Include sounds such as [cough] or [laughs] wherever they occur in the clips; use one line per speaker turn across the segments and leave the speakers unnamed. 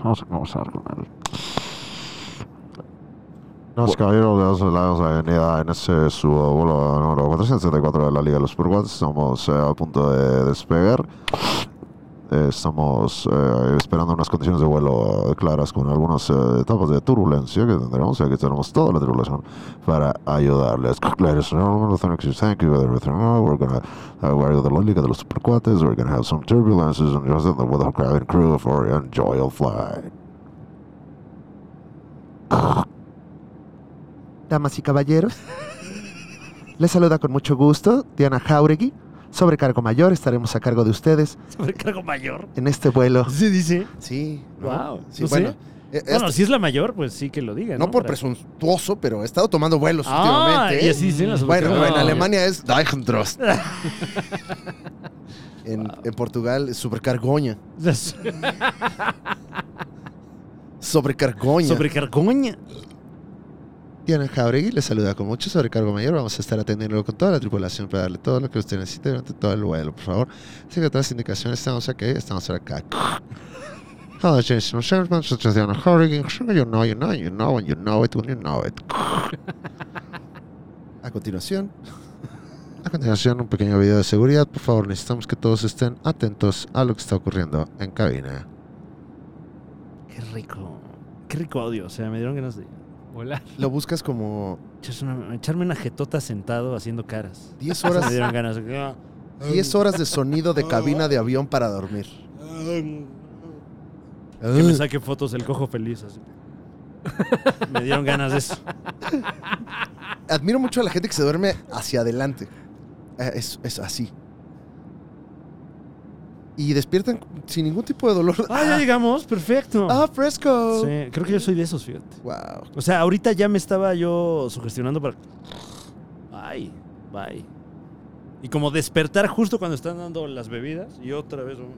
Vamos a comenzar con él.
Nos cayeron de los lados de la avenida en este su vuelo número 474 de la Liga de los Purguans. Estamos eh, a punto de despegar. Eh, estamos eh, esperando unas condiciones de vuelo eh, claras con algunas eh, etapas de turbulencia que tendremos. Aquí tenemos toda la tripulación para ayudarles. Ladies and gentlemen, thank you, thank you, everything. Oh, We're gonna uh, we're the Liga de los Supercuates. We're gonna have some turbulences and just the weather crowd and crew for enjoy your flight.
Damas y caballeros, les saluda con mucho gusto Diana Jauregui. Sobrecargo mayor, estaremos a cargo de ustedes
[laughs] Sobrecargo mayor.
en este vuelo.
Se dice.
Sí. ¿no?
Wow.
Sí,
No sé.
bueno. eh,
Bueno,
esto-
si es la mayor, pues sí que lo digan.
no por
Para-
presuntuoso, pero he estado tomando vuelos
Ah,
últimamente.
y
¿eh?
así dicen las
Bueno,
sobrecargas.
en
No.
Alemania es Deichendrost. en, en Portugal es Supercargoña.
[laughs] Las-
Sobrecargoña.
Sobrecargoña.
Diana Jauregui les saluda con mucho sobrecargo mayor. Vamos a estar atendiéndolo con toda la tripulación para darle todo lo que usted necesite durante todo el vuelo, por favor. Siga todas las indicaciones. Estamos aquí, estamos acá. Hello, Jason Sherman. This is Diana Jauregui. Sure, you know, you know, you know, and you know it when you know it.
A continuación,
A continuación, un pequeño video de seguridad. Por favor, necesitamos que todos estén atentos a lo que está ocurriendo en cabina.
Qué rico. Qué rico audio. O sea, me dieron ganas de
Hola.
lo buscas como
echarse una- echarme una jetota sentado haciendo caras.
10
Ahora
horas, [laughs]
me dieron ganas. "Ah,
10 horas de sonido de cabina de avión para dormir.
Que me saque fotos del cojo feliz. así. Me dieron ganas de eso.
[laughs] Admiro mucho a la gente que se duerme hacia adelante. Eh, Es, es así. Y despiertan sin ningún tipo de dolor.
Ah, ya llegamos. Perfecto.
¡Ah, fresco!
Sí, creo que yo soy de esos, fíjate.
Wow.
O sea, ahorita ya me estaba yo sugestionando para. Ay, bye. Y como despertar justo cuando están dando las bebidas y otra vez. un-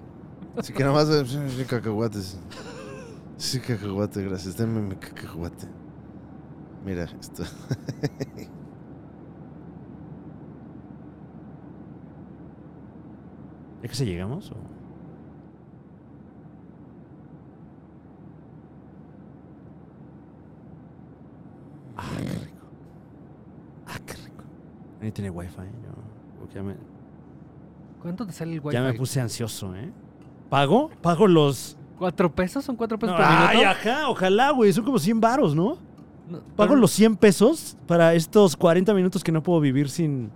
Así que nada más. eh, Sí, cacahuates. Sí, cacahuate, gracias. Dame mi cacahuate. Mira, esto.
¿Ya que se llegamos? o? Ah, qué rico. Ah, qué rico. Ahí tiene wifi. ¿eh? Yo, porque ya, me,
¿Cuánto te sale el wifi?
ya me puse ansioso, ¿eh? ¿Pago? ¿Pago los.?
¿Cuatro pesos? ¿Son cuatro pesos
No,
Pues
ah,
por
ay,
minuto?
ajá, ojalá, güey. Son como 100 varos, ¿no?
No,
Pago
pero-
los 100 pesos para estos 40 minutos que no puedo vivir sin,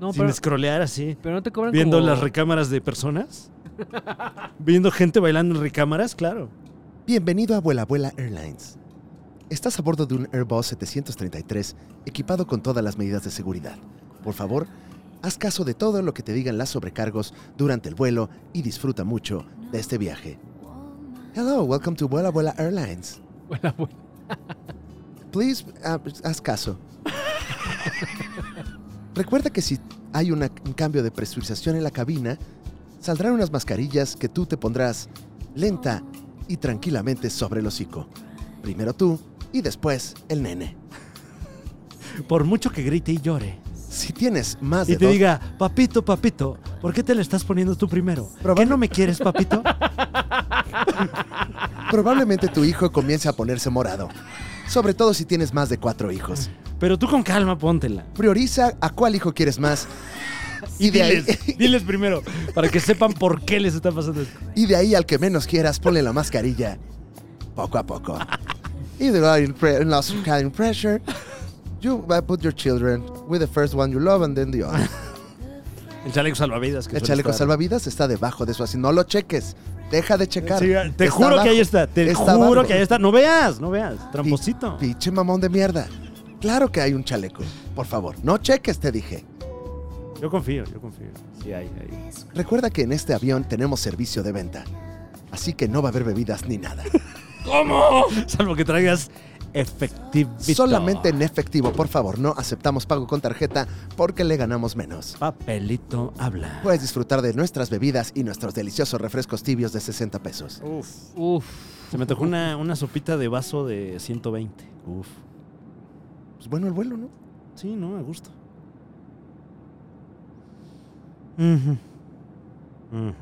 No,
sin
pero,
scrollear así.
pero no te cobran
Viendo
como-
las recámaras de personas.
[laughs]
viendo gente bailando en recámaras, claro.
Bienvenido a Vuela Vuela Airlines. Estás a bordo de un Airbus 733 equipado con todas las medidas de seguridad. Por favor, haz caso de todo lo que te digan las sobrecargos durante el vuelo y disfruta mucho de este viaje. Hello, welcome to Vuela Vuela Airlines.
Hola, güey.
Please, ah, haz caso. Recuerda que si hay una- un cambio de presurización en la cabina, saldrán unas mascarillas que tú te pondrás lenta y tranquilamente sobre el hocico. Primero tú y después el nene.
Por mucho que grite y llore.
Si tienes más de
Y te
dos-
diga, [laughs] papito, papito, ¿por qué te le estás poniendo tú primero? ¿Qué no me
[laughs]
quieres, papito?
probablemente tu hijo comience a ponerse morado. Sobre todo si tienes más de cuatro hijos.
Pero tú con calma póntela.
Prioriza a cuál hijo quieres más. Y de ahí,
Diles, diles primero, para que sepan por qué les está pasando esto.
[laughs] Y de ahí al que menos quieras, ponle la mascarilla. Poco a poco. Y de ahí pre- los kind of pressure. You uh, put your children with the first one you love and then the other.
El chaleco salvavidas. Que
El
suele
chaleco
estar.
salvavidas está debajo de eso, así no lo cheques. Deja de checar.
Sí, te
Está
juro
abajo.
que ahí está, te
Está
juro
abajo.
que ahí está. No veas, no veas,
Pi-
tramposito.
Pinche mamón de mierda. Claro que hay un chaleco. Por favor, no cheques, te dije.
Yo confío, yo confío. Sí, hay, hay.
Recuerda que en este avión tenemos servicio de venta. Así que no va a haber bebidas ni
[laughs]
nada.
[laughs] Salvo que traigas efectivo.
Solamente en efectivo, por favor. No aceptamos pago con tarjeta porque le ganamos menos.
Papelito habla.
Puedes disfrutar de nuestras bebidas y nuestros deliciosos refrescos tibios de 60 pesos.
Uf.
Uf.
Se me tocó una, una sopita de vaso de 120. Uf.
Pues bueno, el vuelo, ¿no?
Sí, no, a gusto. Ujú. Ujú.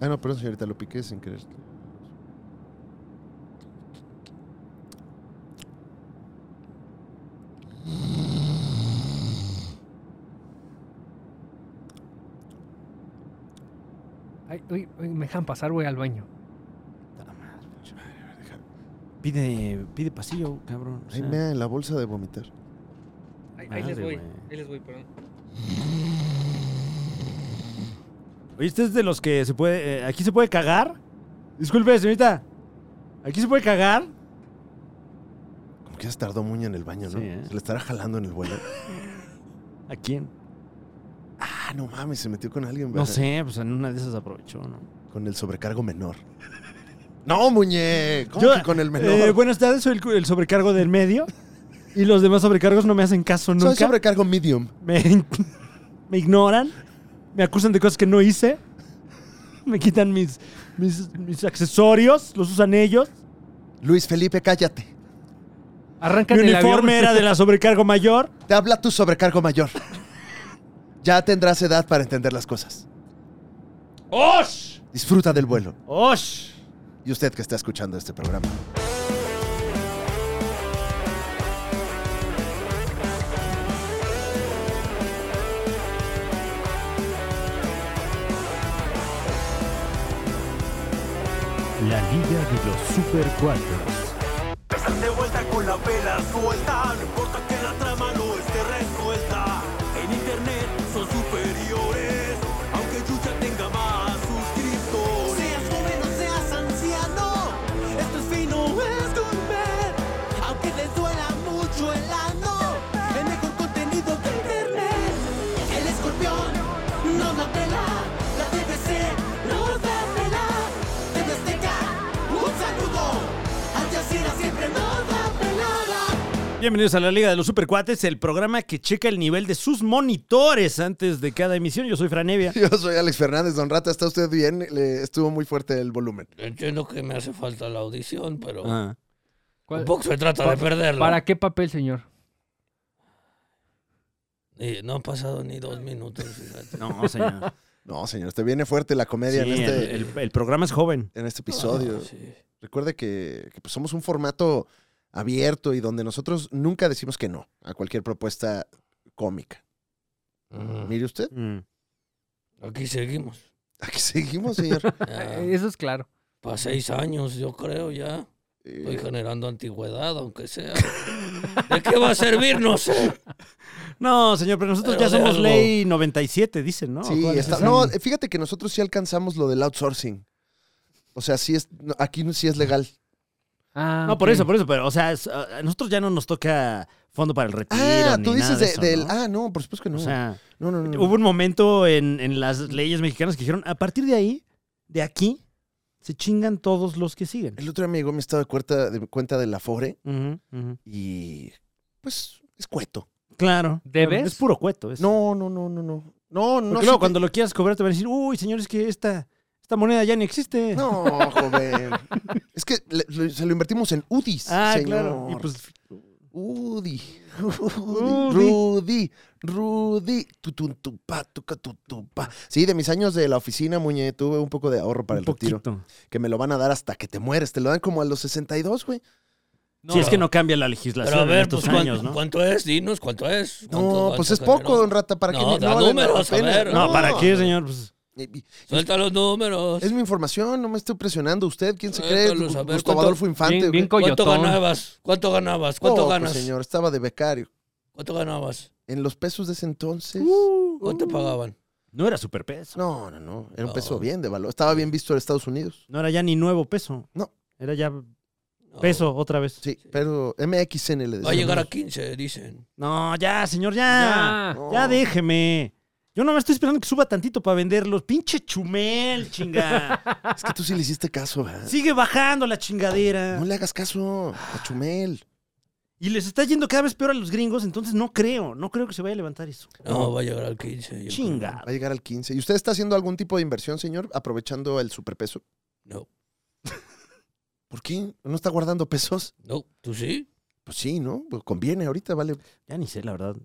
Ah, no, perdón, señorita, lo piqué sin querer.
Ay, uy, uy, me dejan pasar, güey, al baño.
Pide, pide pasillo, cabrón. o
Ay,
sea.
mea, en la bolsa de vomitar.
Ahí,
ahí les
les
Madre, voy,
voy.
güey.
Ahí les voy, perdón.
Oye, este es de los que se puede. eh, ¿Aquí se puede cagar? Disculpe, señorita. ¿Aquí se puede cagar?
Como que ya se tardó muño en el baño, ¿no?
Sí, ¿eh?
Se le estará jalando en el vuelo.
¿A quién?
ah, no mames, se metió con alguien,
No
¿verdad?
sé, pues en una de esas aprovechó, ¿no?
Con el sobrecargo menor. No, muñe. ¿Cómo
Yo-
que con el menor?
Eh, buenas tardes, soy el, cu- el sobrecargo del medio. Y los demás sobrecargos no me hacen caso nunca.
Soy sobrecargo medium.
me, me ignoran, me acusan de cosas que no hice, me quitan mis, mis, mis accesorios, los usan ellos.
Luis Felipe, cállate.
Arrancan
Mi
el
uniforme
avión.
era de la sobrecargo mayor.
Te habla tu sobrecargo mayor. Ya tendrás edad para entender las cosas.
¡Osh!
Disfruta del vuelo.
¡Osh!
Y usted que está escuchando este programa.
La Liga de los Super Cuatros.
Están de vuelta con la vela suelta, no importa que la trama no esté resuelta. En internet son superiores, aunque Yuya tenga más suscriptores. Seas joven o seas anciano, esto es fino, es comer. Aunque les duela mucho el ano, el mejor contenido de internet. El escorpión no la pela, la TVC no la pela. TV Azteca, un saludo. Al Jazeera siempre nos da pelada.
Bienvenidos a la Liga de los Super Cuates, el programa que checa el nivel de sus monitores antes de cada emisión. Yo soy Franevia.
Yo soy Alex Fernández, don Rata. ¿Está usted bien? Le estuvo muy fuerte el volumen.
Entiendo que me hace falta la audición, pero
Ah.
¿Cuál-
tampoco se trata
pa-
de perderla.
¿Para qué papel, señor?
Y no han pasado ni dos minutos, fíjate.
[laughs]
No, señor.
No, señor, usted viene fuerte la
Sí,
comedia
el,
en, este,
el- el programa es joven.
en este episodio.
Ah, sí.
Recuerde que, que, pues, somos un formato abierto y donde nosotros nunca decimos que no a cualquier propuesta cómica.
Mm.
Mire usted,
Mm.
Aquí seguimos.
aquí seguimos,
[laughs]
señor.
Ya,
Eh, Eso [laughs] es claro.
para seis años, yo creo ya. Estoy
Pues,
Eh,
generando antigüedad, aunque sea. ¿De qué va a servir? No sé.
No, señor, pero nosotros
Pero
ya
de
somos
algo.
ley 97, dicen, ¿no?
sí,
¿Cuál es
está-
esa?
no, fíjate que nosotros sí alcanzamos lo del outsourcing. O sea, sí es, no, aquí sí es
[laughs]
legal.
Ah,
No, por
ok.
eso, por eso, pero, o sea, es- ah, a a nosotros ya no nos toca fondo para el retiro.
Ah,
ni
tú
nada
dices
de
de-
eso,
del...
¿no?
Ah, no, por supuesto que no.
O sea,
no, no, no, no.
hubo un momento en, en las leyes mexicanas que dijeron, a partir de ahí, de aquí, se chingan todos los que siguen.
El otro amigo me estaba de cuenta de, cuenta del Afore
Ujú, ujú.
y pues es cueto.
Claro.
¿Debes?
Es puro cueto. eso.
No, no, no, no, no. No, no.
Porque
sí
luego
te-
cuando lo quieras cobrar te van a decir, uy, señor, es que esta, esta moneda ya ni existe.
No, joven. es que le- le- se lo invertimos en UDIs,
Ah,
señor.
claro. Y pues,
Udi.
Udi.
Rudy. Rudy. Tutuntupa, tucatutupa. Sí, de mis años de la oficina, muñe, tuve un poco de ahorro para
un
el retiro.
poquito.
Que me lo van a dar hasta que te mueres. Te lo dan como a los 62, güey.
No,
si es que no cambia la legislación
Pero a
en
ver,
estos
pues, ¿cuánto,
años, ¿no?
cuánto es? Dinos, ¿cuánto es?
No,
¿Cuánto-
pues
cuánto
es poco,
generó?
don Rata, para que
No, da
de-
números, a
apenas.
ver.
No,
No,
¿para qué, señor? Pues,
Y- y-
Suelta los números.
Eh, Es mi información, no me estoy presionando. ¿Usted quién se cree?
Suéltalos, a ver,
Gustavo
¿cuánto-
Adolfo Infante.
Bien,
o
bien
qué?
¿Cuánto
coyotón.
ganabas? ¿Cuánto ganabas? ¿Cuánto
Poco,
ganas?
señor, estaba de becario.
¿Cuánto ganabas?
En los pesos de ese entonces.
Uh.
Uh.
¿Cuánto te pagaban?
no era superpeso.
No, no, no. Era un
No.
peso bien de valor. Estaba bien visto en Estados Unidos.
No era ya ni nuevo peso.
No.
Era ya
No.
peso otra vez.
Sí, pero MXN le
Va a llegar a
decíamos.
15, dicen.
No, ya, señor, ya.
Ya.
Ya déjeme. Yo no me estoy esperando que suba tantito para venderlos. Pinche chumel, chinga.
Es que tú sí le hiciste caso, ¿verdad?
Sigue bajando la chingadera.
No le hagas caso
Ah.
a Chumel.
Y les está yendo cada vez peor a los gringos, entonces no creo, no creo que se vaya a levantar eso.
No, va a llegar al 15. yo
Chinga.
Ah.
Va a llegar al 15. ¿Y usted está haciendo algún tipo de inversión, señor? Aprovechando el superpeso.
creo.
¿Por qué? ¿No está guardando pesos?
No, no, ¿tú sí?
Pues sí, ¿no? Pues conviene ahorita, vale.
Ya ni sé, la verdad.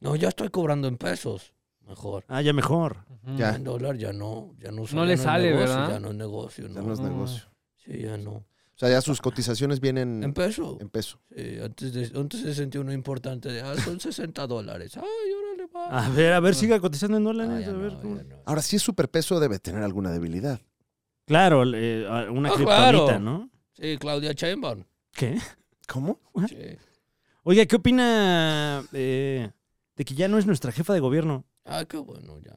No, ya estoy cobrando en pesos. Mejor.
Ah, ya mejor.
Ujú.
Ya.
En dólar ya no. Ya no,
No le
es
sale,
negocio,
¿verdad?
Ya no es negocio.
Ya
No.
no es negocio.
Sí, ya no.
O sea, ya sus cotizaciones vienen
En peso.
en peso.
Sí, antes, de, antes se sentía uno importante. de, ah, son 60 dólares. Ay, órale, va.
A ver, a ver, siga cotizando en
Ah,
dólares.
ya
Ah, a ver,
no,
cómo-
ya no.
Ahora, si es superpeso, debe tener alguna debilidad.
Claro, eh, a- una
Ah,
criptonita,
claro.
¿no?
Sí, Claudia Sheinbaum.
¿Qué?
¿Cómo?
¿Ah?
Sí.
Oiga, ¿qué opina eh, de que ya no es nuestra jefa de gobierno?
Ah, qué bueno, ya.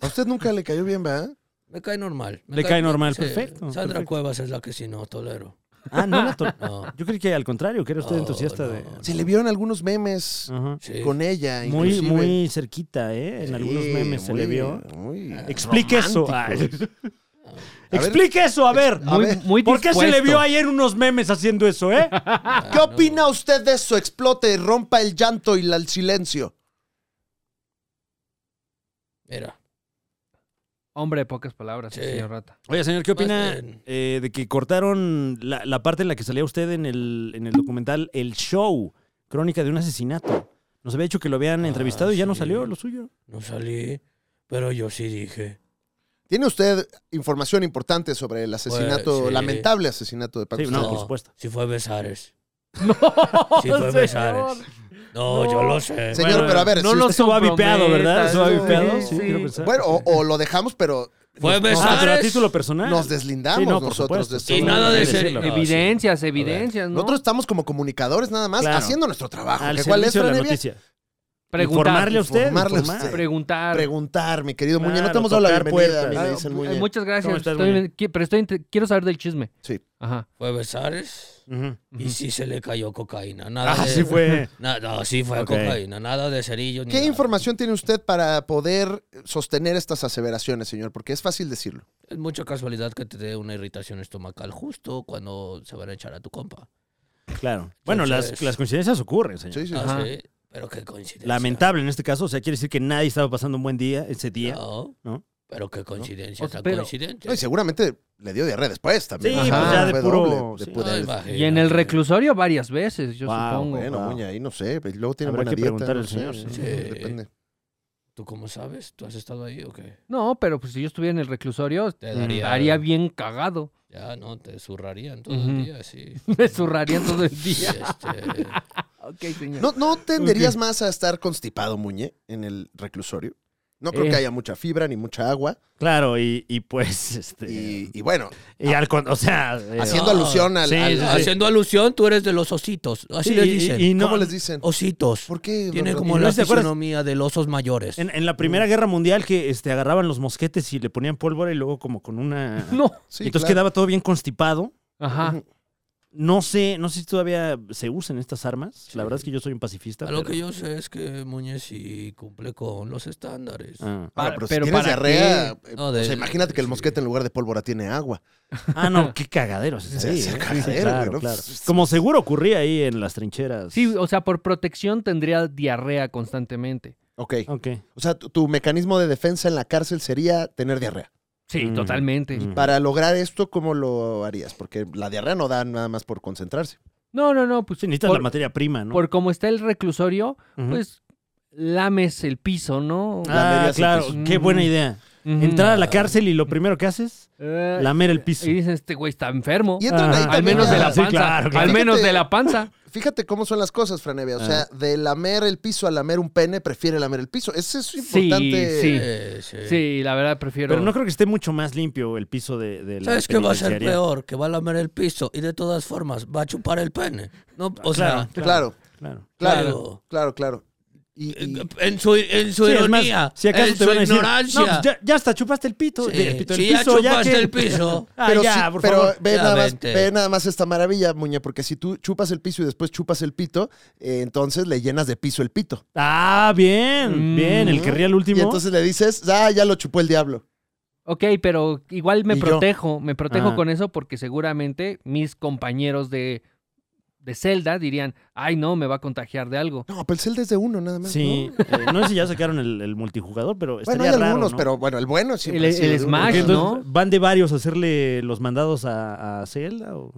A usted nunca le cayó bien, ¿verdad?
[laughs] Me cae normal. me
Le cae
bien,
normal, perfecto,
Sandra
perfecto.
Cuevas es la que sí no tolero.
Ah, no, la to-
No.
Yo creí que al contrario, que era usted
No,
entusiasta
no,
de.
no.
Se le vieron algunos memes
Ajá.
Sí.
con ella.
Ah. Muy,
inclusive.
muy cerquita, ¿eh? En algunos
Sí,
memes se le
muy-
vio.
muy
Explique eso. [laughs]
romántico.
Ay. Explique eso, a ver.
A
Muy,
ver,
muy
¿Por qué se le
dispuesto.
vio ayer unos memes haciendo eso, [laughs] eh?
Ah,
¿Qué
no.
opina usted de eso? Explote, rompa el llanto y la- el silencio.
Mira.
Hombre de pocas palabras, el
Sí.
señor Rata.
Oye, señor, ¿qué opina
Más bien.
eh, de que cortaron la, la parte en la que salía usted en el, en el documental El Show, Crónica de un asesinato? Nos había dicho que lo habían
Ah,
entrevistado y ya no
sí.
salió lo suyo.
No salí, pero yo sí dije.
¿Tiene usted información importante sobre el asesinato,
Pues, sí.
lamentable asesinato de Paco
Sí, no,
Stanley?
por supuesto.
Si
[laughs]
fue Besares. No. Si fue Besares. No, yo lo sé.
Señor,
Bueno,
pero a ver,
no
si
lo
usted-
Eso va vipeado, ¿verdad? Eso va
Sí,
vipeado.
sí,
pues, Sí,
sí.
quiero pensar.
Bueno, o, o lo dejamos, pero
fue
ah, pero a
Besares.
título personal.
nos deslindamos
Sí, no, por
nosotros
supuesto.
de
Y
esto.
nada de ser.
Decirlo.
no,
evidencias,
sí.
evidencias, ¿no?
Nosotros estamos como comunicadores nada más,
Claro.
haciendo nuestro trabajo.
al
¿Qué- ¿Cuál es,
servicio de la
Fran Evia?
noticia.
Preguntar.
Informarle a usted.
informarle a
informar.
usted.
Preguntar.
Preguntar, mi querido
Claro,
Muñe. No te hemos dado la
tocar
bienvenida,
puertas.
me
Ah,
dicen,
eh,
Muñe.
muchas gracias.
¿Cómo estás,
estoy-
Muñe?
qui- pero estoy, inte- quiero saber del chisme.
Sí.
Ajá.
Fue Besares.
Ujú.
Y sí se le cayó cocaína. Nada
Ah,
de-
sí
[laughs]
fue.
Na- no, sí fue
Ok.
cocaína. Nada de cerillos. ni
¿Qué
nada.
información tiene usted para poder sostener estas aseveraciones, señor? Porque es fácil decirlo.
Es mucha casualidad que te dé una irritación estomacal justo cuando se van a echar a tu compa.
Claro. Bueno, las,
Entonces-
las coincidencias ocurren, señor.
Sí, sí.
Ah,
Ajá.
sí, Pero qué coincidencia.
Lamentable en este caso. O sea, quiere decir que nadie estaba pasando un buen día ese día.
No,
¿No?
Pero qué coincidencia.
O sea,
tan
pero-
coincidente.
No, y seguramente le dio diarrea después también.
Sí,
pues ya
de
Fue
puro-
doble,
sí.
puro-
No, imagínate.
Y en el reclusorio varias veces, yo
Wow,
supongo.
Bueno,
Wow.
Muñe, ahí no sé. pues, Luego tiene
Habrá
buena
que
dieta,
preguntarle
no
al
sé,
señor,
sí,
sí.
Depende.
¿Tú cómo sabes? ¿Tú has estado ahí o qué?
No, pero pues si yo estuviera en el reclusorio,
Te
Mm,
daría.
estaría bien cagado. [laughs]
Ya, no, te zurrarían todo
Ujú.
el
[laughs]
día, sí.
Me zurrarían todo el
Y,
día.
este,
ok, señor.
¿No, ¿No tenderías más a estar constipado, Muñe, en el reclusorio? No creo
Eh.
que haya mucha fibra ni mucha agua.
Claro, y, y pues, este.
Y,
Y,
y bueno,
al con- o sea. eh,
haciendo
no.
alusión al...
[laughs] Sí,
al-
sí, sí.
al-
Haciendo alusión, tú eres de los ositos. Así
sí,
les
y-
dicen.
y no-
¿Cómo les dicen?
Ositos.
¿Por qué?
Tiene
don
como
Ramiro?
la
¿No te acuerdas?
fisonomía de los osos mayores.
En, en la Primera Guerra Mundial que este, agarraban los mosquetes y le ponían pólvora y luego como con una...
[laughs] No.
Sí,
Y entonces
claro.
quedaba todo bien constipado.
Ajá.
No sé, no sé si todavía se usan estas armas.
Sí.
La verdad es que yo soy un pacifista.
A lo
pero-
que yo sé es que Muñez sí cumple con los estándares.
Ah.
Ahora,
Para-
pero,
pero
si tienes
¿para
diarrea, eh,
No,
o
de-
sea, imagínate que el
sí.
mosquete en lugar de pólvora tiene agua.
Ah, no, qué cagaderos.
O sea,
Sí,
es un
¿eh?
cagadero,
Sí,
güey,
claro,
¿no?
claro. Como seguro ocurría ahí en las trincheras.
Sí, o sea, por protección tendría diarrea constantemente.
Ok.
Ok.
O sea, tu, tu mecanismo de defensa en la cárcel sería tener diarrea.
Sí,
Mm.
totalmente.
Mm.
Para lograr esto, ¿cómo lo harías? Porque la diarrea no da nada más por concentrarse.
No, no, no, pues
Sí, necesitas
por,
la materia prima, ¿no?
por como está el reclusorio,
Ujú.
pues lames el piso, ¿no?
Ah,
lamerías el
claro,
piso.
qué buena idea.
Ujú.
Entrar a la cárcel y lo primero que haces,
Eh,
lamer el piso.
mm. Y dicen, este güey está enfermo.
Y entran
Ajá.
ahí
Al
Al
también
menos
ya-
de la
Sí,
panza.
claro, claro.
Al menos
Fíjate-
de la panza.
Fíjate cómo son las cosas, Franevia. O sea, de lamer el piso a lamer un pene, prefiere lamer el piso. Eso es importante.
sí.
Eh, sí.
Sí, la verdad prefiero.
Pero no creo que esté mucho más limpio el piso de, de la
¿Sabes qué va a ser
penitenciaría.
peor? Que va a lamer el piso y de todas formas va a chupar el pene. No, o sea,
Claro,
Claro.
claro, claro, claro. Y, y-
eh, en su, en su
Sí, es más,
ironía,
si acaso
en
te
su
van a decir,
ignorancia.
"No, pues ya, ya hasta chupaste el pito.
Sí,
el pito, el
si ya
piso,
chupaste
que- [laughs]
el piso.
Ah,
pero
ya,
sí,
por
pero
favor.
ve
Ya,
nada, más,
vente.
ve nada más esta maravilla, Muña, porque si tú chupas el piso y después chupas el pito, eh, entonces le llenas de piso el pito.
Ah, bien,
Mm.
bien. El que ría el último.
Y entonces le dices, ah, ya lo chupó el diablo.
Ok, pero igual me
Y yo.
protejo. Me protejo
Ah.
con eso porque seguramente mis compañeros de, de celda dirían, ay, no, me va a contagiar de algo.
No, pero el celda es de uno nada más.
Sí, eh, no sé si ya sacaron el, el multijugador,
¿no?
pero
Bueno,
estaría
hay
raro,
algunos,
¿no?
pero bueno, el bueno siempre. ha
El-
sido
el
de uno.
Smash,
Porque
¿no?
entonces, ¿Van de varios a hacerle los mandados a, a Zelda? O...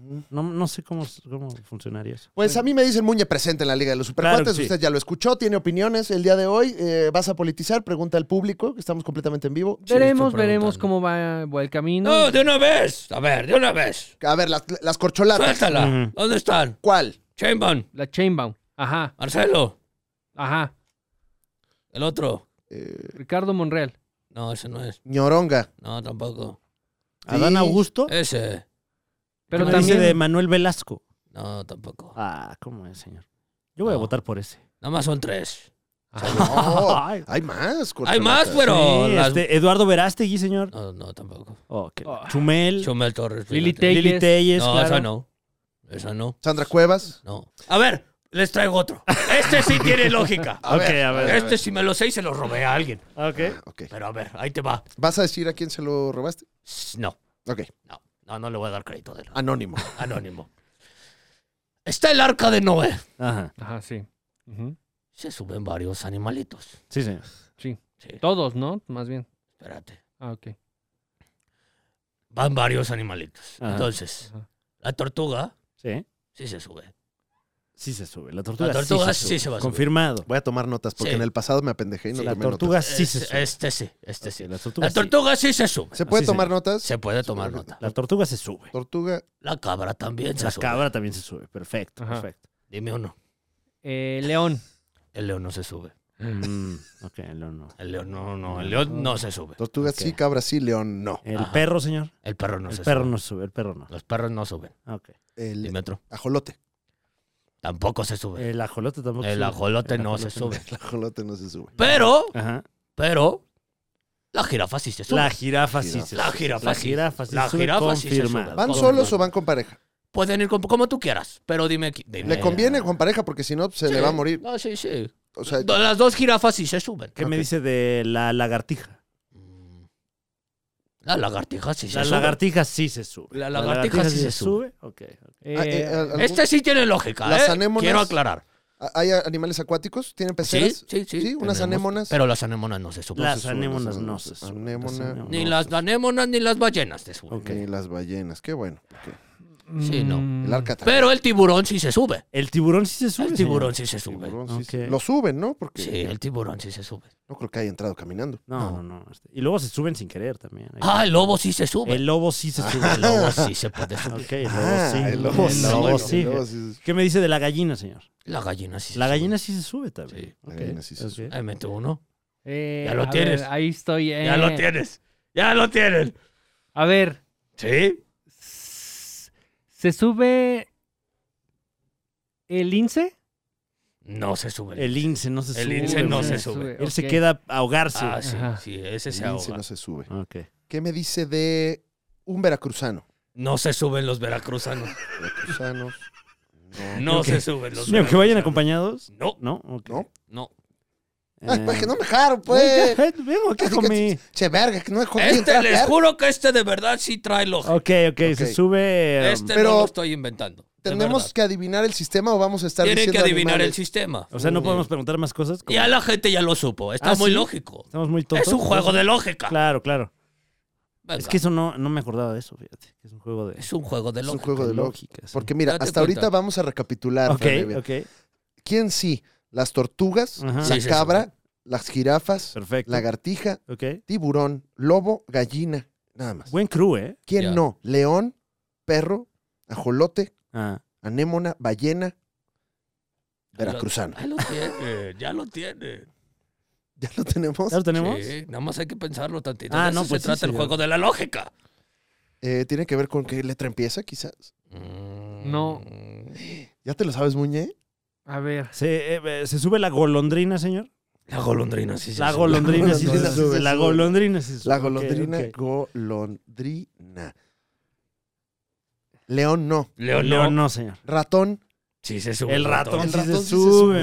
Mm,
No, no sé cómo, cómo funcionaría eso.
Pues a mí me dicen Muñe presente en la Liga de los Supercuates.
Claro que sí.
Usted ya lo escuchó, tiene opiniones. El día de hoy eh, vas a politizar, pregunta al público, que estamos completamente en vivo.
veremos,
estoy preguntando.
veremos cómo va, va el camino.
No, de una vez. A ver, de una vez.
A ver, las, las corcholatas.
Suéltala.
Ujú.
¿Dónde están?
¿Cuál?
Chainbound,
La Chainbound. Ajá,
Marcelo,
ajá.
el otro.
Ricardo Monreal.
No, ese no es. [laughs]
Ñoronga.
No, tampoco.
¿Adán Augusto?
Ese.
Pero
¿Qué me dice
también
de Manuel Velasco.
No, tampoco.
Ah, ¿cómo es, señor? Yo voy a
No.
votar por ese.
Nada más son tres.
No,
Ay.
hay más corcholatas.
Hay más, pero.
Sí,
las-
este, Eduardo Verástegui, señor.
No, no, tampoco.
Oh, qué-
Oh.
Chumel.
Chumel Torres.
Lili
fíjate.
Tellez.
Lili Telles,
No,
claro.
esa no. Esa no.
Sandra Cuevas.
No. A ver, les traigo otro. Este sí tiene lógica.
A
Ok,
ver,
a ver.
Este, si me lo sé y se lo robé a alguien.
Ok.
Ok.
Pero a ver, ahí te va.
¿Vas a decir a quién se lo robaste?
No,
Ok.
no, no, no le voy a dar crédito de nada.
Anónimo.
Anónimo. Está el arca de Noé.
Ajá.
Ajá, sí. Ujú.
Se suben varios animalitos.
Sí, señor.
Sí,
Todos, ¿no? Más bien.
espérate.
Ah, ok.
Van varios animalitos.
Ajá.
Entonces,
Ajá.
la tortuga
Sí.
sí se sube.
Sí se sube. La tortuga,
La tortuga
sí,
sí
se
se,
sube.
va a subir.
Confirmado.
Voy a tomar notas porque
Sí.
en el pasado me apendejé y no
Sí,
tomé
la
notas.
tortuga Ah, sí se
Este,
sube.
este sí, este sí.
La tortuga,
La
sí.
tortuga sí se sube.
¿Se puede
Sí,
tomar notas?
Se puede tomar nota.
La tortuga se sube.
Tortuga.
La cabra también se
La
sube.
cabra también se sube. Perfecto,
Ajá.
perfecto.
Dime uno.
Eh, León.
El león no se sube.
Ah, eh,
Mm, [laughs] ok, el león no.
El león no, no, el león no se sube.
Tortuga
Ok.
sí, cabra sí, león no.
El
Ajá.
perro, señor.
El perro no
el
se
perro
sube.
no se sube, el perro no.
Los perros no suben.
Ok.
El
Dime otro.
ajolote.
Tampoco se sube.
El ajolote tampoco
El
Eh, sube.
ajolote
El
no se
ajolote
sube.
El ajolote no se sube.
Pero,
Ajá.
pero, la jirafa sí se sube.
La jirafa sí se
La
sube.
jirafa
La
sí.
jirafa sí
La
se sube.
jirafa sí se sube.
confirmado.
¿Van
Todo
solos
bueno.
o van con pareja?
Pueden ir como, como tú quieras, pero dime. qui- dime.
Le conviene con pareja porque si no se
Sí.
le va a morir.
No, sí, sí.
O sea,
Do- Las dos jirafas sí se suben.
¿Qué me
Ok.
dice de la lagartija?
Mm. La lagartija sí se
La
sube.
lagartija sí se sube.
La lagartija sí se sube.
Ok, ok.
Eh,
ah, eh, algún-
Este sí tiene lógica,
Las
¿eh?
anémonas-
Quiero aclarar.
¿Ah, ¿Hay animales acuáticos? ¿Tienen
Sí,
peceras?
sí, sí.
unas
tenemos,
anémonas.
Pero las anémonas no se suben.
Las
suben,
anémonas
esas no
no
se
se
suben.
suben. las
Anémona,
anémonas
Ni
no
las
se suben.
anémonas ni las ballenas se suben.
Ok.
Ni las ballenas, qué bueno. ok.
Sí, no.
mm,
ah, El arca también.
Pero el tiburón sí se sube.
El tiburón sí se sube. señor?
El tiburón sí se sube.
Tiburón, sí, sí.
Ok.
Lo suben, ¿no? Porque
Sí, el tiburón sí se sube.
no creo que haya entrado caminando.
No, no, no. este- Y luego se suben sin querer también. Ahí
Ah,
está.
el lobo sí se sube.
el lobo sí se sube.
El
[laughs]
lobo [laughs] sí se puede subir.
Ok, el lobo
Ah,
sí.
el lobo sí.
lobo
el lobo sí.
¿Qué me dice de la gallina, señor?
La gallina sí se
La
sube.
gallina sí se sube también.
Sí.
Ok,
La gallina sí se
ok.
sube.
Ahí mete uno.
eh,
Ya lo
a ver,
tienes.
ahí estoy. eh.
Ya lo tienes. Ya lo tienen.
A ver.
Sí.
s- ¿Se sube el lince?
No se sube.
El lince no se sube.
El lince no se
güey.
sube.
Él se
ok.
queda a ahogarse.
Ah, sí,
Ajá.
sí, ese se
El lince
ahoga.
no se sube.
Ok.
¿Qué me dice de un veracruzano?
No se suben
[laughs]
los veracruzanos. [laughs]
Veracruzanos. No.
No
Ok.
se suben
[laughs]
los
Sí, Aunque vayan
veracruzanos.
acompañados.
No,
No, ok.
No.
no.
[laughs] Ay,
Eh,
pues que no me dejaron,
güey,
pues.
ya, eh, Vengo acá
Así
con
que,
mi...
Che, verga, que no me jodí
Este,
entrar,
les
verga.
juro que este de verdad sí trae lógica.
Ok, ok, se
Ok.
sube... um,
Este
pero-
no lo estoy inventando. de
¿Tenemos
verdad.
que adivinar el sistema o vamos a estar
Tienen que
diciendo
adivinar el
animales?
sistema.
O sea, no podemos preguntar más cosas. como-
Ya la gente ya lo supo. Está
Ah,
muy
¿sí?
lógico.
Estamos muy tontos.
Es un juego de lógica.
Claro, claro.
Venga,
Es que eso no, no me acordaba de eso, fíjate. que Es un juego de...
es un juego de
Es un
lógica.
juego de lógica.
lógicas.
Porque mira,
Date
hasta
cuenta.
ahorita vamos a recapitular.
Ok,
Fran Evia.
ok.
¿Quién sí? Las tortugas,
Ajá.
la
Sí, sí,
cabra,
sí.
las jirafas,
Perfecto.
lagartija,
Ok.
tiburón, lobo, gallina. Nada más.
Buen crew, ¿eh?
¿Quién
Ya.
no? León, perro, ajolote,
Ah.
anémona, ballena,
Ahí lo-
veracruzano.
Ahí lo tiene, ya lo tiene.
[laughs] ¿Ya lo tenemos?
¿Ya lo tenemos?
Sí, nada más hay que pensarlo tantito.
Ah,
de
no,
eso
pues sí,
se trata el
señor.
juego de la lógica.
Eh, Tiene que ver con qué letra empieza, quizás.
No.
Mm.
¿Ya te lo sabes, Muñe?
A ver.
¿Se, eh, ¿se sube la golondrina, señor?
La golondrina sí se
la
sube.
golondrina sí se
golondrina sí
sube.
se
La
sube.
golondrina sí se sube.
La
ok,
golondrina,
ok.
golondrina. León no.
León,
No,
no.
no, señor.
Ratón.
Sí se sube.
El ratón,
El
sí
ratón
se
sí se
sube,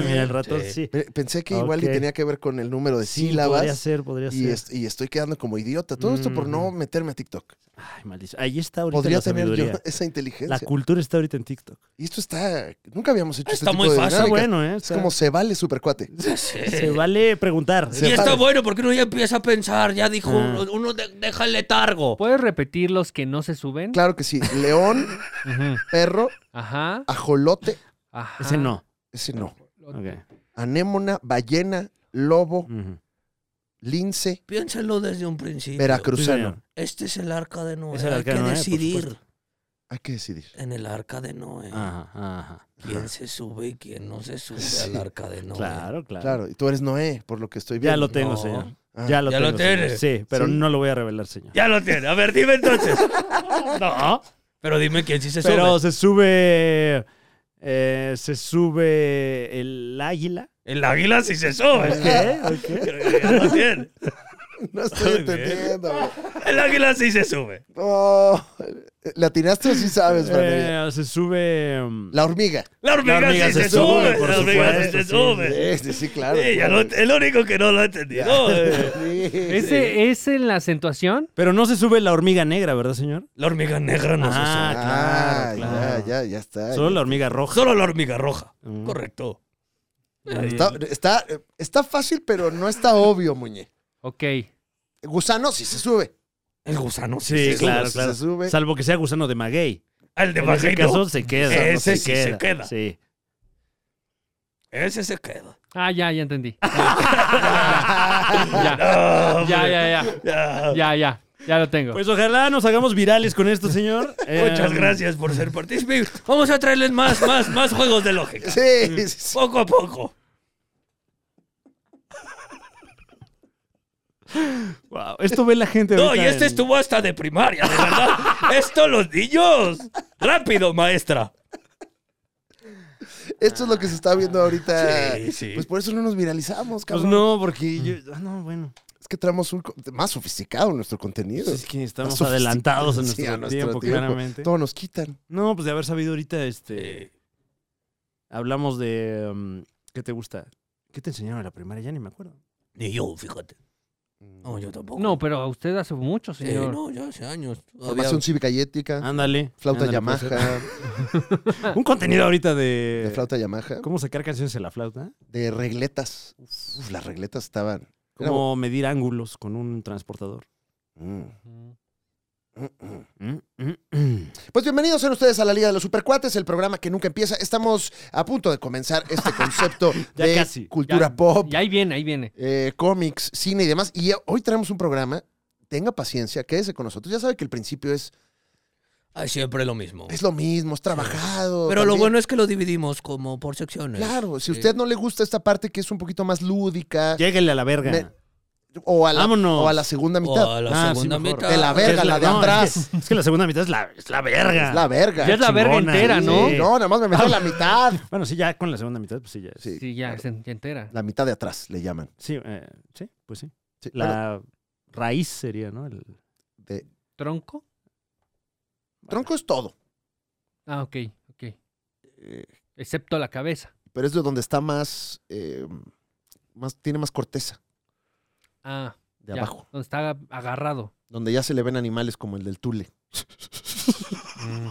sube.
mira, el ratón sí.
Sí.
Pe- Pensé que igual y
Ok.
tenía que ver con el número de
Sí,
sílabas.
Podría ser, podría
y,
ser.
est- y estoy quedando como idiota. Todo esto por no
Mm.
meterme a TikTok.
Ay, maldición. Ahí está ahorita
Podría
la
tener yo
sabiduría.
esa
La
inteligencia.
cultura está ahorita en TikTok.
y esto está. Nunca habíamos hecho
Está
este
muy
tipo de
fácil.
Está
dinámica.
bueno, ¿eh?
Es
Está-
como se vale supercuate.
Sí.
Se vale
[laughs]
preguntar.
y está
vale.
bueno porque uno ya empieza a pensar, ya dijo,
Ah.
uno, uno de- deja el letargo.
¿Puedes repetir los que no se suben?
Claro que sí. León,
Ujú.
perro,
Ajá,
ajolote.
ajá.
Ese no.
Ah,
Ese no.
Ok.
Anémona, ballena, lobo,
Ujú.
lince,
Piénsalo desde un principio.
Sí,
veracruzano.
señor.
Este es el arca de Noé.
Es el
Hay
arca
que
de Noé, por
decidir
supuesto.
Hay que decidir.
en el arca de Noé
Ajá, ajá.
quién se sube y quién no se sube
Sí.
al arca de Noé.
Claro, claro.
eh, Claro, y tú eres Noé, por lo que estoy viendo.
Ah. Ya lo tengo,
No.
señor.
Ah,
Ya lo
Ya
tengo.
lo
señor.
tienes.
Sí, pero
Sí.
no lo voy a revelar, señor.
Ya lo tiene. A ver,
[laughs]
dime entonces.
No.
Pero dime quién sí se
Pero
sube.
se sube. eh, se sube el águila.
El águila sí se sube. [laughs]
¿Qué?
[laughs]
¿Qué?
Pero ya lo tiene.
[laughs] No
Muy
estoy
bien.
entendiendo. güey.
El águila sí se sube.
Oh, ¿Le atinaste o sí
[laughs]
sabes, Fran?
Eh, se sube. mm,
La hormiga.
La hormiga,
La hormiga
sí
se
se,
sube,
sube.
por
la hormiga
supuesto,
sí se
sí.
sube.
Sí, sí, sí, claro.
Sí, ya lo-
claro.
el único que no lo ha entendido. eh.
[laughs] Sí, sí.
¿Ese es en la acentuación?
Pero no se sube la hormiga negra, ¿verdad, señor?
La hormiga negra no
Ah,
se
Ah,
claro, claro.
ya, ya, ya está.
Solo la hormiga roja.
sube. Solo la hormiga roja.
Mm.
Correcto.
Está, está, está fácil, pero no está obvio, Muñe.
Ok.
Gusano sí se sube.
El gusano sí.
Sí,
se
claro,
sube,
claro.
se sube.
Salvo que sea gusano de maguey.
El de
en ese
Bajeiro,
caso se queda.
Ese
no
sí se queda.
Sí.
Ese
[laughs]
se queda.
Ah, ya, ya
[laughs]
entendí.
No,
Ya,
Ah, hombre,
ya, ya.
ya.
Ya, ya. Ya lo tengo.
Pues ojalá nos hagamos virales con esto, señor.
[laughs] Muchas
Eh,
gracias por ser partícipe. Vamos a traerles más, más, más juegos
[laughs]
de lógica.
Sí, sí, sí.
Poco a poco.
wow, Esto ve la gente.
No,
ahorita
y este
en-
estuvo hasta de primaria,
[laughs]
de verdad. Esto los niños. Rápido, maestra.
Esto es lo que se está viendo ahorita.
Sí, sí.
Pues por eso no nos viralizamos,
Pues
cabrón.
no, porque yo. Ah, no, bueno.
Es que traemos un co- más sofisticado nuestro contenido.
Es que estamos
Más
adelantados en nuestro,
sofisticado, sí, a
tiempo, claramente.
Todo nos quitan.
No, pues de haber sabido ahorita, este. Hablamos de. um, ¿Qué te gusta? ¿Qué te enseñaron en la primaria? Ya ni me acuerdo.
Ni yo, fíjate. No, yo tampoco.
pues,
No, pero a usted hace mucho,
Sí,
señor.
no, yo hace años. todavía.
Formación cívica y ética.
Ándale.
Ah, flauta
Ah, ándale, pues, puede ser.
Yamaha.
Un contenido ahorita
De
de.
flauta Yamaha.
¿Cómo sacar canciones de la flauta?
De regletas. Uf, las regletas estaban. Era
¿Cómo medir ángulos con un transportador?
Mm.
Mm, mm, mm.
Pues bienvenidos sean ustedes a la Liga de los Supercuates, el programa que nunca empieza. Estamos a punto de comenzar este concepto
[laughs] Ya
de
casi.
cultura pop,
Y ahí viene, ahí viene.
eh, cómics, cine y demás. Y hoy traemos un programa. Tenga paciencia, quédese con nosotros. Ya sabe que el principio es,
Ay, siempre lo mismo.
es lo mismo, es trabajado.
Pero lo
también.
bueno es que lo dividimos como por secciones.
Claro, si
Sí.
usted no le gusta esta parte que es un poquito más lúdica
mm. Lléguenle a la verga.
Me- o a, la,
Vámonos.
o a la segunda
O
mitad,
a la
Ah, sí,
segunda
mejor.
mitad.
De la verga,
Es
la de
no,
atrás.
Es que, es que la segunda mitad es la, es la verga.
es la verga.
Ya es la verga
chingona.
entera, ¿no?
Sí, no, nada más me metí a
Ah.
la mitad.
Bueno, sí, ya con la segunda mitad, pues sí, ya. es-
Sí,
Sí, ya, se ya entera.
La mitad de atrás le llaman.
Sí, eh, sí, pues sí.
Sí, bueno,
La raíz sería, ¿no? El-
de-
¿Tronco?
tronco es todo.
Ah, ok, ok.
Eh.
Excepto la cabeza.
pero es de donde está más, eh, más tiene más corteza
Ah,
de
ya,
abajo,
Donde está agarrado.
donde ya se le ven animales como el del tule.
Mm.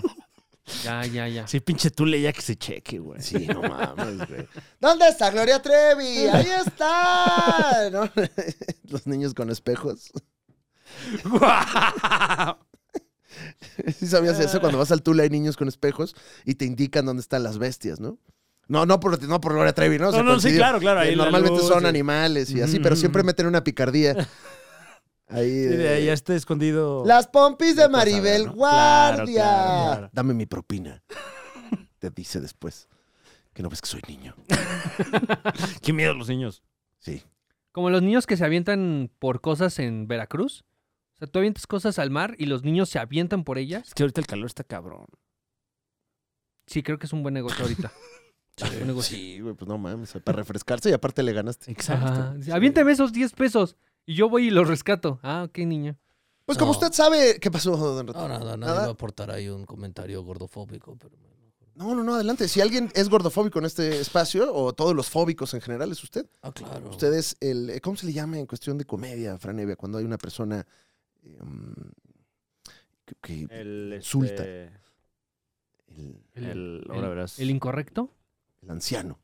Ya, ya, ya.
Sí, pinche tule ya que se cheque, [laughs] güey.
Sí, no mames, güey. ¿Dónde está Gloria Trevi? Ahí está. ¿no? [laughs] Los niños con espejos. [laughs] ¿Sí sabías eso? Cuando vas al tule hay niños con espejos y te indican dónde están las bestias, ¿no? No, no por, no por Gloria Trevi, ¿no?
No,
Se
no, sí,
coincidió.
claro, claro.
Eh,
ahí la
Normalmente
luz,
son
sí.
animales y así,
Ujú,
pero
ujú,
siempre
ujú.
meten una
[laughs]
picardía. Ahí. eh,
Sí, de
de-
ahí ya está escondido.
Las pompis de
Vete a saber,
Maribel
¿no? Claro,
Guardia.
claro, claro.
Dame mi propina. [laughs] Te dice después. Que no ves que soy niño.
Qué miedo los niños.
Sí.
Como los niños que se avientan por cosas en Veracruz. O sea, tú avientas cosas al mar y los niños se avientan por ellas.
Es que ahorita el calor está cabrón.
Sí, creo que es un buen
[laughs]
negocio ahorita. Un negocio.
Sí, güey, pues no mames. Para refrescarse y aparte le ganaste.
Ajá. Sí, Aviéntame esos 10 pesos y yo voy y los rescato. Ah, ok, niño.
Pues como
No.
usted sabe. ¿Qué pasó, don Rato?
No, nada, nadie va a
¿Nada?
aportar ahí un comentario gordofóbico. Pero...
No, no, no, adelante. Si alguien es gordofóbico en este espacio, o todos los fóbicos en general, es usted.
Ah,
Oh.
claro.
Usted es el. eh, ¿Cómo se le llama en cuestión de comedia, Franevia? Cuando hay una persona. eh, mm, em, que- que-
El,
Insulta.
este,
el,
El,
el-
ahora verás.
¿El incorrecto?
el anciano.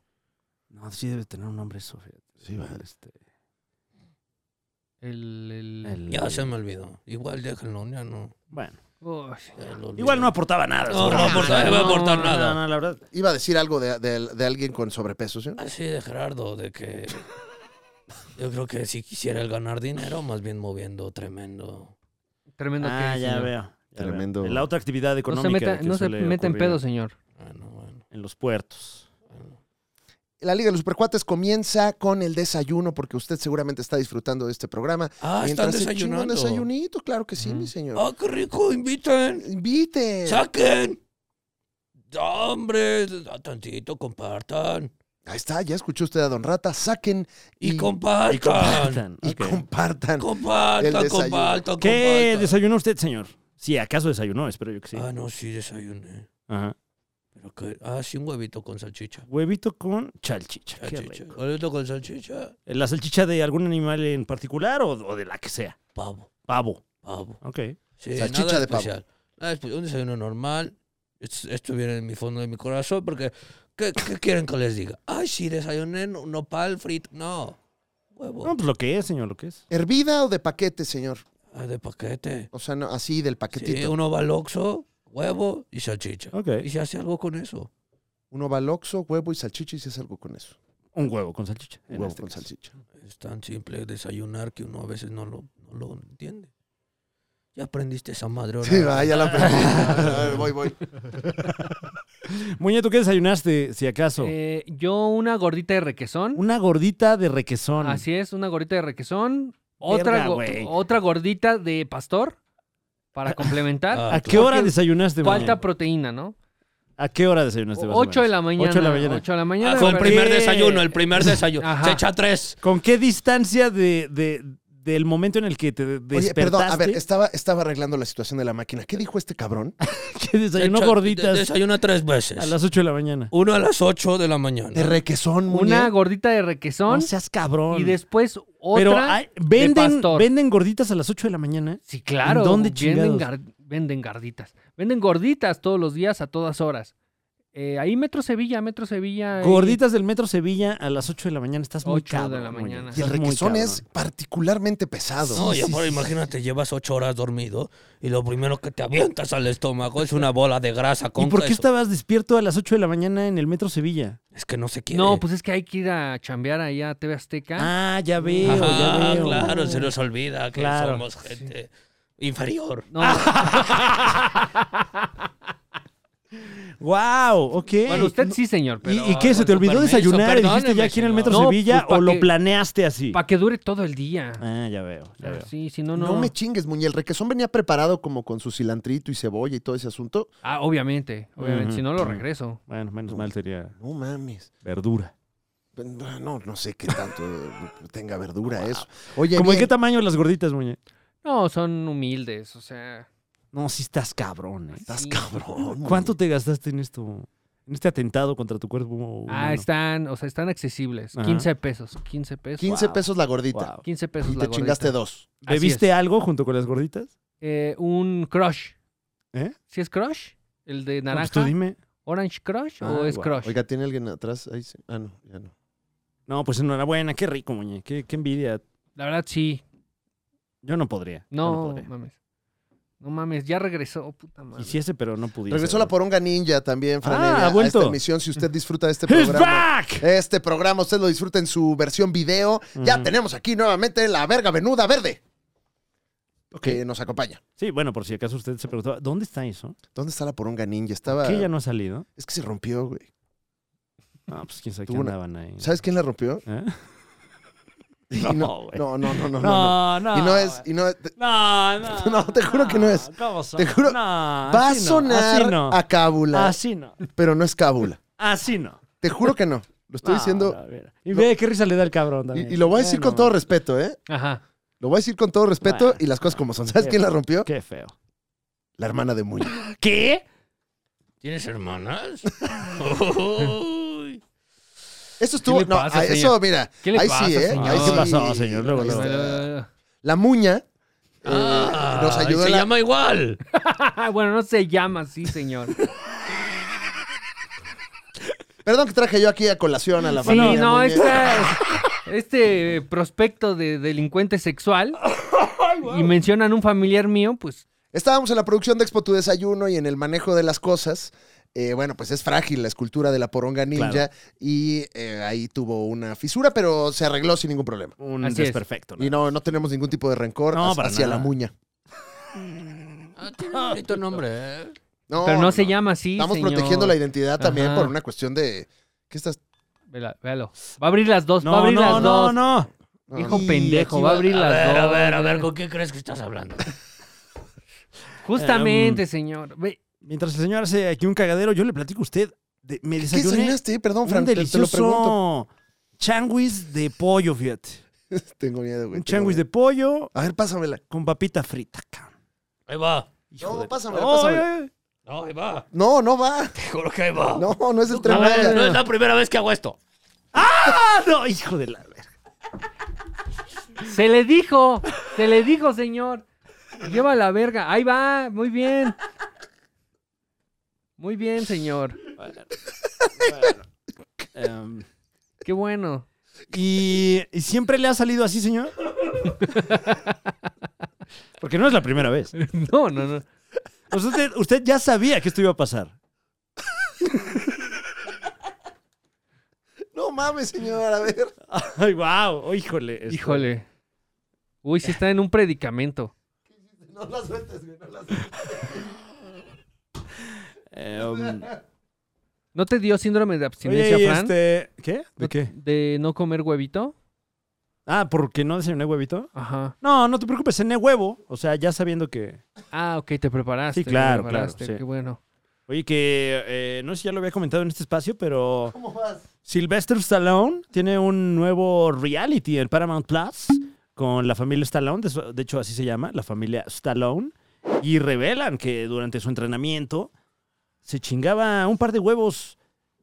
no, sí debe tener un nombre eso, fíjate.
Sí, va.
El, este,
El, el-
el-
Ya se me olvidó. Igual déjenlo, ya no.
Bueno.
Uy,
ya lo olvidé.
Igual no aportaba nada.
No,
seguramente.
no aportaba- no iba a aportar
no,
nada.
no, no, la verdad.
Iba a decir algo de, de- de alguien con sobrepeso, ¿sí?
Así Ah, de Gerardo,
[laughs]
de que yo creo que si quisiera el ganar dinero, más bien moviendo tremendo.
tremendo
Ah,
que es,
ya
señor.
veo. ya
Tremendo.
veo. La otra actividad
No se
económica.
meta,
que
no se
suele
meta en eh.
ocurrir
pedo, señor.
Bueno, bueno.
En los puertos.
bueno.
La Liga de los Supercuates comienza con el desayuno, porque usted seguramente está disfrutando de este programa.
Ah, están
se chinga un
desayunando.
desayunito, claro que sí,
Ujú.
mi señor.
Ah, qué rico, inviten.
Invite.
¡Saquen! ¡Hombre! da Tantito, compartan.
Ahí está, ya escuchó usted a Don Rata. Saquen
Y,
y,
compartan.
Y compartan.
y
ok.
compartan. El
Compartan,
desayuno.
compartan,
¿Qué
compartan.
desayunó usted, señor? Si acaso desayunó, espero yo que sí.
Ah, no, sí, desayuné.
Ajá.
Pero que, ah, sí, un huevito con salchicha.
Huevito con chalchicha. qué
Salchicha.
rico. Eh,
Huevito con salchicha,
¿La salchicha de algún animal en particular o, o de la que sea?
pavo,
Pavo.
pavo.
Ok.
Sí,
Salchicha
nada
de pavo.
especial. Nada espe- un desayuno normal. Es- Esto viene en mi fondo de mi corazón porque ¿qué, qué quieren que les diga? Ay, sí, desayuné no- nopal frito. No, huevo.
No, pues lo que es, señor, lo que es.
¿Hervida o de paquete, señor?
Ah, de paquete.
O sea, no, así del paquetito.
Sí, uno va al Oxxo, huevo y salchicha.
Ok.
Y se hace algo con eso.
Uno va al Oxxo, huevo y salchicha y se hace algo con eso.
Un huevo con salchicha. en
huevo
este
con
caso.
salchicha.
Es tan simple desayunar que uno a veces no lo, no lo entiende. Ya aprendiste esa madre. ahora.
Sí, va, ya la aprendí. A ver, voy, voy.
Muñe, ¿tú qué desayunaste, si acaso?
Eh, yo una gordita de requesón.
Una gordita de requesón.
Así es, una gordita de requesón. Otra,
Verga,
go-
güey.
otra gordita de pastor
[laughs]
para complementar.
Ah,
¿A qué
claro.
hora
Porque
desayunaste, Muñe?
Falta proteína, ¿no?
¿A qué hora desayunaste? más o
8 de
menos?
la mañana.
Ocho de la mañana.
ocho de la
Ah,
mañana,
fue el
pero-
primer desayuno,
[laughs]
el primer desayuno.
Ajá.
Se echa tres.
¿Con qué distancia de, de- del momento en el que te despertaste?
Oye, perdón, a ver, estaba, estaba arreglando la situación de la máquina. ¿Qué dijo este cabrón?
[laughs] que desayunó
Echa- de-
gorditas
Desayuna tres veces.
a las 8 de la mañana.
Uno a las 8 de la mañana.
De requesón,
Una
muñe.
gordita de requesón.
No seas cabrón.
y después otra.
Pero hay- venden,
pastor.
venden gorditas a las 8 de la mañana. ¿eh?
Sí, claro.
¿En dónde
venden,
chingados?
gar- venden gorditas. Venden gorditas todos los días, a todas horas. Eh, ahí Metro Sevilla, Metro Sevilla. ahí-
Gorditas del Metro Sevilla a las 8 de la mañana. Estás muy
Ocho de
cabrón.
la
Muñe.
mañana.
Y el
Estás muy
requesón es
cabrón.
particularmente pesado.
No, ya por imagínate, llevas ocho horas dormido y lo primero que te avientas al estómago es una bola de grasa con
¿Y por qué
queso.
estabas despierto a las 8 de la mañana en el Metro Sevilla?
Es que no se quiere.
No, pues es que hay que ir a chambear allá a TV Azteca.
Ah, ya veo, ya
Ajá,
veo.
claro, se nos olvida que
Claro.
somos gente inferior.
No,
Ah. Wow, ok.
bueno, usted sí, señor,
¿Y,
pero.
y qué? ¿Se te olvidó desayunar?
perdónenme,
¿Dijiste ya aquí en el
señor.
Metro
No,
Sevilla
pues, pa'
o lo
que-
planeaste así?
Para que dure todo el día.
Ah, ya veo, ya veo.
Sí, si no,
No,
no.
me chingues, muñe. El requesón venía preparado como con su cilantrito y cebolla y todo ese asunto.
Ah, obviamente, obviamente.
Ujú,
Si no, lo
ujú.
regreso.
Bueno, menos mal sería
No mames.
verdura.
No, no sé qué tanto [laughs] tenga verdura eso. Oye,
¿Cómo de
bien,
qué tamaño las gorditas, muñe?
No, son humildes, o sea.
No, sí estás cabrón. eh.
estás
sí.
cabrón. muñe.
¿Cuánto te gastaste en esto? En este atentado contra tu cuerpo. humano?
Ah, están, o sea, están accesibles.
Ajá.
15 pesos, 15 pesos.
15
Wow.
pesos la gordita.
Wow.
15 pesos
Y
la
te
gordita.
chingaste dos.
Así
¿Bebiste
es.
algo junto con las gorditas?
Eh, un crush.
¿Eh?
¿Sí es crush? ¿El de
No, pues
naranja?
tú dime.
¿Orange crush o
Ah,
es
guau.
crush?
Oiga, ¿tiene alguien atrás? Ahí sí. Ah, no, ya no.
No, pues enhorabuena, qué rico, muñe. Qué, qué envidia.
La verdad, sí.
Yo no podría. yo
No,
podría.
mames. No mames, ya regresó, puta madre.
Quisiese, pero no pudiese.
Regresó la poronga ninja también, Fran.
Ah,
Evia,
ha
a
vuelto.
esta emisión, si usted disfruta
[laughs]
de este
¡He's
programa.
back!
Este programa usted lo disfruta en su versión video. Ya
Ujú.
tenemos aquí nuevamente la verga venuda verde. Que nos acompaña.
Sí, bueno, por si acaso usted se preguntaba, ¿dónde está eso?
¿Dónde está la poronga ninja?
Ah.
Estaba.
¿Qué ya no ha salido?
Es que se rompió, güey.
No, pues quién sabe qué
Tuvo una-
andaban ahí.
¿Sabes quién la rompió?
¿Eh?
Y
[laughs] No,
no,
güey.
no, no, no, no, no.
No, no.
Y no es, y no es- te-
No,
[laughs]
no.
No, te juro que no es.
¿Cómo son?
Te juro-
No,
va a
así Ah, no,
sonar
Así no. Ah,
a cábula,
Así no.
pero no es cábula.
Así no.
Te juro que no. Lo estoy
No,
diciendo
no, mira. y ve qué risa le da el cabrón
y,
también.
y lo voy a decir
Bueno,
con todo respeto, ¿eh?
Ajá.
Lo voy a decir con todo respeto
Bueno,
y las cosas como son. ¿Sabes
sí.
quién la rompió?
Qué feo.
La hermana de Muñoz.
¿Qué?
¿Tienes hermanas? Uy.
Eso estuvo.
le
No,
pasa,
a
señor?
eso, mira.
¿Qué le
ahí
pasa,
sí, ¿eh?
señor?
Ahí
¿Qué
sí.
Este, [laughs]
pasó, señor? Luego,
Ahí
luego.
está.
Pero-
La Muña
eh, nos
Ay,
ayudó
Ah, se
la-
llama igual.
ah, bueno, no se llama así, señor.
Perdón que traje yo aquí a colación a la
Sí,
familia.
no,
Muñe.
esta- este prospecto de delincuente sexual y mencionan un familiar mío, pues
Estábamos en la producción de Expo Tu Desayuno y en el manejo de las cosas. Eh, bueno, pues es frágil la escultura de la poronga ninja
Claro.
y eh, ahí tuvo una fisura, pero se arregló sin ningún problema.
Un
Así es.
desperfecto.
Y no, no tenemos ningún tipo de rencor
No,
hacia-
para
hacia
nada.
la muña.
Ah, tiene un bonito nombre, ¿eh?
No,
Pero no, se llama así.
Estamos
señor.
protegiendo la identidad también
Ajá.
por una cuestión de... ¿Qué estás?
Vela- véalo. Va a abrir las dos. va a
No,
abrir
no,
las
no,
dos.
no.
No,
Hijo
no.
pendejo, va a abrir
A
las
ver,
dos.
a ver, a ver, ¿con quién crees que estás hablando?
Justamente, señor. Ve,
Mientras el señor hace aquí un cagadero, yo le platico a usted. de- me
¿Qué
desayuné
desayunaste? Perdón,
un
Frank, te- te lo pregunto. [laughs]
delicioso changuis de pollo, fíjate.
Tengo miedo, güey.
Un
tengo
changuis
miedo.
de pollo
A ver, pásamela.
con papita frita, cabrón.
Ahí va.
Hijo
No,
de-
pásamela,
Ay,
pásamela.
ay, ay.
No, ahí va. [laughs]
No, no va.
Te juro que ahí va.
No, no es el
No,
tren Maya.
no es la primera vez que hago esto.
¡Ah, no! Hijo de la verga.
se le dijo, se le dijo, señor. Lleva la verga. Ahí va, muy bien. Muy bien, señor.
Em,
Qué bueno.
[laughs]
[laughs]
¿y, y siempre le ha salido así, señor? [laughs] Porque no es la primera vez.
No, no, no.
Pues Usted, usted ya sabía que esto iba a pasar.
No mames, señor, a ver.
Ay, wow. híjole. este.
Híjole. Uy, si está en un predicamento.
No la sueltes, güey, no la sueltes.
Em,
¿No te dio síndrome de abstinencia,
oye, y
Fran?
este, ¿Qué?
¿No-
¿De qué?
¿De no comer huevito?
Ah, ¿porque no desayuné huevito?
Ajá.
No, no te preocupes, cené huevo. O sea, ya sabiendo que.
Ah, ok, te preparaste.
Sí,
te
claro, claro,
preparaste,
sí.
Qué bueno.
Oye, que eh, no sé si ya lo había comentado en este espacio, pero. ¿Cómo vas? Sylvester Stallone tiene un nuevo reality en Paramount Plus con la familia Stallone. De, su- de hecho, así se llama, la familia Stallone. Y revelan que durante su entrenamiento se chingaba un par de huevos,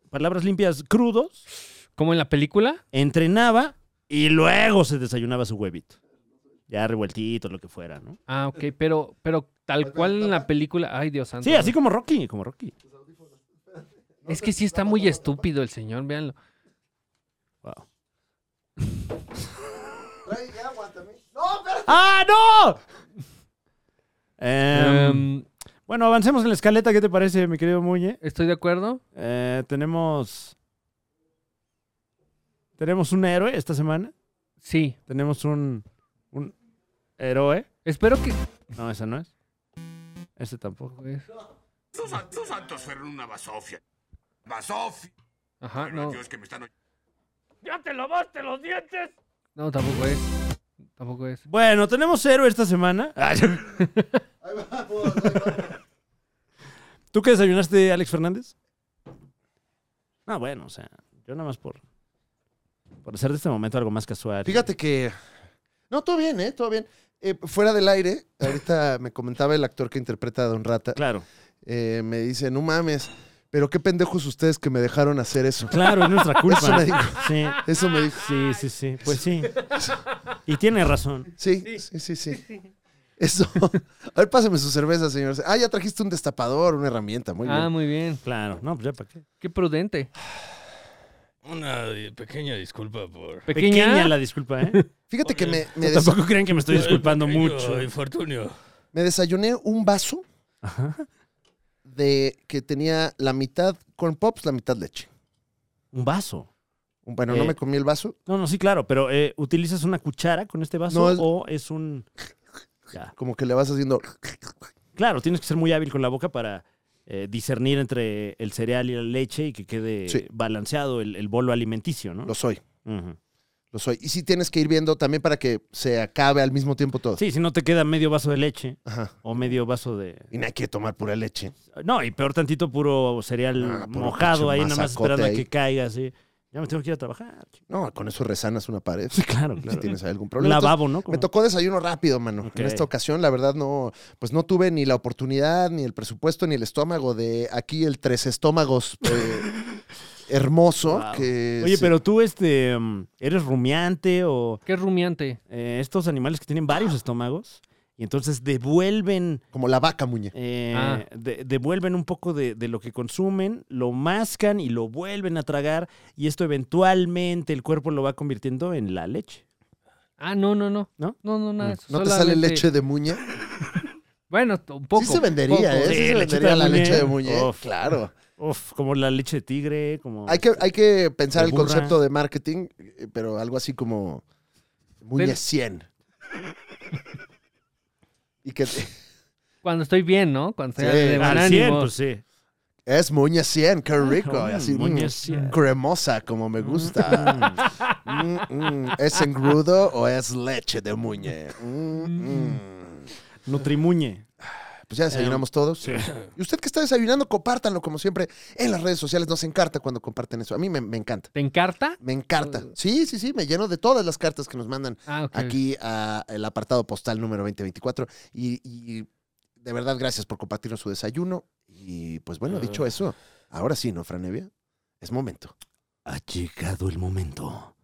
palabras limpias, crudos.
¿Cómo en la película?
entrenaba y luego se desayunaba su huevito. Ya revueltito, lo que fuera, ¿no?
Ah, ok, pero, pero tal cual en la película. Ay, Dios santo.
Sí, así como Rocky, como Rocky.
Es que sí está muy estúpido el señor, véanlo.
Wow.
Trae ya, aguántame. No, pero...
¡Ah, no! Em,
Em,
bueno, avancemos en la escaleta. ¿Qué te parece, mi querido Muñe?
Estoy de acuerdo.
Eh, tenemos... Tenemos un héroe esta semana.
Sí.
Tenemos un... Un héroe.
Espero que.
No, esa no es. Este tampoco.
pues.
Sus, sus actos fueron una basofia. Basofia.
Ajá, no.
Dios que me están
No, tampoco es. Tampoco es.
Bueno, tenemos héroe esta semana.
Ahí vamos, ahí vamos.
¿Tú qué desayunaste, Alex Fernández? Ah, bueno, o sea, yo nada más por, por hacer de este momento algo más casual.
Fíjate que... No, todo bien, ¿eh? Todo bien. Eh, fuera del aire, ahorita me comentaba el actor que interpreta a Don Rata.
Claro,
eh, me dice, no mames, pero qué pendejos ustedes que me dejaron hacer eso.
claro, es nuestra culpa.
Eso me dijo.
Sí,
Eso me dijo.
sí, sí, sí, pues sí. Y tiene razón.
Sí, sí, sí, sí. Eso. [laughs] A ver, pásame su cerveza, señor. Ah, ya trajiste un destapador, una herramienta. Muy
ah,
bien.
muy bien.
Claro, no, pues ya para qué.
Qué prudente.
Una di- pequeña disculpa por...
Pequeña.
la disculpa, ¿eh?
Fíjate que me, me, des-
Tampoco crean que me estoy disculpando
Pequeño
mucho.
infortunio.
me desayuné un vaso
Ajá.
de que tenía la mitad corn pops, la mitad leche.
Un vaso.
Bueno,
Eh,
no me comí el vaso.
No, no, sí, claro, pero eh, ¿utilizas una cuchara con este vaso
No, es-
o
[laughs]
es un...? Ya.
Como que le vas haciendo.
Claro, tienes que ser muy hábil con la boca para eh, discernir entre el cereal y la leche y que quede
Sí.
balanceado el, el bolo alimenticio, ¿no?
Lo soy,
Ujú.
lo soy. Y sí tienes que ir viendo también para que se acabe al mismo tiempo todo.
Sí, si no te queda medio vaso de leche
Ajá.
o medio vaso de...
Y nadie quiere tomar pura leche.
No, y peor tantito puro cereal
Ah, puro
mojado
pinche
ahí, nada más
mazacote
esperando a
ahí.
que caiga así. Ya me tengo que ir a trabajar. chico.
No, con eso resanas una pared.
Sí, claro, claro.
Si tienes algún
Un
problema. Entonces,
lavabo, ¿no? Como-
Me tocó desayuno rápido, mano.
Ok.
En esta ocasión, la verdad, no, pues no tuve ni la oportunidad, ni el presupuesto, ni el estómago de aquí el tres estómagos eh,
[laughs]
hermoso.
Wow.
Que
Oye,
sí.
pero tú, este, mm, ¿eres rumiante o
Qué rumiante.
eh, estos animales que tienen varios estómagos Y entonces devuelven
Como la vaca muñe.
eh,
Ah.
de- devuelven un poco de, de lo que consumen, lo mascan y lo vuelven a tragar y esto eventualmente el cuerpo lo va convirtiendo en la leche.
Ah, no, no, no.
¿No?
No, no, nada.
¿No te sale
solamente-
leche de muñe?
Bueno, t- un poco.
sí se vendería,
poco.
¿eh? Sí,
Sí,
se
leche
vendería
de
la
muñe.
leche de muñe.
Uf.
Claro.
Uf, como la leche de tigre, como...
Hay que, hay que pensar
De
el
burra.
concepto de marketing, eh, pero algo así como muñe
Del-
100. Y que
Cuando estoy bien, ¿no? Cuando estoy
Sí,
de
Al
buen
100,
ánimo.
pues sí.
es muñe 100, qué rico.
Mm,
así, mm,
muñe 100.
cremosa, como me gusta. Mm, mm, ¿Es engrudo o es leche de muñe? Mm, mm.
Nutrimuñe.
Pues ya desayunamos todos. Y usted que está desayunando, compártanlo como siempre en las redes sociales. Nos encarta cuando comparten eso. A mí me, me encanta.
¿Te encarta?
Me encarta. Sí, sí, sí. Me lleno de todas las cartas que nos mandan
Ah, ok.
aquí al apartado postal número 2024. Y, y de verdad, gracias por compartirnos su desayuno. Y pues bueno, dicho eso, ahora sí, ¿no, Franevia? Es momento.
Ha llegado el momento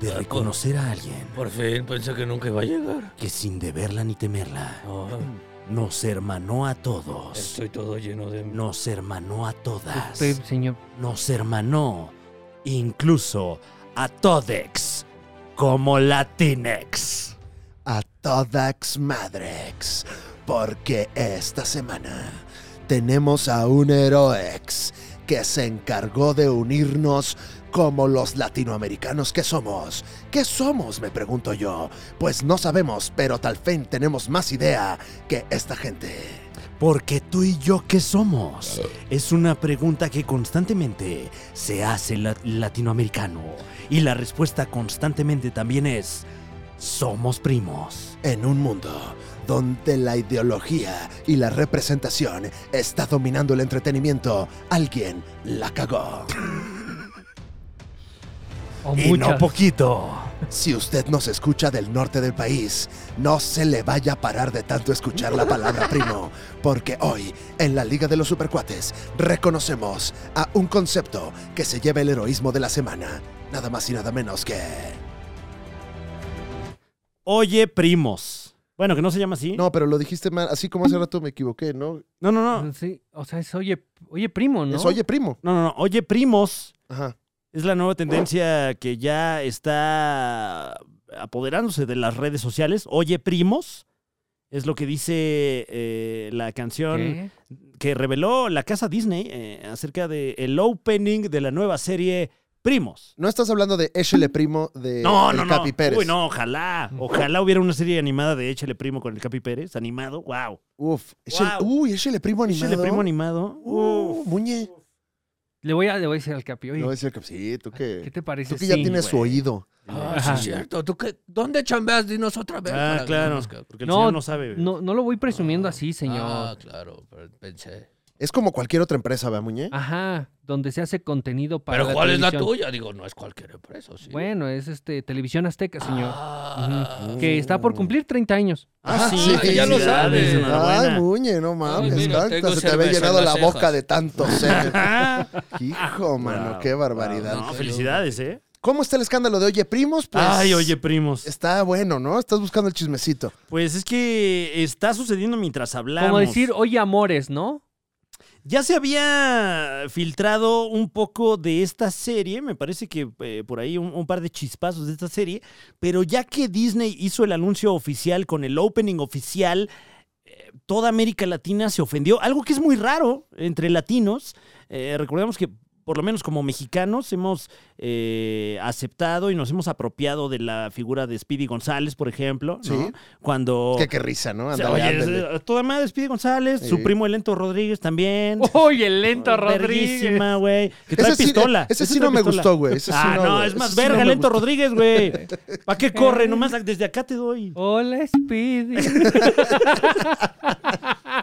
de reconocer a alguien
Por fin, pensé que nunca iba a llegar.
que sin deberla ni temerla
No,
nos hermanó a todos,
estoy todo lleno de...
nos hermanó a todas,
Estoy, señor.
nos hermanó incluso a Todex como Latinex.
A Todax Madrex, porque esta semana tenemos a un heroex que se encargó de unirnos como los latinoamericanos que somos. ¿Qué somos? Me pregunto yo. Pues no sabemos, pero tal vez tenemos más idea que esta gente.
Porque tú y yo, ¿qué somos? Es una pregunta que constantemente se hace el la- latinoamericano. Y la respuesta constantemente también es, somos primos.
En un mundo donde la ideología y la representación está dominando el entretenimiento, alguien la cagó.
O
Y no
muchas.
poquito.
Si usted nos escucha del norte del país, no se le vaya a parar de tanto escuchar la palabra primo, porque hoy en la Liga de los Supercuates reconocemos a un concepto que se lleva el heroísmo de la semana, nada más y nada menos que...
Oye, primos. Bueno, que no se llama así.
No, pero lo dijiste mal, así como hace rato me equivoqué, ¿no?
no, no. No,
Sí, o sea, es oye, oye primo, ¿no?
Es oye primo.
no, no, no. Oye, primos.
Ajá.
Es la nueva tendencia que ya está apoderándose de las redes sociales. Oye, primos, es lo que dice eh, la canción
¿Qué?
que reveló la casa Disney eh, acerca del el opening de la nueva serie Primos.
No estás hablando de Échele Primo de
No,
Eh, el
no, no.
Capi Pérez.
Uy, no, [laughs] ojalá. Ojalá hubiera una serie animada de Échale Primo con el Capi Pérez, animado. ¡Wow!
Uf, échele-
Wow.
uy, Échele Primo animado.
Échale Primo animado.
Uh, Muñe.
Le voy a, le voy a decir al capi, oye,
No, es el Capi. Sí, tú
¿qué
que,
te parece?
tú Eh, que ya
Sí,
tienes su
güey.
oído.
Ah, sí
Ajá.
es cierto. ¿Tú qué? ¿Dónde chambeas? Dinos otra vez.
Ah,
para que
claro.
nos ca-
Porque el
No,
señor no sabe.
No, no lo voy presumiendo así,
Ah,
señor.
claro, pero pensé.
Es como cualquier otra empresa, ¿verdad, Muñe?
Ah,
Ajá, donde se hace contenido para
¿Pero
la
cuál es la
televisión.
tuya? Digo, no es cualquier empresa, sí.
Bueno, es este Televisión Azteca, señor.
Ah,
Ujú. Que está por cumplir 30 años.
Ah, sí,
Ah, sí,
ya lo
felicidades,
sabes.
enhorabuena.
Ay, Muñe, no mames.
mira,
hasta
tengo
se te había
cerveza
llenado
en
la
las
boca
cejas.
de tanto
[laughs]
sed.
Ah,
Hijo, mano,
wow,
qué barbaridad.
wow. No, felicidades, ¿eh?
¿Cómo está el escándalo de Oye Primos? Pues,
Ay, oye, primos.
Está bueno, ¿no? Estás buscando el chismecito.
Pues es que está sucediendo mientras hablamos.
Como decir, oye, amores,
[laughs]
¿no?
Ya se había filtrado un poco de esta serie, me parece que eh, por ahí un, un par de chispazos de esta serie, pero ya que Disney hizo el anuncio oficial con el opening oficial, eh, toda América Latina se ofendió, algo que es muy raro entre latinos. Eh, recordemos que por lo menos como mexicanos hemos eh, aceptado y nos hemos apropiado de la figura de Speedy González, por ejemplo, ¿no?
Sí.
Cuando...
Qué, qué risa, ¿no?
O sea,
Ándale,
Oh. oye,
ándale.
es- eh, toda madre Speedy González,
Sí. Oh,
su primo Elento Rodríguez también.
Oye, el lento Rodríguez.
Verguísima, güey. Que trae
sí-
pistola.
ese
Ese
sí
trae
no me
pistola.
gustó, güey. Ese sí
Ah, no,
güey.
es más
Ese sí
verga,
no me
Lento
gustó.
Rodríguez,
[laughs]
güey. ¿Para qué corre? Nomás desde acá te
[laughs]
doy.
Hola, Speedy. [laughs]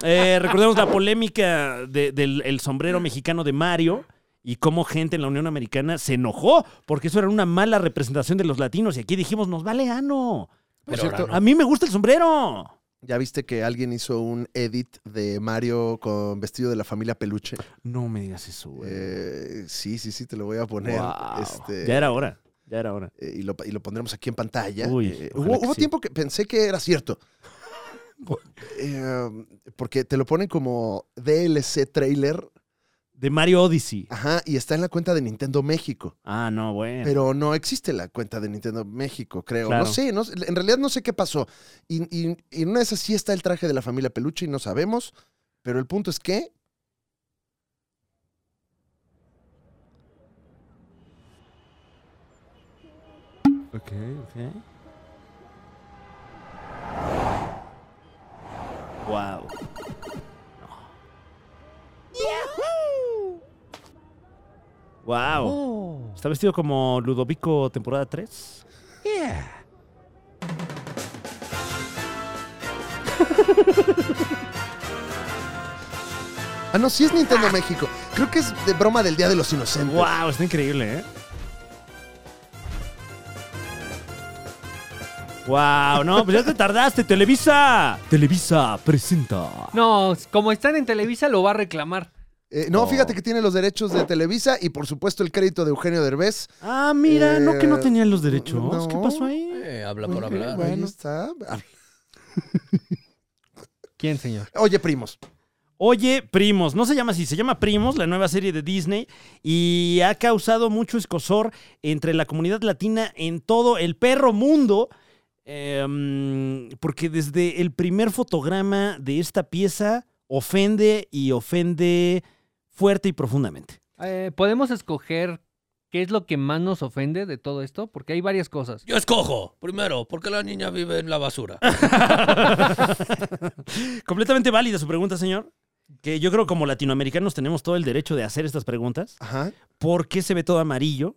Eh, recordemos la polémica de- del el sombrero mexicano de Mario y cómo gente en la Unión Americana se enojó porque eso era una mala representación de los latinos. Y aquí dijimos, nos vale ano.
Por
Pero
cierto,
ahora
A mí me gusta el sombrero.
¿Ya viste que alguien hizo un edit de Mario con vestido de la familia Peluche?
No me digas eso, güey.
Eh, sí, sí, sí, te lo voy a poner.
Wow.
Este,
Ya era hora. Ya era hora.
eh, y, lo, y lo pondremos aquí en pantalla.
Uy,
Eh,
ojalá
hubo
que
hubo
sí.
tiempo que pensé que era
[laughs]
cierto. Eh, porque te lo ponen como DLC trailer.
De Mario Odyssey.
Ajá, y está en la cuenta de Nintendo México.
Ah, no, bueno.
Pero no existe la cuenta de Nintendo México, creo.
Claro.
No sé, no sé, en realidad no sé qué pasó. Y, y, y en una de esas sí está el traje de la familia Peluche y no sabemos. Pero el punto es que.
Ok, ok. Wow. Wow. Está vestido como Ludovico temporada 3.
Ah, no, sí es Nintendo México. Creo que es de broma del Día de los Inocentes.
Wow, está increíble, ¿eh? Wow, no, pues ya te tardaste, Televisa. Televisa presenta.
No, como están en Televisa lo va a reclamar.
Eh, no,
Oh.
fíjate que tiene los derechos de Televisa y por supuesto el crédito de Eugenio Derbez.
Ah, mira, no que no tenían los derechos.
no.
¿Qué pasó ahí?
Eh, habla por
Ok,
hablar.
bueno. Ahí [laughs] está.
¿Quién, señor?
Oye, primos.
Oye, Primos, no se llama así, se llama Primos, la nueva serie de Disney, y ha causado mucho escosor entre la comunidad latina en todo el perro mundo, em, porque desde el primer fotograma de esta pieza ofende y ofende fuerte y profundamente.
Eh, ¿Podemos escoger qué es lo que más nos ofende de todo esto? Porque hay varias cosas.
Yo escojo. Primero, porque la niña vive en la basura.
[laughs] Completamente válida su pregunta, señor. Que yo creo como latinoamericanos tenemos todo el derecho de hacer estas preguntas.
Ajá.
¿Por qué se ve todo amarillo?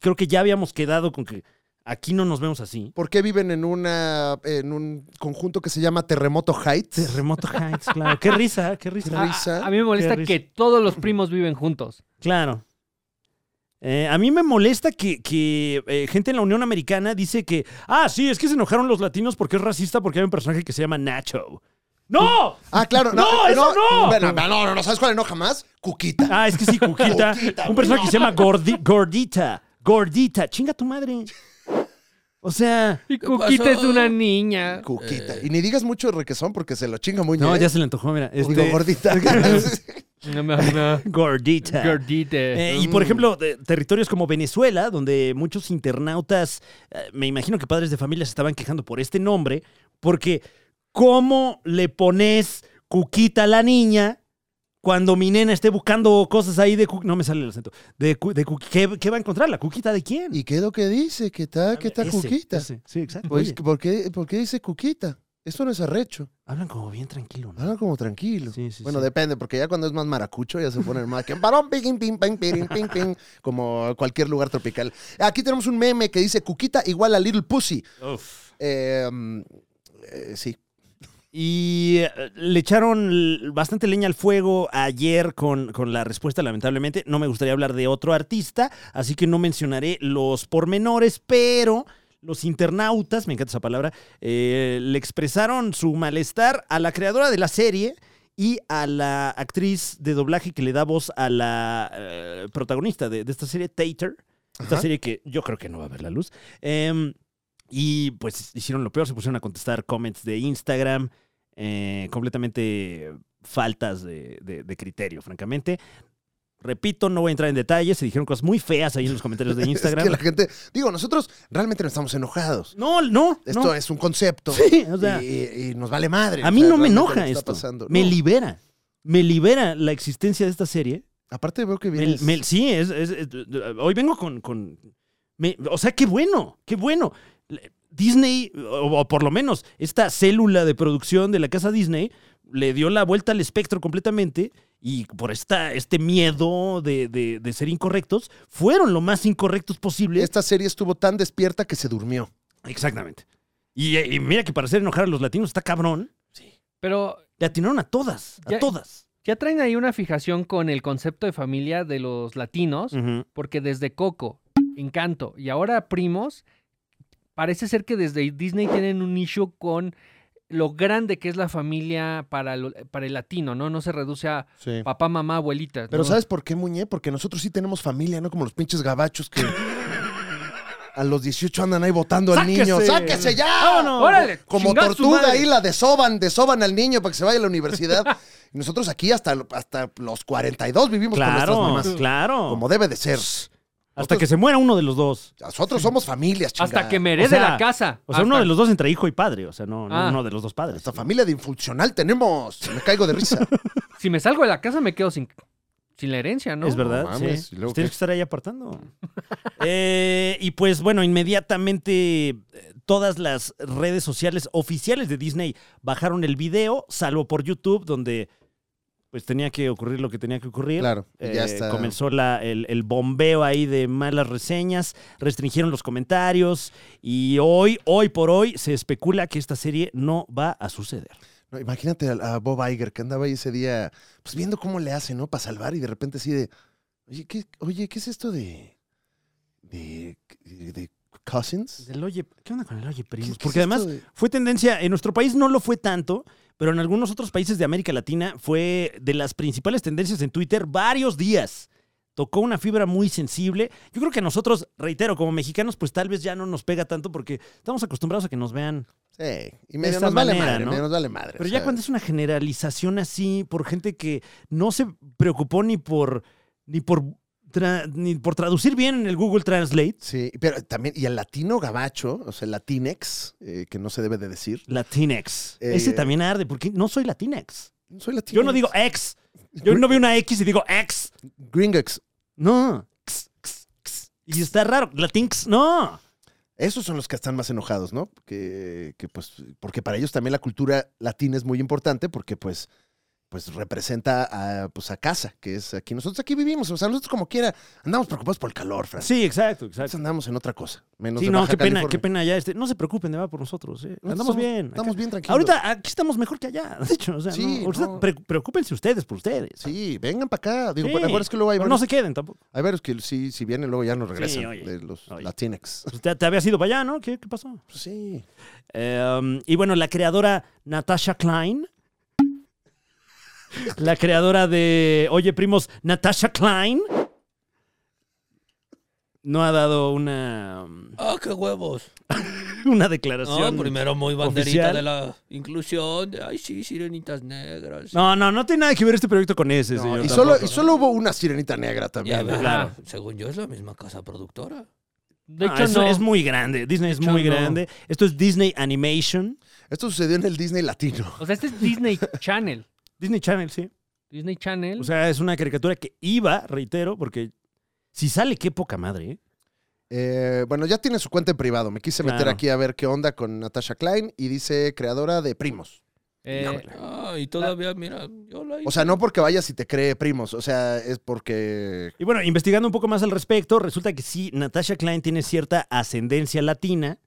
Creo que ya habíamos quedado con que aquí no nos vemos así.
¿Por qué viven en una en un conjunto que se llama Terremoto Heights?
Terremoto Heights, [laughs] claro. Qué risa, qué risa.
A-
risa.
A, a mí me molesta
Qué risa.
que todos los primos viven juntos.
Claro. Eh, a mí me molesta que, que, eh, gente en la Unión Americana dice que, ah, sí, es que se enojaron los latinos porque es racista porque hay un personaje que se llama Nacho. ¡No!
Ah, claro.
¡No, eso no!
Bueno, no, no, no. ¿Sabes cuál enoja más? Cuquita.
Ah, es que sí, [laughs] Cuquita.
Cuquita,
un personaje que se llama Gordi- Gordita. Gordita. Chinga tu madre. O sea...
Y
¿Qué
Cuquita
pasó?
es una niña.
Cuquita.
Eh.
Y ni digas mucho de requesón porque se lo chinga muy
No,
bien.
ya se le antojó, mira.
Digo,
este-
gordita. [laughs]
No,
[laughs]
no, no.
Gordita.
Gordita.
Eh, y por ejemplo, de- territorios como Venezuela, donde muchos internautas, eh, me imagino que padres de familia se estaban quejando por este nombre, porque ¿cómo le pones cuquita a la niña cuando mi nena esté buscando cosas ahí de cu- No me sale el acento. De, cu- de cu- ¿qué, qué va a encontrar? ¿La cuquita de quién?
¿Y qué es lo que dice? ¿Qué está, qué está
Ese,
Cuquita?
ese. Sí, exacto.
Pues,
Oye,
¿por, qué, por qué dice Cuquita? Eso no es arrecho.
hablan como bien tranquilo, ¿no?
Habla como tranquilo.
Sí,
Ah,
sí,
bueno,
sí.
depende, porque ya cuando es más maracucho ya se pone más que parón, ping, ping, ping, ping, ping, ping, como cualquier lugar tropical. Aquí tenemos un meme que dice Cuquita igual a Little Pussy.
Uf.
Eh, mm, eh, sí.
Y eh, le echaron l- bastante leña al fuego ayer con, con la respuesta, lamentablemente. No me gustaría hablar de otro artista, así que no mencionaré los pormenores, pero los internautas, me encanta esa palabra, eh, le expresaron su malestar a la creadora de la serie y a la actriz de doblaje que le da voz a la eh, protagonista de, de esta serie, Tater. Esta
Ajá.
serie que yo creo que no va a ver la luz. Em, y pues hicieron lo peor, se pusieron a contestar comments de Instagram, eh, completamente faltas de, de- de criterio, francamente. Repito, no voy a entrar en detalles, se dijeron cosas muy feas ahí en los comentarios de Instagram.
[laughs] Es que la gente, digo, nosotros realmente no estamos enojados.
No, no,
Esto
no.
es un concepto
[laughs] Sí, o sea,
y, y nos vale madre.
a
O
mí
sea,
no me
realmente lo
enoja
que está
esto.
pasando.
Me
No.
libera. Me libera la existencia de esta serie.
Aparte veo que
Me-
vienes...
me- sí, es, es- es- hoy vengo con... con- me- o sea, qué bueno, qué bueno. Disney, o, o por lo menos esta célula de producción de la casa Disney, le dio la vuelta al espectro completamente y por esta, este miedo de, de- de ser incorrectos, fueron lo más incorrectos posible.
Esta serie estuvo tan despierta que se durmió.
Exactamente. Y, y mira que para hacer enojar a los latinos está cabrón.
Pero
Le atinaron a todas, a
Ya-
todas.
ya traen ahí una fijación con el concepto de familia de los latinos,
Mm.
porque desde Coco, Encanto y ahora Primos, parece ser que desde Disney tienen un issue con lo grande que es la familia para, lo- para el latino, ¿no? No se reduce a
Sí.
papá, mamá, abuelita.
Pero
¿no?
¿sabes por qué, Muñe? Porque nosotros sí tenemos familia, ¿no? Como los pinches gabachos que... A los 18 andan ahí votando al niño. ¡Sáquese ya!
¡Vámonos!
¡Órale!
Como
chingada su
tortuga
madre!
ahí la desoban, desoban al niño para que se vaya a la universidad. y nosotros aquí hasta, hasta los 42 vivimos con
Claro,
nuestras mamás.
claro.
Como debe de ser.
Hasta que se muera uno de los dos.
Nosotros somos familias, chingada.
Hasta que me herede
O sea,
la casa.
O sea,
Ah,
Hasta-
uno de los dos entre hijo y padre. O sea, no, no
Ah.
uno de los dos padres.
Hasta familia de infuncional tenemos. Me caigo de risa.
Si me salgo de la casa me quedo sin, sin la herencia, ¿no?
Es verdad,
No mames,
sí.
¿y luego
Pues tienes
qué?
que estar ahí apartando. [laughs] Eh, y pues bueno, inmediatamente eh, todas las redes sociales oficiales de Disney bajaron el video, salvo por YouTube, donde pues tenía que ocurrir lo que tenía que ocurrir.
Claro,
Eh,
ya está.
Comenzó la- el, el bombeo ahí de malas reseñas, restringieron los comentarios y hoy, hoy por hoy, se especula que esta serie no va a suceder.
No, imagínate a, a Bob Iger que andaba ahí ese día, pues viendo cómo le hace, ¿no? Para salvar y de repente así de, oye, ¿qué, oye, ¿qué es esto de, de, de Cousins?
Pues Del oye, ¿Qué onda con el Oye
¿Qué-
Primos?
qué
Porque
es
además
esto de-
fue tendencia, en nuestro país no lo fue tanto, pero en algunos otros países de América Latina fue de las principales tendencias en Twitter varios días. Tocó una fibra muy sensible. Yo creo que a nosotros, reitero, como mexicanos, pues tal vez ya no nos pega tanto porque estamos acostumbrados a que nos vean.
Sí, y medio
esta
nos vale
manera,
madre,
¿no?
medio nos vale madre.
Pero
o
ya
sea,
cuando es una generalización así por gente que no se preocupó ni por ni por tra- ni por traducir bien en el Google Translate
Sí, pero también, y el latino gabacho, o sea, el latinex, eh, que no se debe de decir.
Latinex.
Eh,
Ese también arde porque no soy Latinex.
No soy latino.
Yo no digo ex. Yo no veo una X y digo ex.
Gringex.
No. X, x, x. Y está raro. Latinx, no.
Esos son los que están más enojados, ¿no? Que, que, pues, porque para ellos también la cultura latina es muy importante porque pues, pues representa a, pues, a casa, que es aquí. Nosotros aquí vivimos, o sea, nosotros como quiera, andamos preocupados por el calor, Fran.
Sí, exacto,
Nosotros
exacto.
andamos en otra cosa. Menos
Sí,
de
no,
Baja
qué pena,
California.
qué pena ya este. No se preocupen, va por nosotros. eh.
Nosotros
Andamos
somos-
bien. acá.
Estamos bien tranquilos.
Ahorita aquí estamos mejor que allá. [laughs] De hecho, o sea,
Sí,
no, ahorita
no.
pre- preocúpense ustedes por ustedes.
Sí, vengan para acá. Digo,
Sí.
bueno, ahora es que luego hay
Pero
varios,
no se queden tampoco.
hay varios que sí, si vienen luego ya no regresan.
oye,
de los
oye.
latinex.
Pues Te, te habías ido para allá, ¿no? ¿Qué, qué pasó?
Pues [laughs] sí.
Eh, um, y bueno, la creadora Natasha Klein. La creadora de Oye Primos, Natasha Klein. No ha dado una, um,
¡Ah, qué huevos!
una
No,
declaración.
primero muy banderita
oficial.
de la inclusión. de, Ay, sí, sirenitas negras.
no, no, no tiene nada que ver este proyecto con ese,
No,
señor.
y, solo,
tampoco.
y solo hubo una sirenita negra
Ya,
también.
ves,
claro.
Según yo, es la misma casa productora.
De
No,
hecho,
es,
no.
Ah, es muy grande. Disney es
hecho,
muy
no.
grande. Esto es Disney Animation.
Esto sucedió en el Disney latino.
O sea, este
[laughs]
es Disney Channel.
Disney Channel, sí.
Disney Channel.
O sea, es una caricatura que iba, reitero, porque si sale, qué poca madre. ¿eh?
Eh, bueno, ya tiene su cuenta en privado. Me quise meter
Claro.
aquí a ver qué onda con Natasha Klein y dice creadora de primos.
Eh,
Ah, y todavía, mira, yo la
O sea, no porque vayas y te cree primos, o sea, es porque...
Y bueno, investigando un poco más al respecto, resulta que sí, Natasha Klein tiene cierta ascendencia latina.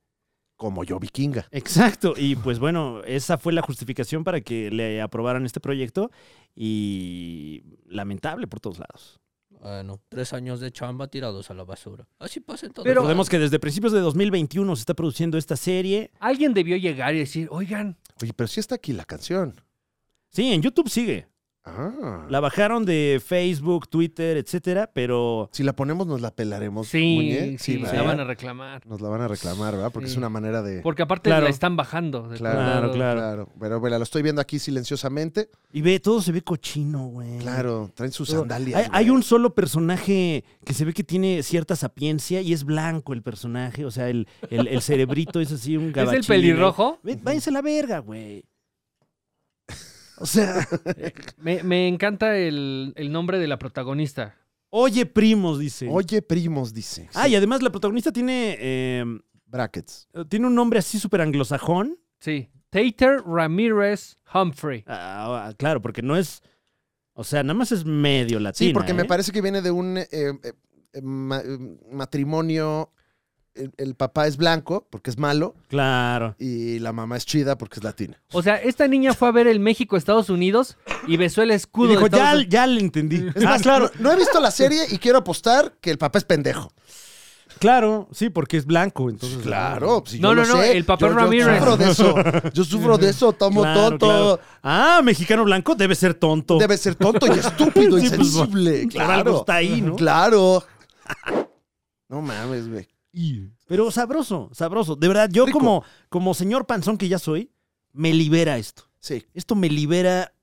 Como yo, vikinga.
Exacto. Y pues bueno, esa fue la justificación para que le aprobaran este proyecto. Y lamentable por todos lados.
Bueno, Ah, tres años de chamba tirados a la basura. Así pasa en todo.
Pero-
Recordemos que desde principios de 2021 se está produciendo esta serie.
alguien debió llegar y decir, oigan,
Oye, pero sí está aquí la canción.
Sí, en YouTube sigue.
Ah.
La bajaron de Facebook, Twitter, etcétera, pero
Si la ponemos nos la pelaremos.
sí,
Muñe.
sí,
¿verdad?
la van a reclamar.
Nos la van a reclamar, ¿verdad? Porque
Sí.
es una manera de...
Porque aparte
Claro.
la están bajando. de
Claro,
todos
claro,
lados.
claro.
Pero bueno, lo estoy viendo aquí silenciosamente.
y ve, todo se ve cochino, güey.
Claro, traen sus
Todo.
sandalias.
Hay, hay
güey.
un solo personaje que se ve que tiene cierta sapiencia y es blanco el personaje. O sea, el, el- el cerebrito es así un
[laughs] ¿Es
gabachín.
el pelirrojo?
güey. Ve- Váyanse a la verga, güey. O [laughs] sea,
Me, me encanta el, el nombre de la protagonista.
oye, primos, dice.
Oye, primos, dice.
Ah, y además la protagonista tiene, eh,
Brackets.
tiene un nombre así súper anglosajón.
Sí. Tater Ramírez Humphrey.
Ah, ah, claro, porque no es. O sea, nada más es medio latino.
Sí, porque me parece que viene de un eh, eh, eh, ma- eh, matrimonio. El, el papá es blanco porque es malo
Claro.
y la mamá es chida porque es latina.
O sea, esta niña fue a ver el México-Estados Unidos y besó el
Y
escudo.
dijo,
de Estados
ya,
Unidos".
ya le entendí.
Es
ah,
más,
claro.
No, no he visto la serie y quiero apostar que el papá es pendejo. Pues
Claro, sí, porque es blanco, entonces. ah,
Claro, si
No,
yo
no,
lo
no,
sé.
el papá
yo,
Ramírez.
Yo sufro de eso. Yo sufro de eso, tomo
Claro,
tonto.
claro. Ah, mexicano blanco debe ser tonto.
Debe ser tonto y estúpido,
Sí,
[laughs]
pues,
insensible.
por
claro.
algo está ahí, ¿no?
Claro. No mames, güey.
Pero sabroso, sabroso. De verdad, yo
Rico.
como, como señor panzón que ya soy, me libera esto.
Sí.
Esto me libera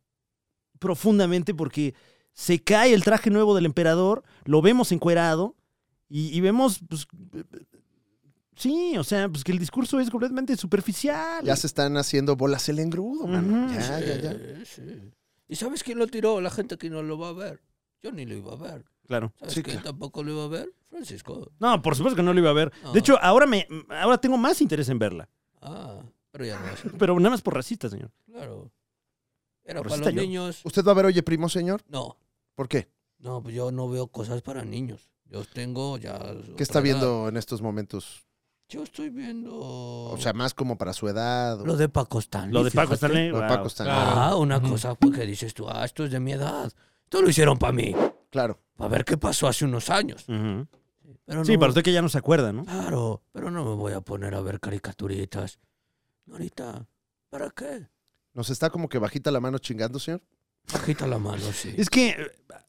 profundamente porque se cae el traje nuevo del emperador, lo vemos encuerado y, y vemos, pues, sí, o sea, pues que el discurso es completamente superficial.
Ya se están haciendo bolas el engrudo, mano.
Ujú.
Ah, Ya, ya, ya.
Sí, sí. ¿Y sabes quién lo tiró? La gente que no lo va a ver. Yo ni lo iba a ver.
Claro.
¿Sabes
Sí,
quién
claro.
tampoco lo iba a ver? Francisco.
No, por supuesto que no lo iba a ver.
No.
De hecho, ahora, me, ahora tengo más interés en verla.
Ah, pero ya no es.
[laughs] Pero nada más por racista, señor.
Claro. Era
Por
para
eso
los
está yo.
niños.
¿Usted va a ver, oye, primo señor?
No,
¿Por qué?
no, pues yo no veo cosas para niños. Yo tengo ya.
¿Qué
otra
está
edad.
viendo en estos momentos?
Yo estoy viendo.
O sea, más como para su edad. o-
lo de Paco Stanley.
Lo de Paco
fíjate.
Stanley.
Lo de
wow.
Paco Stanley.
Ah, una cosa pues, que dices tú, ah, esto es de mi edad. Esto lo hicieron para mí,
Claro.
para ver qué pasó hace unos años.
Ujú.
Pero
Sí,
no-
para usted que ya no se acuerda, ¿no?
Claro, pero no me voy a poner a ver caricaturitas. Ahorita, ¿para qué?
¿Nos está como que bajita la mano chingando, señor?
Agita la mano, sí.
Es que eh,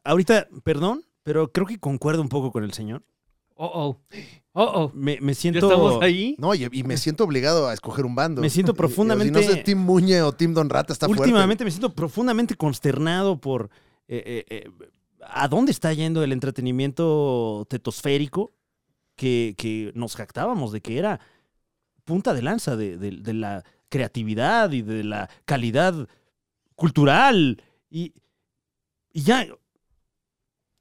ahorita, perdón, pero creo que concuerdo un poco con el señor.
Oh, oh. Oh, oh.
Me, me
¿Ya
siento.
estamos ahí?
No, y, y me siento obligado a escoger un bando.
Me
[laughs]
siento
Y- y-
profundamente-
Si no es Tim Muñe o Tim Don Rata, está fuerte.
últimamente me siento profundamente consternado por eh, eh, eh, a dónde está yendo el entretenimiento tetosférico que, que nos jactábamos de que era punta de lanza de, de- de la creatividad y de la calidad cultural. Y, y ya.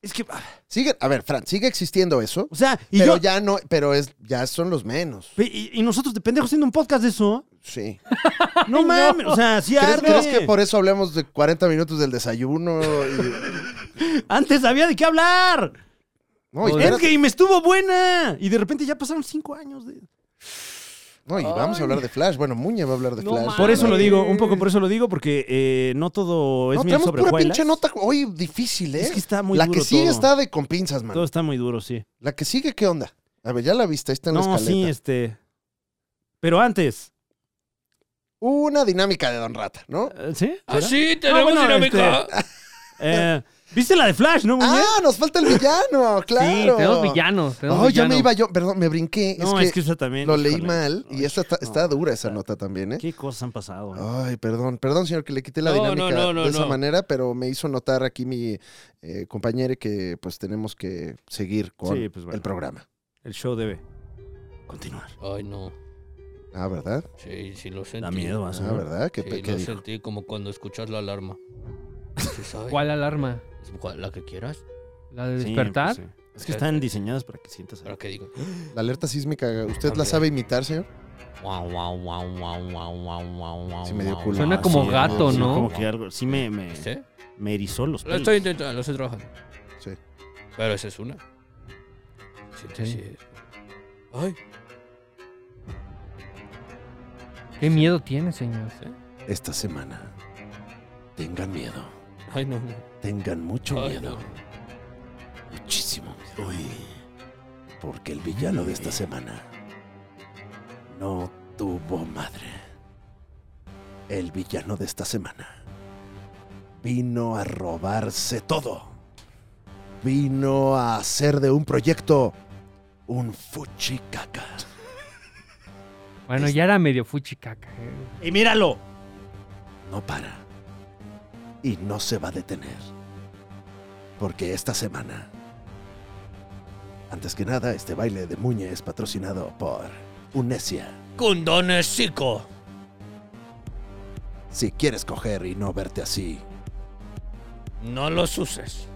Es que. ah,
Sigue, a ver, Fran, sigue existiendo eso,
O sea, y
pero
yo.
ya no, pero es, ya son los menos.
Y, y nosotros de pendejos haciendo un podcast de eso.
Sí.
No mames. O sea, sí
¿Crees,
arde.
crees que por eso hablamos de 40 minutos del desayuno? y-
Antes había de qué hablar.
no, y espérate,
Endgame estuvo buena. Y de repente ya pasaron cinco años. De...
no, y vamos a hablar de Flash. Bueno, Muñe va a hablar de
No
Flash.
Ah,
Por eso lo
güey.
digo, un poco por eso lo digo, porque eh, no todo es
No,
miel
tenemos
sobre
pura
hojuelas.
pinche nota hoy difícil, ¿eh?
Es que está muy
la
duro
que sigue
todo.
está de con pinzas, man.
Todo está muy duro, sí.
La que sigue, ¿qué onda? A ver, ya la viste, ahí está en la
No,
escaleta.
sí, este... Pero antes,
Una dinámica de Don Rata, ¿no?
eh, ¿sí?
ah, sí,
Ah,
tenemos
bueno,
dinámica.
Eh, ¿Viste la de Flash, no, Muñe?
Ah, nos falta el villano, claro.
Sí, tenemos villanos. Tenemos
Oh, ya me
villano.
iba yo, perdón, me brinqué.
No,
es que,
esa también...
lo leí
híjole.
mal y
Ay,
esta está, está
no,
dura esa
está-
nota también, ¿eh?
¿Qué cosas han pasado? eh?
Ay, perdón, perdón, señor, que le quité la
No, no,
dinámica
no, no,
de esa
no.
manera, pero me hizo notar aquí mi eh, compañero que pues tenemos que seguir con
Sí, pues, bueno.
el programa.
El show debe continuar.
Ay, no.
Ah, ¿verdad?
Sí, sí lo sentí.
Da miedo, ¿ah?
Ah, ¿verdad? ¿Qué,
Sí,
pe- qué
lo
dijo?
sentí como cuando escuchas la alarma. ¿Sí sabe?
¿Cuál alarma?
Es cual- La que quieras.
¿La de
Sí,
despertar?
pues, sí. Es que están diseñadas para que sientas...
Para que diga.
La alerta sísmica, ¿usted la
También.
sabe imitar, señor?
Guau, guau, guau, guau, guau, guau, guau, guau,
Sí, me dio
guau.
culo.
Suena
Ah,
como
sí,
gato,
sí,
¿no?
Como que algo... Sí me, me,
¿Viste?
me erizó los
pues Lo
pelos.
estoy intentando, lo estoy trabajando.
Sí.
Pero esa es una. Siente
Sí.
así. Ay,
pues
¿Qué miedo tiene, señor?
Esta semana, tengan miedo,
ay, no.
tengan mucho
Ay, no.
muchísimo miedo. porque el villano de esta semana no tuvo madre. El villano de esta semana vino a robarse todo. Vino a hacer de un proyecto un fuchicaca.
Bueno, ya era medio fuchicaca. ¿eh?
¡Y míralo!
No para. Y no se va a detener. Porque esta semana... Antes que nada, este baile de Muñe es patrocinado por Unesia.
Condones, chico.
Si quieres coger y no verte así.
No los uses.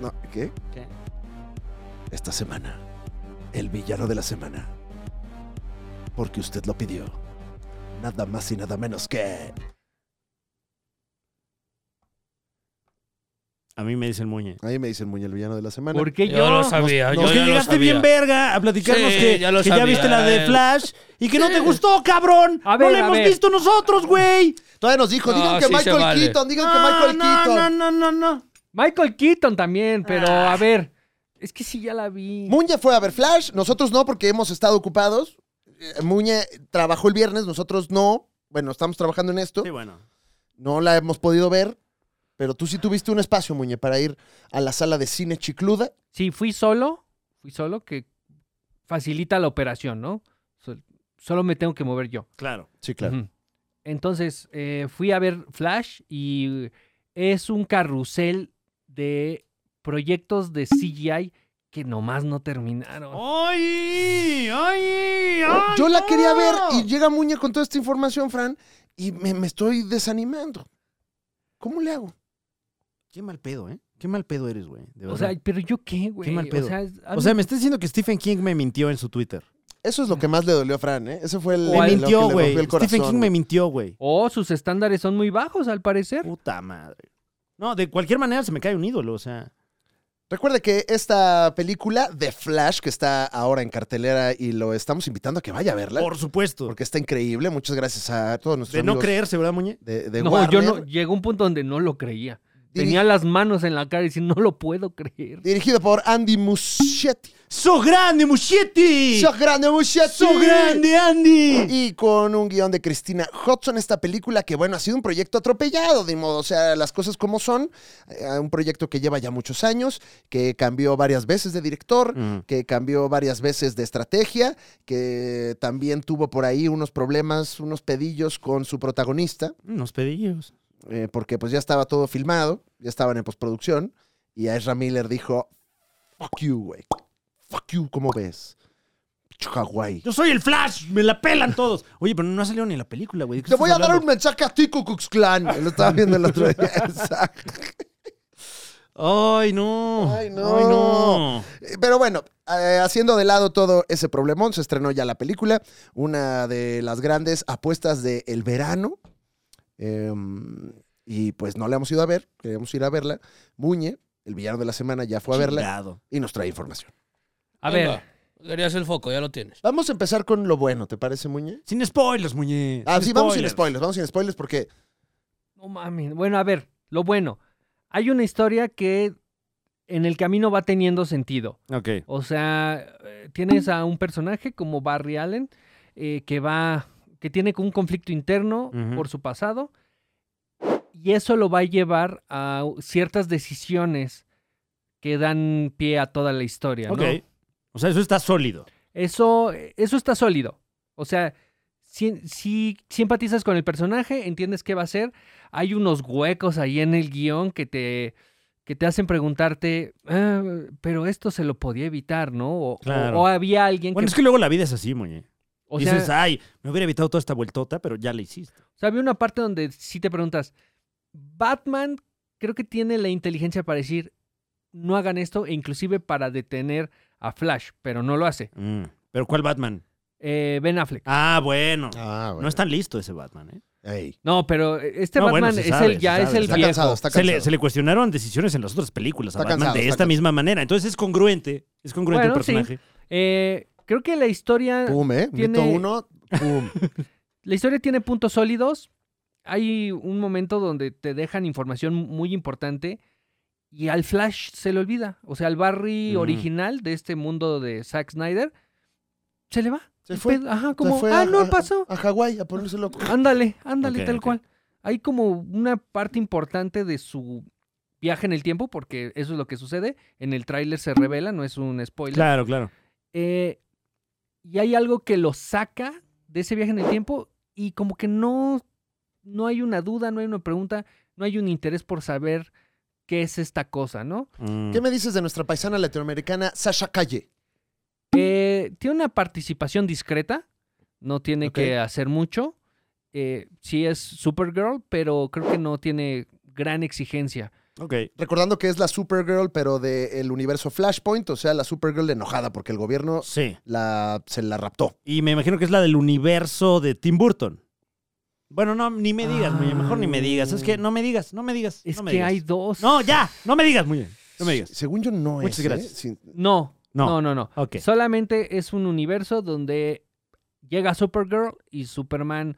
No, ¿qué?
¿Qué?
Esta semana, el villano de la semana. Porque usted lo pidió. Nada más y nada menos que.
A mí me dice el Muñe.
Ahí me dicen Muñe, el villano de la semana.
¿Por qué
Yo,
yo?
lo sabía.
No,
yo
que
ya lo
llegaste
sabía.
bien verga a platicarnos
Sí,
que,
ya lo
que ya
sabía,
viste la de
eh.
Flash y que no te
Sí.
gustó, cabrón.
A ver,
no la
a
hemos
ver.
visto nosotros, güey.
Todavía nos dijo,
No,
digan que
sí se
Michael
vale.
Keaton, digan que
No,
Michael
no,
Keaton.
no, no, no, no.
Michael Keaton también, pero a ver. Es que sí, ya la vi.
Muñe fue a ver Flash, nosotros no, porque hemos estado ocupados. Eh, Muñe trabajó el viernes, nosotros no. Bueno, estamos trabajando en esto.
Sí, bueno.
No la hemos podido ver. Pero tú sí tuviste un espacio, Muñe, para ir a la sala de cine chicluda.
Sí, fui solo. Fui solo, que facilita la operación, ¿no? Sol- Solo me tengo que mover yo.
Claro.
Sí, claro.
Ujú. Entonces, eh, fui a ver Flash y es un carrusel de proyectos de CGI que nomás no terminaron.
Oh. ¡Ay! ¡Ay! ¡Ay!
Yo la
no!
quería ver y llega Muñe con toda esta información, Fran, y me, me estoy desanimando. ¿Cómo le hago?
Qué mal pedo, ¿eh? Qué mal pedo eres, güey. De
o
verdad.
sea, pero yo qué, güey.
mal pedo.
O sea, a
o
mí-
sea, me estás diciendo que Stephen King me mintió en su Twitter.
Eso es lo que más le dolió a Fran, ¿eh? Ese fue el.
Me
lo que le
mintió,
rompió
güey.
el
Stephen
corazón,
King me
güey.
mintió, güey.
o oh, sus estándares son muy bajos al parecer.
Puta madre. No, de cualquier manera se me cae un ídolo, o sea.
Recuerde que esta película, The Flash, que está ahora en cartelera y lo estamos invitando a que vaya a verla.
Por supuesto.
Porque está increíble. Muchas gracias a todos nuestros
de no
amigos
creerse, ¿verdad, Muñe?
De, de
no,
Warner.
yo no. Llegó un punto donde no lo creía.
Diri-
Tenía las manos en la cara y decía, no lo puedo creer.
Dirigido por Andy Muschietti.
¡So grande, Muschietti!
¡Sos grande, Muschietti!
¡So grande, Andy!
Y con un guión de Cristina Hudson, esta película que, bueno, ha sido un proyecto atropellado, de modo, o sea, las cosas como son. Eh, Un proyecto que lleva ya muchos años, que cambió varias veces de director,
Ujú.
que cambió varias veces de estrategia, que también tuvo por ahí unos problemas, unos pedillos con su protagonista,
Unos pedillos.
eh, porque pues ya estaba todo filmado, ya estaban en postproducción, y a Ezra Miller dijo, fuck you, güey, fuck you, ¿cómo ves? Hawái.
Yo soy el Flash, me la pelan todos. Oye, pero no ha salido ni la película, güey. ¿De qué
Te voy
estás
a dar un
hablando?
mensaje a ti, Cucux Clan. Lo estaba viendo el otro
[laughs]
día. Exacto.
¡Ay, no!
Ay, no. Eh, Pero bueno, eh, haciendo de lado todo ese problemón, se estrenó ya la película, una de las grandes apuestas del verano. Eh, y pues no la hemos ido a ver, queremos ir a verla. Muñe, el villano de la semana, ya fue a verla
Chingado.
y nos trae información.
A
Venga,
ver,
Querías el foco, ya lo tienes.
Vamos a empezar con lo bueno, ¿te parece, Muñe?
Sin spoilers, Muñe.
Ah, sí, vamos sin spoilers, vamos sin spoilers porque
no mames. Bueno, a ver, lo bueno. Hay una historia que en el camino va teniendo sentido.
Ok.
O sea, eh, tienes a un personaje como Barry Allen eh, que va, que tiene como un conflicto interno
Ujú.
por su pasado y eso lo va a llevar a ciertas decisiones que dan pie a toda la historia. ¿no?
Ok. O sea, eso está sólido.
Eso, eso está sólido. O sea, si, si- si empatizas con el personaje, entiendes qué va a ser. Hay unos huecos ahí en el guión que te, que te hacen preguntarte, "Ah, pero esto se lo podía evitar, ¿no? O, o-
Claro.
o había alguien
Bueno,
que...
es que luego la vida es así, Muñe.
o sea,
Dices, "Ah". ay, me hubiera evitado toda esta vueltota, pero ya la hiciste.
o sea, había una parte donde sí te preguntas, Batman creo que tiene la inteligencia para decir, no hagan esto, e inclusive para detener a Flash, pero no lo hace.
Mm. Pero ¿cuál Batman?
Eh, ben Affleck.
Ah, bueno.
ah,
No es tan listo ese Batman, ¿eh?
Ey,
No, pero este
No, bueno,
Batman
se
es
sabe,
el
se
ya es
sabe,
el
está
viejo.
cansado, está
Se
cansado.
le, se le cuestionaron decisiones en las otras películas a
Está
Batman
cansado,
de
está
esta
cansado.
misma manera. Entonces es congruente. Es congruente el
Bueno, sí.
personaje.
Eh, creo que la historia,
Pum, ¿eh? Mito
tiene-
uno,
[laughs]
pum.
la historia tiene puntos sólidos. Hay un momento donde te dejan información muy importante y al Flash se le olvida. O sea, al Barry
Ujú.
original de este mundo de Zack Snyder se le va.
Se
El
fue.
pedo, Ajá,
Se
como,
fue
ah,
a-
no
a-
pasó.
A Hawái, a ponerse
Mm.
loco.
Ándale, ándale,
Ok,
tal
ok.
cual. Hay como una parte importante de su viaje en el tiempo, porque eso es lo que sucede. En el tráiler se revela, no es un spoiler.
Claro, claro.
Eh, y hay algo que lo saca de ese viaje en el tiempo y como que no, no hay una duda, no hay una pregunta, no hay un interés por saber qué es esta cosa, ¿no?
Mm.
¿Qué me dices de nuestra paisana latinoamericana Sasha Calle?
Eh, tiene una participación discreta, no tiene
Ok.
que hacer mucho. Eh, sí es Supergirl, pero creo que no tiene gran exigencia.
Mm, Ok.
Recordando que es la Supergirl, pero del universo Flashpoint, o sea, la Supergirl enojada porque el gobierno
Sí.
la, se la raptó.
Y me imagino que es la del universo de Tim Burton. Bueno, no, ni me digas, Muñe. Mejor ni me digas. Es que no me digas, no me digas.
Es
no me
que
digas.
hay dos.
No, ya, no me digas, Muñe. No me digas.
Según yo, no
Muchas
es. ¿eh?
gracias.
Sí.
No,
No.
no, no, no.
Ok.
Solamente es un universo donde llega Supergirl y Superman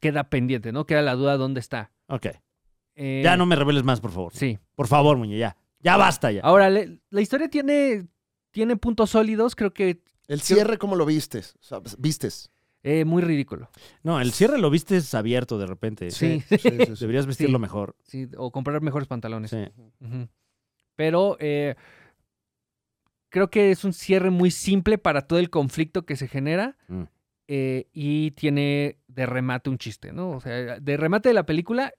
queda pendiente, ¿no? Queda la duda dónde está.
Ok.
Eh,
Ya no me reveles más, por favor.
Sí.
Por favor, Muñe, ya. Ya basta, ya.
Ahora, le- la historia tiene, tiene puntos sólidos, creo que
El cierre, ¿cómo lo vistes? O sea, vistes.
eh, muy ridículo.
No, el cierre lo viste abierto de repente.
Sí.
Deberías vestirlo
Sí.
mejor.
Sí, o comprar mejores pantalones.
Sí.
Ujú. Pero eh, creo que es un cierre muy simple para todo el conflicto que se genera
Mm.
eh, y tiene de remate un chiste, ¿no? O sea, de remate de la película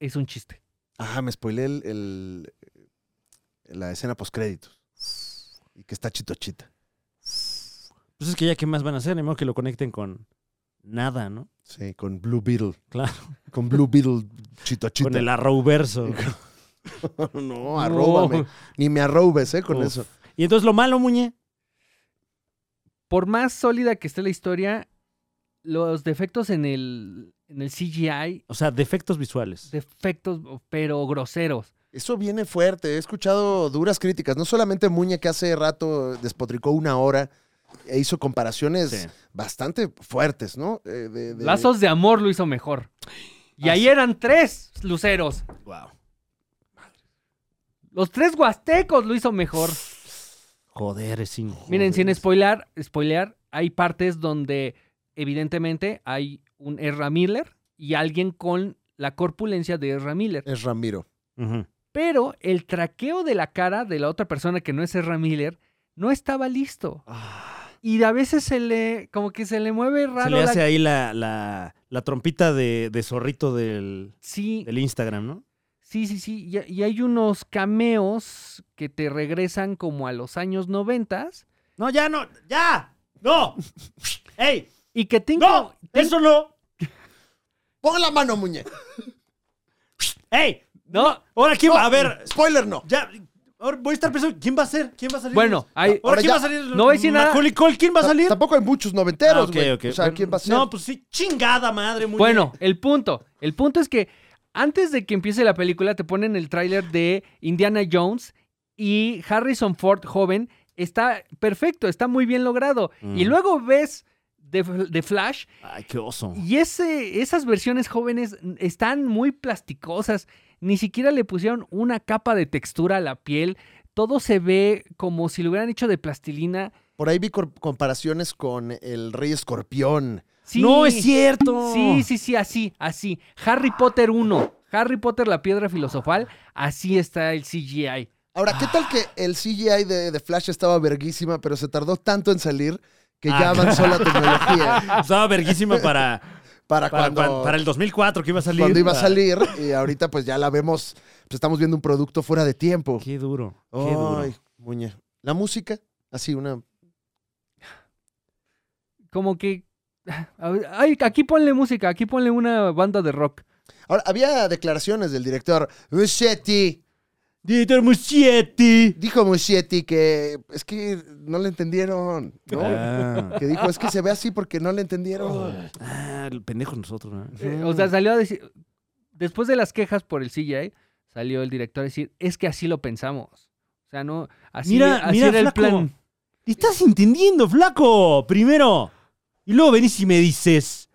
es un chiste.
Ajá, me spoilé el, el- la escena postcréditos. Y que está chitochita.
Pues es que ya qué más van a hacer, ni modo que lo conecten con nada, ¿no?
Sí, con Blue Beetle.
Claro.
Con Blue Beetle chitochita.
Con el
[laughs]
arrowverso.
[laughs] no, arróbame. Ni me arrobes, ¿eh? Con
Uf.
eso.
Y entonces lo malo, Muñe.
Por más sólida que esté la historia, los defectos en el, en el CGI,
O sea, defectos visuales.
defectos, pero groseros.
Eso viene fuerte. He escuchado duras críticas. No solamente Muña, que hace rato despotricó una hora e hizo comparaciones
Sí.
bastante fuertes, ¿no? Eh, de- de-
Lazos de amor lo hizo mejor. Y
Ah,
ahí
sí.
eran tres luceros.
Wow.
Los tres huastecos lo hizo mejor.
Joder, es sin...
Miren, sin spoiler, spoilear, hay partes donde evidentemente hay un Ezra Miller y alguien con la corpulencia de Ezra Miller.
Es Ramiro.
Ujú.
Pero el traqueo de la cara de la otra persona que no es Ezra Miller no estaba listo. Y a veces se le, como que se le mueve raro
Ah. Se le
la-
hace ahí la, la, la trompita de, de zorrito del,
Sí,
del Instagram, ¿no?
sí, sí, sí. Y, y hay unos cameos que te regresan como a los años noventas
No, ya no, ya,
[laughs]
no. ¡Ey!
y que te,
¡No! ¡Eso no!
Pon la mano, Muñe.
¡Ey!
No.
Ahora quién va a ver,
Spoiler no.
ya, ahora voy a estar pensando, ¿quién va a ser? ¿Quién va a salir?
Bueno, hay,
ahora
ahora
quién
ya,
va a salir.
no voy a decir nada.
Macaulay Culkin, ¿quién va a
Ta-
salir?
Tampoco hay muchos noventeros,
Ah, ok,
güey.
ok.
O sea, ¿quién va a ser?
No, pues sí, chingada madre, muy
Bueno, el punto. El punto es que antes de que empiece la película te ponen el tráiler de Indiana Jones y Harrison Ford joven. Está perfecto, está muy bien logrado. Y
Mm.
luego ves The, The Flash
Ay, qué oso.
y ese, esas versiones jóvenes están muy plasticosas. Ni siquiera le pusieron una capa de textura a la piel. Todo se ve como si lo hubieran hecho de plastilina.
Por ahí vi cor- comparaciones con el Rey Escorpión.
Sí.
No es cierto.
Sí, sí, sí, así, así. Harry Potter 1, Harry Potter la piedra filosofal, así está el CGI.
Ahora, ¿qué tal
Ah.
que el CGI de, de Flash estaba verguísima, pero se tardó tanto en salir que ya
Ah.
avanzó la tecnología
Estaba verguísima
[laughs]
para,
para,
[laughs] para,
cuando,
para- para el 2004 que iba a salir.
cuando iba a
Ah,
salir? Y ahorita pues ya la vemos, pues estamos viendo un producto fuera de tiempo.
Qué duro, qué duro.
Ay, muñe. La música, así una...
Como que... [sighs] a ver, Ay, aquí ponle música, aquí ponle una banda de rock.
Ahora, había declaraciones del director Muschietti.
Dieter Muschietti.
Dijo Muschietti que es que no le entendieron, ¿no?
Ah.
Que dijo, es que se ve así porque no le entendieron.
Ah, el pendejo nosotros, ¿no?
Eh, o sea, salió a decir... Después de las quejas por el CGI, salió el director a decir, es que así lo pensamos. O sea, no, así,
Mira,
así
mira,
era el
flaco.
plan.
¿Te estás entendiendo, flaco? Primero. Y luego venís y me dices.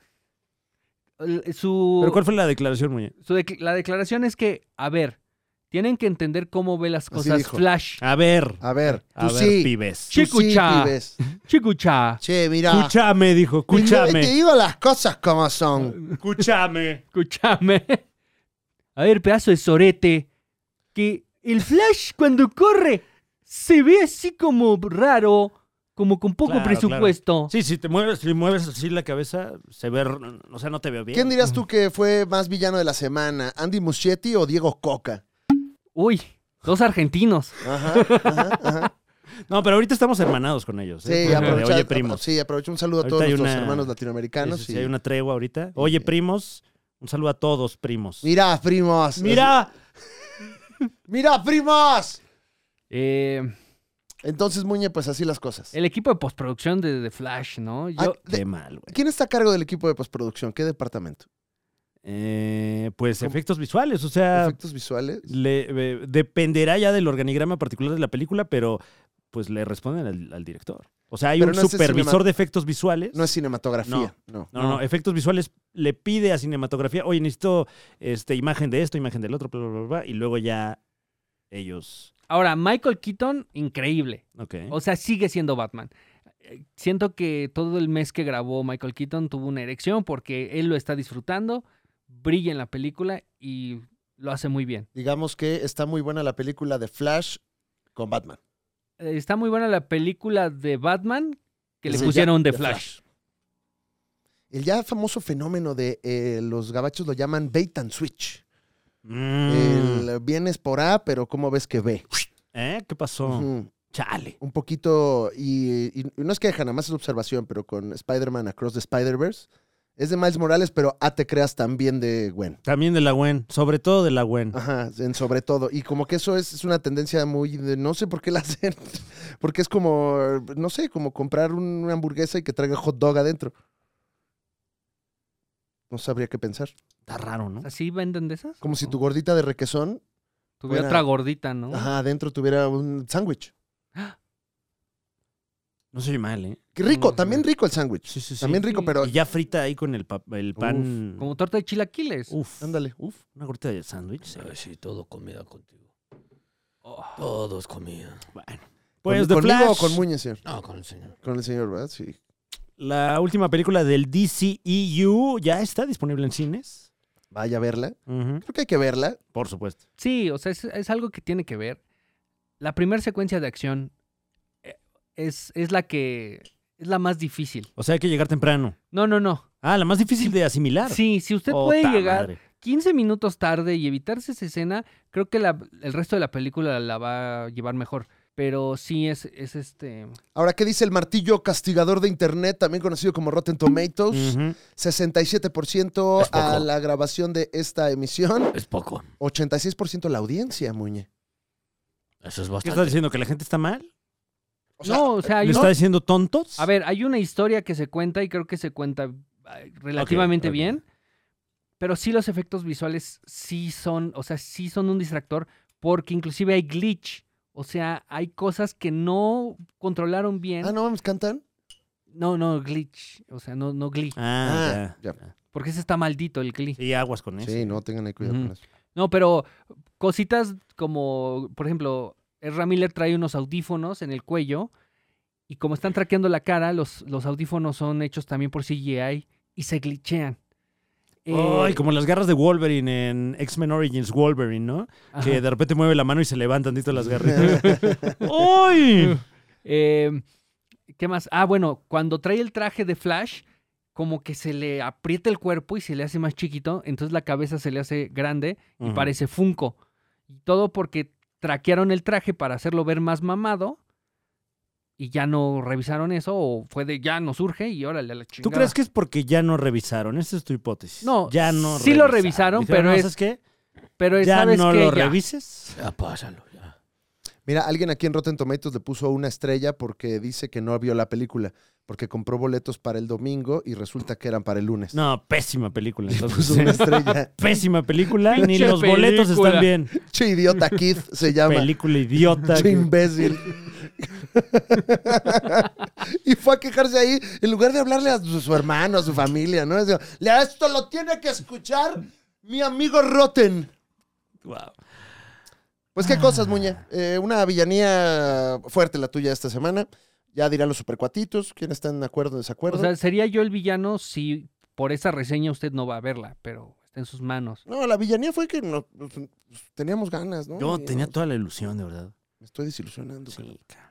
El- Su,
¿Pero cuál fue la declaración, Muñe?
su dec- la declaración es que, a ver, tienen que entender cómo ve las cosas
dijo.
Flash.
A ver.
A ver, tú
A ver,
sí.
pibes.
tú sí,
Chicucha.
pibes.
Chicucha,
Che, mira.
Escúchame, dijo.
Yo Te
Escúchame.
digo las cosas como son.
Escúchame.
Escúchame. A ver, pedazo de sorete. Que el flash cuando corre se ve así como raro, como con poco
Claro,
presupuesto.
Sí, si te mueves, si mueves así la cabeza, se ve. r- O sea, no te veo bien.
¿Quién dirás tú que fue más villano de la semana? ¿Andy Muschietti o Diego Coca?
Uy, dos argentinos.
Ajá, ajá, ajá.
No, pero ahorita estamos hermanados con ellos. ¿eh?
Sí,
De,
aprovecha,
Oye, primos.
sí, aprovecha un saludo a
Ahorita
todos
hay
nuestros
una-
hermanos
Sí,
latinoamericanos.
sí, sí,
y-
hay una tregua ahorita. Oye, primos. Un saludo a todos, primos.
Mira, primos.
Mira.
Mira, primos.
Eh,
Entonces, Muñe, pues así las cosas.
el equipo de postproducción de The Flash, ¿no?
Ah,
Yo,
de-
Qué mal, güey.
¿Quién está a cargo del equipo de postproducción? ¿Qué departamento?
Eh, pues efectos visuales, o sea,
¿Efectos visuales?
le- eh, dependerá ya del organigrama particular de la película, pero pues le responden al, al director. O sea, hay
Pero
un
no es de
supervisor
cinema-
de efectos visuales.
No es cinematografía. No.
no, no, no, efectos visuales le pide a cinematografía, oye, necesito este, imagen de esto, imagen del otro, bla, bla, bla, bla", y luego ya ellos.
ahora, Michael Keaton, increíble.
Ok.
O sea, sigue siendo Batman. Eh, Siento que todo el mes que grabó Michael Keaton tuvo una erección porque él lo está disfrutando, brilla en la película y lo hace muy bien.
Digamos que está muy buena la película de Flash con Batman.
eh, está muy buena la película de Batman que le pusieron
ya-
The
The
Flash.
El ya famoso fenómeno de eh, los gabachos lo llaman bait and switch.
Mm.
El vienes por A, pero ¿cómo ves que B?
¿Eh? ¿Qué pasó?
Ujú.
Chale.
Un poquito, y, y no es que nada más es observación, pero con Spider-Man Across the Spider-Verse, es de Miles Morales, pero A te creas también de Gwen.
También de la Gwen, sobre todo de la Gwen.
Ajá, en sobre todo. Y como que eso es, es una tendencia muy de no sé por qué la [laughs] hacen. Porque es como, no sé, como comprar un- una hamburguesa y que traiga hot dog adentro. No sabría qué pensar.
Está raro, ¿no?
¿Así venden de esas?
Como si tu gordita de requesón,
Tuviera
fuera-
otra gordita, ¿no?
ajá, adentro tuviera un sándwich.
No soy mal, ¿eh?
Qué rico,
Mm.
también rico el sándwich.
Sí, sí, sí.
También rico, pero
Y ya frita ahí con el, pa- el pan.
Como torta de chilaquiles.
Uf.
ándale, uf.
Una gordita de sándwich. sí.
Ay, sí, todo comida contigo.
Oh.
Todo es comida.
Bueno. Pues
Con-
The
¿Conmigo
Flash.
o con Muñe, señor?
No, con el señor.
Con el señor, ¿verdad? Sí.
La última película del DCEU ya está disponible en cines.
Vaya a verla. Creo que hay que verla.
Por supuesto.
Sí, o sea, es, es algo que tiene que ver. La primera secuencia de acción eh, es, es la que es la más difícil.
O sea, hay que llegar temprano.
No, no, no.
Ah, la más difícil de asimilar.
Sí, si usted puede
Ota
llegar
madre.
15 minutos tarde y evitarse esa escena, creo que la- el resto de la película la va a llevar mejor. Pero sí es, es este.
Ahora, ¿qué dice el martillo castigador de internet, también conocido como Rotten Tomatoes?
Ujú.
67%
Es poco.
a la grabación de esta emisión,
Es poco.
86% la audiencia, Muñe.
Eso es
¿Qué estás
bastante.
diciendo? ¿Que la gente está mal?
O sea,
no, o sea, hay
¿Le
un-
está diciendo tontos?
A ver, hay una historia que se cuenta y creo que se cuenta ay, relativamente
ok.
bien. Pero sí los efectos visuales sí son, o sea, sí son un distractor porque inclusive hay glitch. O sea, hay cosas que no controlaron bien.
Ah, no, vamos, cantan.
no, no, glitch. O sea, no, no glitch.
Ah,
Ah,
ya.
ya.
Porque ese está maldito el glitch.
Sí, aguas con eso.
Sí, no, tengan ahí cuidado
Ujú.
con eso.
No, pero cositas como, por ejemplo, Ezra Miller trae unos audífonos en el cuello y como están traqueando la cara, los, los audífonos son hechos también por CGI y se glitchean. Eh,
Ay, como las garras de Wolverine en X-Men Origins Wolverine, ¿no?
ajá.
Que de repente mueve la mano y se levantan tantito las garritas. ¡Ay!
[laughs] Eh, ¿Qué más? Ah, bueno, cuando trae el traje de Flash, como que se le aprieta el cuerpo y se le hace más chiquito, entonces la cabeza se le hace grande y
Ujú.
parece Funko. Y todo porque traquearon el traje para hacerlo ver más mamado y ya no revisaron eso o fue de ya no surge y órale a la
¿Tú
chingada.
crees que es porque ya no revisaron? Esa es tu hipótesis.
No,
ya no
sí lo revisaron,
Dijeron,
pero
"No,
es-
¿sabes qué?
Pero
Ya
sabes
no
que
lo
ya.
revises.
Ya pásalo, ya.
Mira, alguien aquí en Rotten Tomatoes le puso una estrella porque dice que no vio la película, porque compró boletos para el domingo y resulta que eran para el lunes.
No, pésima película.
Puso
Entonces,
una estrella.
[laughs] pésima película. Ni
Pinche
los boletos
película.
están bien.
che idiota Keith se llama.
Película idiota.
Che
que-
imbécil. [laughs] y fue a quejarse ahí, en lugar de hablarle a su, su hermano, a su familia, ¿no? Es de, "Le- esto lo tiene que escuchar mi amigo Rotten.
Guau.
Pues qué cosas, Muña. Eh, una villanía fuerte la tuya esta semana. Ya dirán los supercuatitos, quién está en acuerdo o
O
desacuerdo.
sea, sería yo el villano si por esa reseña usted no va a verla, pero está en sus manos.
no, la villanía fue que no, pues, teníamos ganas, ¿no?
Yo
Y
tenía
no,
toda la ilusión, de verdad.
Me estoy desilusionando.
Sí,
cabrón.
cabrón.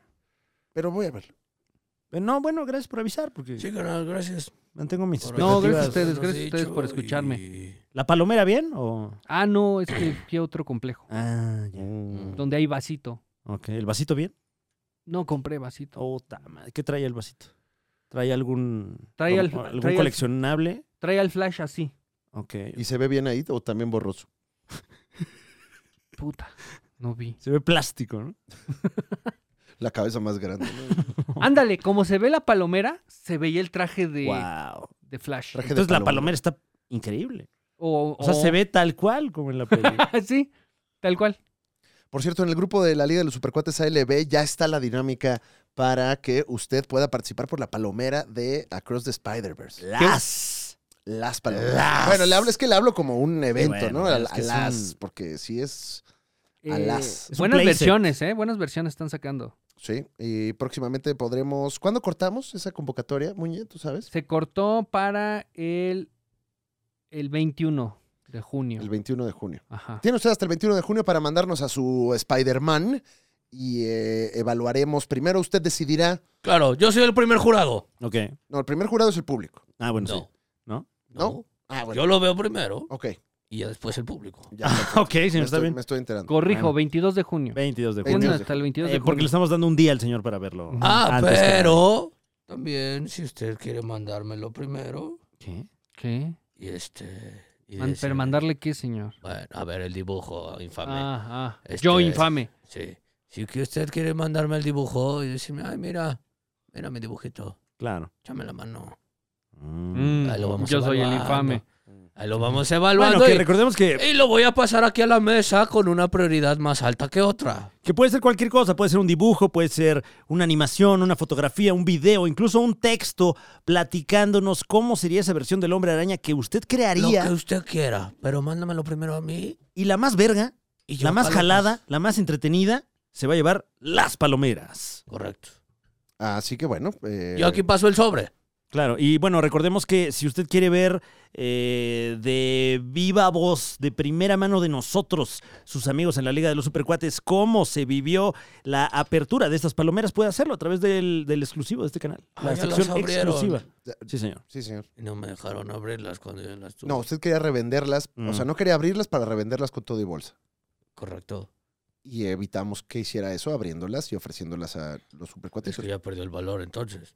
Pero voy a verlo.
Pero No, bueno, gracias por avisar, porque
Sí, carnal, gracias.
mantengo mis
por
No, gracias a
habernos
expectativas.
ustedes, gracias a ustedes
dicho
por escucharme.
y-
¿La palomera bien o...?
Ah, no, es que qué otro complejo.
Ah, ya.
Donde hay vasito.
Ok, ¿el vasito bien?
No compré vasito.
Oh, ta madre. ¿Qué trae el vasito? ¿Trae algún,
Trae al-
com- algún
trae al-
coleccionable?
Trae al flash así.
Ok.
¿Y se ve bien ahí o también borroso?
Puta,
[laughs]
no vi.
Se ve plástico, ¿no?
La cabeza más grande. ¿no?
Ándale, como se ve la palomera, se veía el traje de,
Wow.
de Flash.
Traje de
Entonces la
palomero.
palomera está increíble.
O,
O sea,
[laughs]
se ve tal cual como en la película.
así, tal cual.
Por cierto, en el grupo de la Liga de los Supercuates ALB ya está la dinámica para que usted pueda participar por la palomera de Across the Spider-Verse.
¡Las!
Las palomeras.
Las.
Bueno, le hablo, es que le hablo como un evento,
bueno,
¿no? A,
es
a
que es
las,
un-
porque sí es.
Eh,
Alas.
Es un
buenas
playset.
versiones, ¿eh? Buenas versiones están sacando.
Sí, y próximamente podremos. ¿Cuándo cortamos esa convocatoria, Muñe? ¿Tú sabes?
Se cortó para el, el 21 de junio.
El 21 de junio.
Ajá.
Tiene usted hasta el 21 de junio para mandarnos a su Spider-Man. y eh, evaluaremos. Primero usted decidirá.
Claro, yo soy el primer jurado.
Ok.
No, el primer jurado es el público,
Ah, bueno, sí.
No.
¿No?
¿no? Ah, bueno.
Yo lo veo primero
Ok,
y ya después el público.
[laughs]
Mm,
ya. perfecto.
Ok, señor,
me,
está
estoy,
bien.
me estoy enterando.
Corrijo,
Bueno.
22 de junio.
22 de
Junio
junio.
22 de
hasta el 22
Eh,
de
porque le
junio.
estamos dando un día al señor para verlo.
Ah,
antes que-
pero también si usted quiere mandármelo primero
¿Qué?
¿Qué?
y este... y
Man-
decirle,
¿Pero mandarle qué, señor?
Bueno, a ver el dibujo infame.
Ah, ah.
Este-
Yo infame.
Sí. Si que usted quiere mandarme el dibujo y decirme, ay, mira, mira mi dibujito,
Claro.
échame la mano.
Mm.
Mm,
Ahí lo vamos
yo soy el
evaluando.
infame.
Ahí lo vamos
Bueno,
evaluando
que
y-
recordemos que
y, lo voy a pasar aquí a la mesa con una prioridad más alta que otra.
Que puede ser cualquier cosa, puede ser un dibujo, puede ser una animación, una fotografía, un video, incluso un texto platicándonos cómo sería esa versión del hombre araña que usted
Lo
crearía.
que usted quiera, pero mándamelo primero a mí.
Y la más verga,
Y yo
la más
palomas.
jalada, la más entretenida, se va a llevar las palomeras.
Correcto.
Así que bueno. eh,
Yo aquí paso el sobre.
Claro, y bueno, recordemos que si usted quiere ver eh, de viva voz, de primera mano de nosotros, sus amigos en la Liga de los Supercuates, cómo se vivió la apertura de estas palomeras, puede hacerlo a través del, del exclusivo de este canal. La
Ah, ya las
sección
abrieron.
exclusiva. Sí, señor.
Sí, señor.
Y no me dejaron abrirlas cuando yo las tuve.
No, usted quería revenderlas. O
Mm.
sea, no quería abrirlas para revenderlas con todo y bolsa.
Correcto.
Y evitamos que hiciera eso abriéndolas y ofreciéndolas a los supercuates.
Es que ya perdió el valor entonces.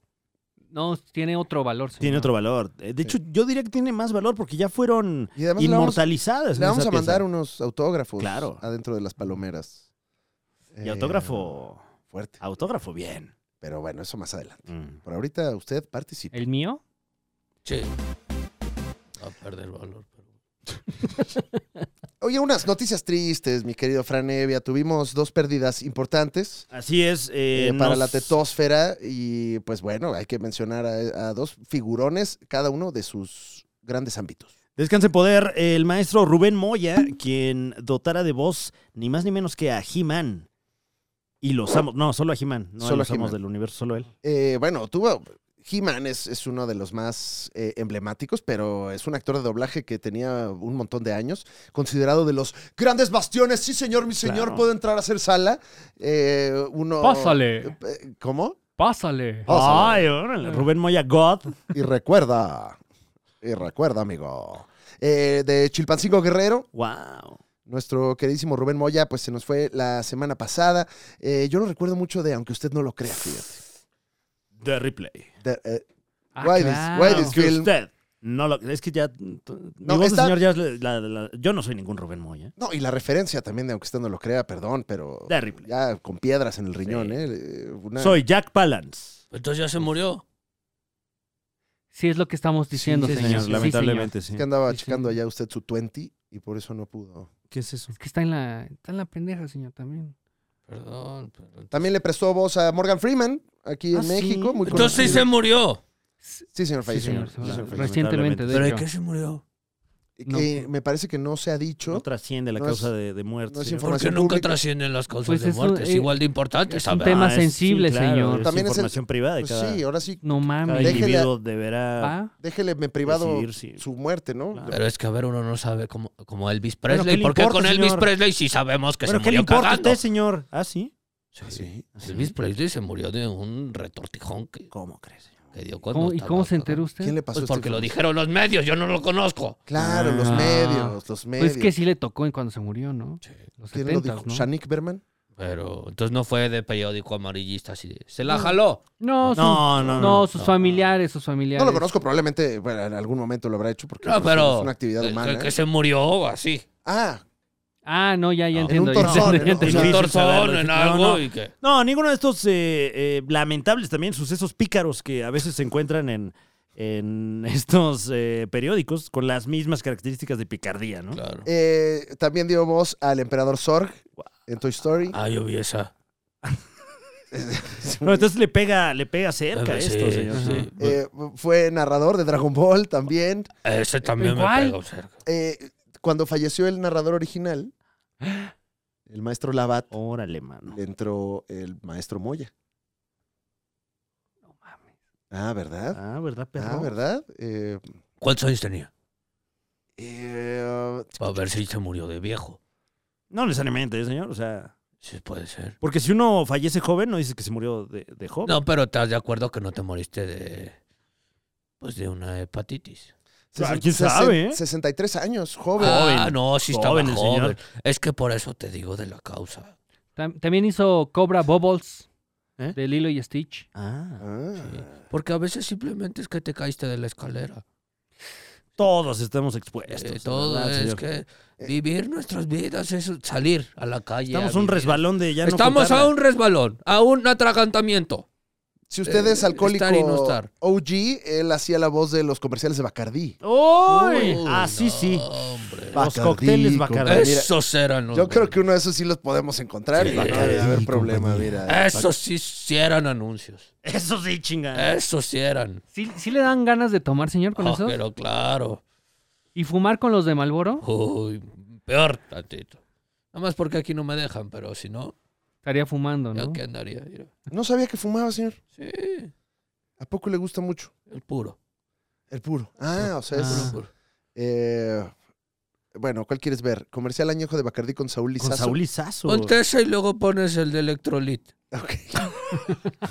No, tiene otro valor, señor.
Tiene otro valor. Eh, De hecho, yo diría que tiene más valor porque ya fueron
Y además le vamos,
inmortalizadas.
le
en
vamos
esa
a mandar
pieza.
unos autógrafos
Claro. Mm.
adentro de las palomeras.
Y
Eh,
autógrafo.
fuerte.
Autógrafo, bien.
Pero bueno, eso más adelante.
Mm.
Por ahorita usted participe.
¿El mío?
Sí. Va a perder el valor. pero-
Oye, unas noticias tristes, mi querido Fran Evia. Tuvimos dos pérdidas importantes
Así es. eh,
eh, para
nos-
la tetósfera. Y pues bueno, hay que mencionar a, a dos figurones, cada uno de sus grandes ámbitos.
Descanse en poder eh, el maestro Rubén Moya, quien dotara de voz ni más ni menos que a He-Man. Y los amos. No, solo a He-Man. No
Solo
a los
a
amos
He-Man.
del universo, solo él.
Eh, bueno, tuvo. He-Man es, es uno de los más eh, emblemáticos, pero es un actor de doblaje que tenía un montón de años, considerado de los grandes bastiones. Sí, señor, mi señor,
Claro.
puedo entrar a hacer sala. Eh, uno.
Pásale.
Eh, ¿Cómo?
Pásale.
Pásale.
Ay, órale, Rubén Moya God.
Y recuerda, y recuerda, amigo. Eh, de Chilpancingo Guerrero,
Wow.
nuestro queridísimo Rubén Moya, pues se nos fue la semana pasada. Eh, yo lo recuerdo mucho de, aunque usted no lo crea, fíjate.
The replay.
De- eh,
Ah,
Why this-
claro.
why this-
Que
Film.
usted no lo. Es que ya. Mi voz de
está-
señor ya es la- la- la- Yo no soy ningún Rubén Moya.
no, y la referencia también de, aunque usted no lo crea, perdón, pero
The replay.
ya con piedras en el riñón,
Sí.
¿eh? ¿eh? una-
Soy Jack Palance.
pues, Entonces ya se murió.
Sí, es lo que estamos diciendo,
Sí,
señor. Sí, señor.
sí.
que andaba
Sí, sí.
checando allá usted su 20 y por eso no pudo.
¿Qué es eso?
Es que está en la, está en la pendeja, señor, también.
Perdón. pero-
También le prestó voz a Morgan Freeman aquí
Ah,
en
sí.
México. Muy
Entonces sí
conocido.
se murió.
Sí, señor, falleció.
señor,
Sí, señor, falleció.
Recientemente, de
¿Pero de
hecho.
qué se murió?
Que me parece que no se ha dicho.
No trasciende la
No
causa
es-
de, de muerte.
no es
señor.
informa-
Porque
Información
nunca
pública.
trascienden las causas
Pues
de
es un-
muerte. Es
eh,
igual de importante
es un
saber.
tema
Ah, es-
sensible, señor.
Es
También es el-
información privada de
Pues
cada,
sí, ahora sí,
No
cada
mames.
Déjela-
individuo deberá
¿Va?
déjele me privado
decidir si-
su muerte, ¿no?
Claro.
Pero es que a ver, uno no sabe como, como Elvis
Bueno,
Presley.
¿qué le
¿Por qué
importa,
con Elvis
señor?
Presley sí sabemos que
Bueno,
se
¿qué le
murió
importa a
cagando?
usted, señor? Ah, sí.
Sí. Elvis Presley se murió de un retortijón que,
¿Cómo crees? señor?
que dio cuando
¿Cómo- ¿Y
estaba
cómo se
cagando.
enteró usted?
¿Quién le pasó este esta
Pues porque lo
información?
dijeron los medios, yo no lo conozco.
Claro, los
Ah.
medios, los medios.
Pues que sí le tocó en cuando se murió, ¿no? Los
¿Quién lo
70,
dijo?
¿no?
¿Shanik Berman?
Pero entonces no fue de periódico amarillista así de, Se la jaló.
No, sus-
No, no,
no,
no.
sus
no.
familiares, sus
No
familiares.
lo conozco, probablemente bueno, en algún momento lo habrá hecho porque
No,
pues,
pero.
es una actividad
que-
humana. ¿eh?
Que, que se murió así.
Ah,
Ah, no, ya, ya
En
entiendo.
un
ya
torzón,
entiendo,
¿no?
ya
En
entiendo.
un
difícil saberlo,
torzón, en
no,
algo
no.
y que.
No, ninguno de estos eh, eh, lamentables también sucesos pícaros que a veces se encuentran en, en [laughs] estos eh, periódicos con las mismas características de picardía, ¿no?
Claro.
eh, también dio voz al emperador Zorg en Toy Story. [laughs]
Ah, yo vi esa.
[laughs]
No, entonces le pega, le pega cerca
Sí,
esto, señor.
sí.
Eh, fue narrador de Dragon Ball también.
Ese también me
¿Cuál?
pegó cerca.
Eh, cuando falleció el narrador original, el maestro Labat,
Oh.
Órale, mano.
le entró el maestro Moya.
No mames.
Ah, ¿verdad?
Ah, ¿verdad, perro?
Ah, ¿verdad? Eh,
¿Cuántos años tenía?
eh,
Para ver si se murió de viejo.
No necesariamente, ¿eh, señor. O sea,
Sí, puede ser.
Porque si uno fallece joven, no dices que se murió de, de joven.
No, pero estás de acuerdo que no te moriste de. Pues de una hepatitis.
Ah, ¿quién sabe, eh?
63 años, joven.
Ah, no, sí estaba
Joven
joven.
el señor.
Es que por eso te digo de la causa.
Tam- también hizo Cobra Bubbles
¿Eh?
de Lilo y Stitch.
Ah.
Ah.
sí. Porque a veces simplemente es que te caíste de la escalera.
Todos estamos
Eh,
expuestos.
todo
¿verdad,
es
señor? Eh,
que vivir nuestras vidas es salir a la calle.
Estamos
a
a un
vivir.
resbalón de ya no
Estamos a
contarla.
un resbalón, a un atragantamiento.
Si usted es
Eh,
alcohólico
estar y no estar.
OG, él hacía la voz de los comerciales de Bacardí.
¡Uy!
Uy,
Así
no,
sí.
hombre.
Los
Bacardí,
cócteles
compadre.
Bacardí.
Mira,
Esos eran los
Yo creo
buenos.
que uno de esos sí los podemos encontrar.
Sí.
y no debe haber problema, mira.
Esos sí, sí eran anuncios.
Eso sí, chinga.
Esos sí eran.
¿Sí, sí le dan ganas de tomar, señor, con
Ah,
eso?
pero claro.
¿Y fumar con los de Malboro?
Uy, peor tantito. Nada más porque aquí no me dejan, pero si no,
Estaría
Ah,
fumando,
yo
¿no?
qué andaría. Mira.
No sabía que fumaba, señor.
Sí,
¿A poco le gusta mucho?
el puro.
El puro. Ah, o sea, es.
Ah.
puro.
eh, bueno, ¿cuál quieres ver? Comercial añejo de Bacardí con Saúl Lizazo.
Con Saúl Lizazo.
Ponte ese y luego pones el de electrolit.
Ok.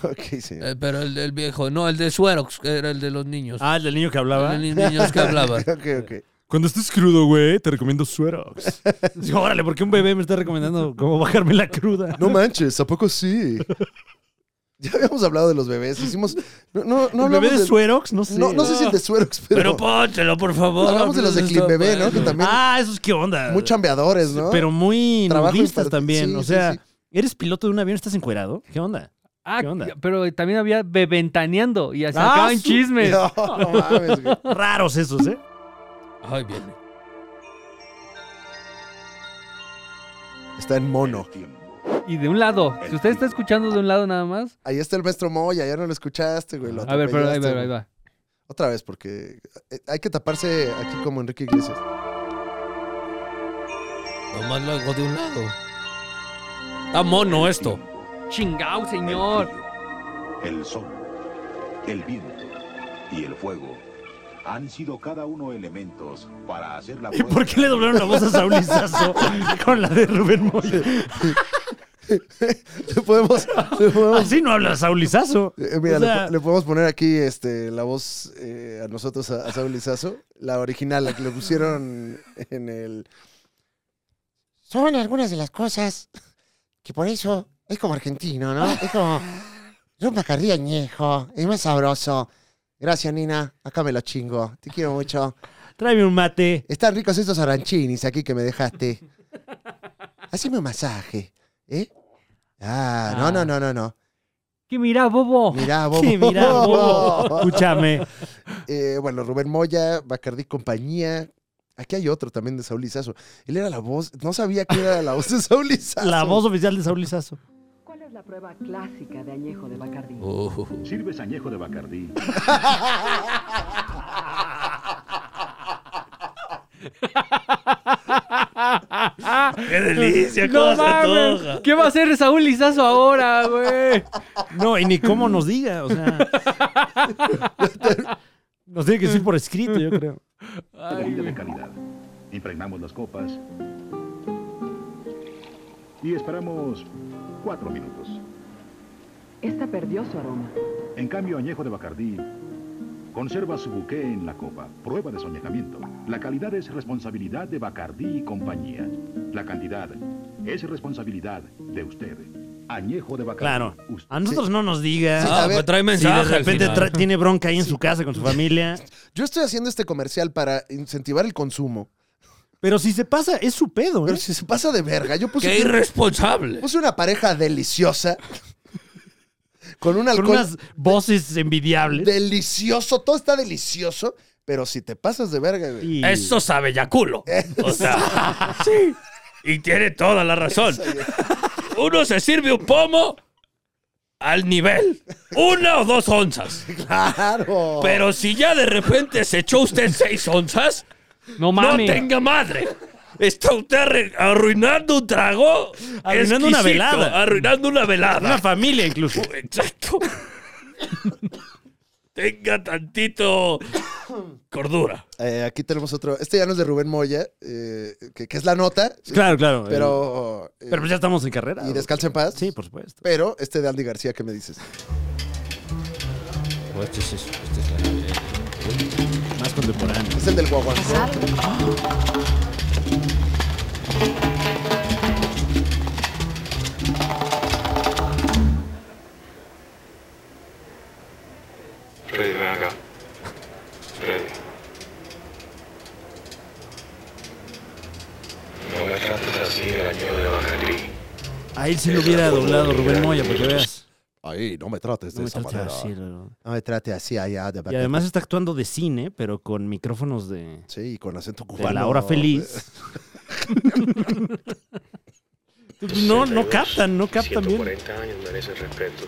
ok, [laughs] señor.
Eh, pero el del viejo, no, el de Suerox, que era el de los niños.
Ah, el del niño que hablaba.
El de los
[laughs]
niños que hablaban.
ok, ok.
Cuando estés crudo, güey, te recomiendo
[laughs]
Suerox. Digo, órale, ¿por qué un bebé me está recomendando cómo bajarme la cruda?
No manches, ¿a poco sí? [laughs] Ya habíamos hablado de los bebés. Hicimos. No, no, no
¿El bebé
hablamos
de
del-
Suerox? No sé.
No, no sé si el de Suerox,
Pero
pero.
póntelo, por favor.
hablamos de los de
Eso
Clip
está
Bebé, ¿no? Que
bueno.
también.
Ah, esos qué onda.
muy chambeadores, ¿no?
Pero muy
Trabajo
nudistas
infantil,
también.
sí,
o
sí,
sea,
sí.
¿eres piloto de un avión? ¿Estás encuerado? ¿Qué onda?
Ah,
¿Qué onda?
pero también había beventaneando y
Ah,
sacaban
su-
[laughs]
chismes.
No, no mames, güey.
Raros esos, ¿eh?
Ay, viene.
Está en mono.
Y de un lado, si usted está escuchando de un lado nada más.
Ahí está el maestro Moya, ya no lo escuchaste, güey. lo
A ver, pero
este
ahí va,
atropellaste,
ahí
güey.
va.
Otra vez, porque eh, hay que taparse aquí como Enrique Iglesias. [laughs]
Nomás lo hago de un lado. Está mono esto.
Chingao, señor.
El sol, el viento y el fuego han sido cada uno elementos para hacer la
¿Y por qué le doblaron la voz a Saúl Lizazo con la de Rubén Moya?
Le podemos, le podemos-
Así no habla Saúl Lizazo.
eh, mira,
O
le
sea-
po- le, podemos poner aquí este, la voz eh, a nosotros, a, a Saúl Lizazo, la original, la que le pusieron en el...
son algunas de las cosas que por eso es como argentino, ¿no? Es como un bacardí añejo, es más sabroso.
Gracias, Nina, acá me lo chingo, te quiero mucho.
Tráeme un mate.
Están ricos estos aranchinis aquí que me dejaste. Haceme un masaje, ¿eh? Ah, no, no, no, no, no.
¿Qué mira,
Oh,
bobo?
Mirá,
[laughs]
bobo. [laughs]
Sí, mira, bobo. Escúchame.
Eh, bueno, Rubén Moya, Bacardí Compañía. Aquí hay otro también de Saúl Lizazo. Él era la voz, no sabía que era la voz de Saúl
[laughs]
Lizazo.
La voz oficial de Saúl Lizazo.
¿Cuál es la prueba clásica de añejo de Bacardí?
Uh,
Sirves añejo de Bacardí.
¡Qué delicia!
[laughs] No mames. ¿Qué va a hacer Saúl Lizazo ahora, güey?
No, y ni cómo nos diga, o sea. Nos tiene que decir por escrito, yo creo.
Bebida de calidad. Impregnamos las copas y esperamos cuatro minutos.
Esta perdió su aroma.
En cambio, añejo de Bacardí conserva su buque en la copa. Prueba de su añejamiento. La calidad es responsabilidad de Bacardí y compañía. La cantidad es responsabilidad de usted. Añejo de Bacardí.
Claro. Ah.
Usted-
A nosotros no nos diga.
a
ah,
ver,
pues trae
si de
mensaje. al
repente
final.
tra- tiene bronca ahí en su casa con su familia.
Yo estoy haciendo este comercial para incentivar el consumo.
Pero si se pasa, es su pedo, ¿eh?
Pero si se pasa de verga, yo puse,
¡Qué irresponsable!
puse una pareja deliciosa. Con un alcohol
Con unas voces envidiables.
delicioso. Todo está delicioso. Pero si te pasas de verga, güey.
Y-
Eso sabe ya culo.
Eh. [laughs]
O sea, sí. Y tiene toda la razón. Uno se sirve un pomo al nivel. Una o
[laughs]
dos onzas.
Claro.
Pero si ya de repente se echó usted seis onzas,
[laughs]
No
no
mames.
tenga madre. Está usted arru- arruinando un trago.
Arruinando una
exquisito,
velada.
Arruinando una velada.
Una familia
[laughs]
incluso.
Exacto. Tenga tantito Cordura.
Eh, aquí tenemos otro. Este ya no es de Rubén Moya, eh, que, que es la nota.
Claro, claro.
Pero. eh,
Pero pues ya estamos en carrera.
y descalza en paz.
Sí, por supuesto.
Pero este de Andy García, ¿qué me dices?
Este es, este es la-
Más contemporáneo.
Es el del guaguancó.
Freddy, ven acá. Freddy. No me trates así el año de Bacardi.
Ahí sí lo hubiera doblado Rubén Moya, porque veas.
Ahí, no me trates de
No me
esa
trates
manera.
así, no.
No me trate así allá de
Y además está actuando de cine, pero con micrófonos de,
Sí, con acento cubano.
de la
[laughs]
hora feliz. no, no captan, no captan bien.
140 años merece respeto.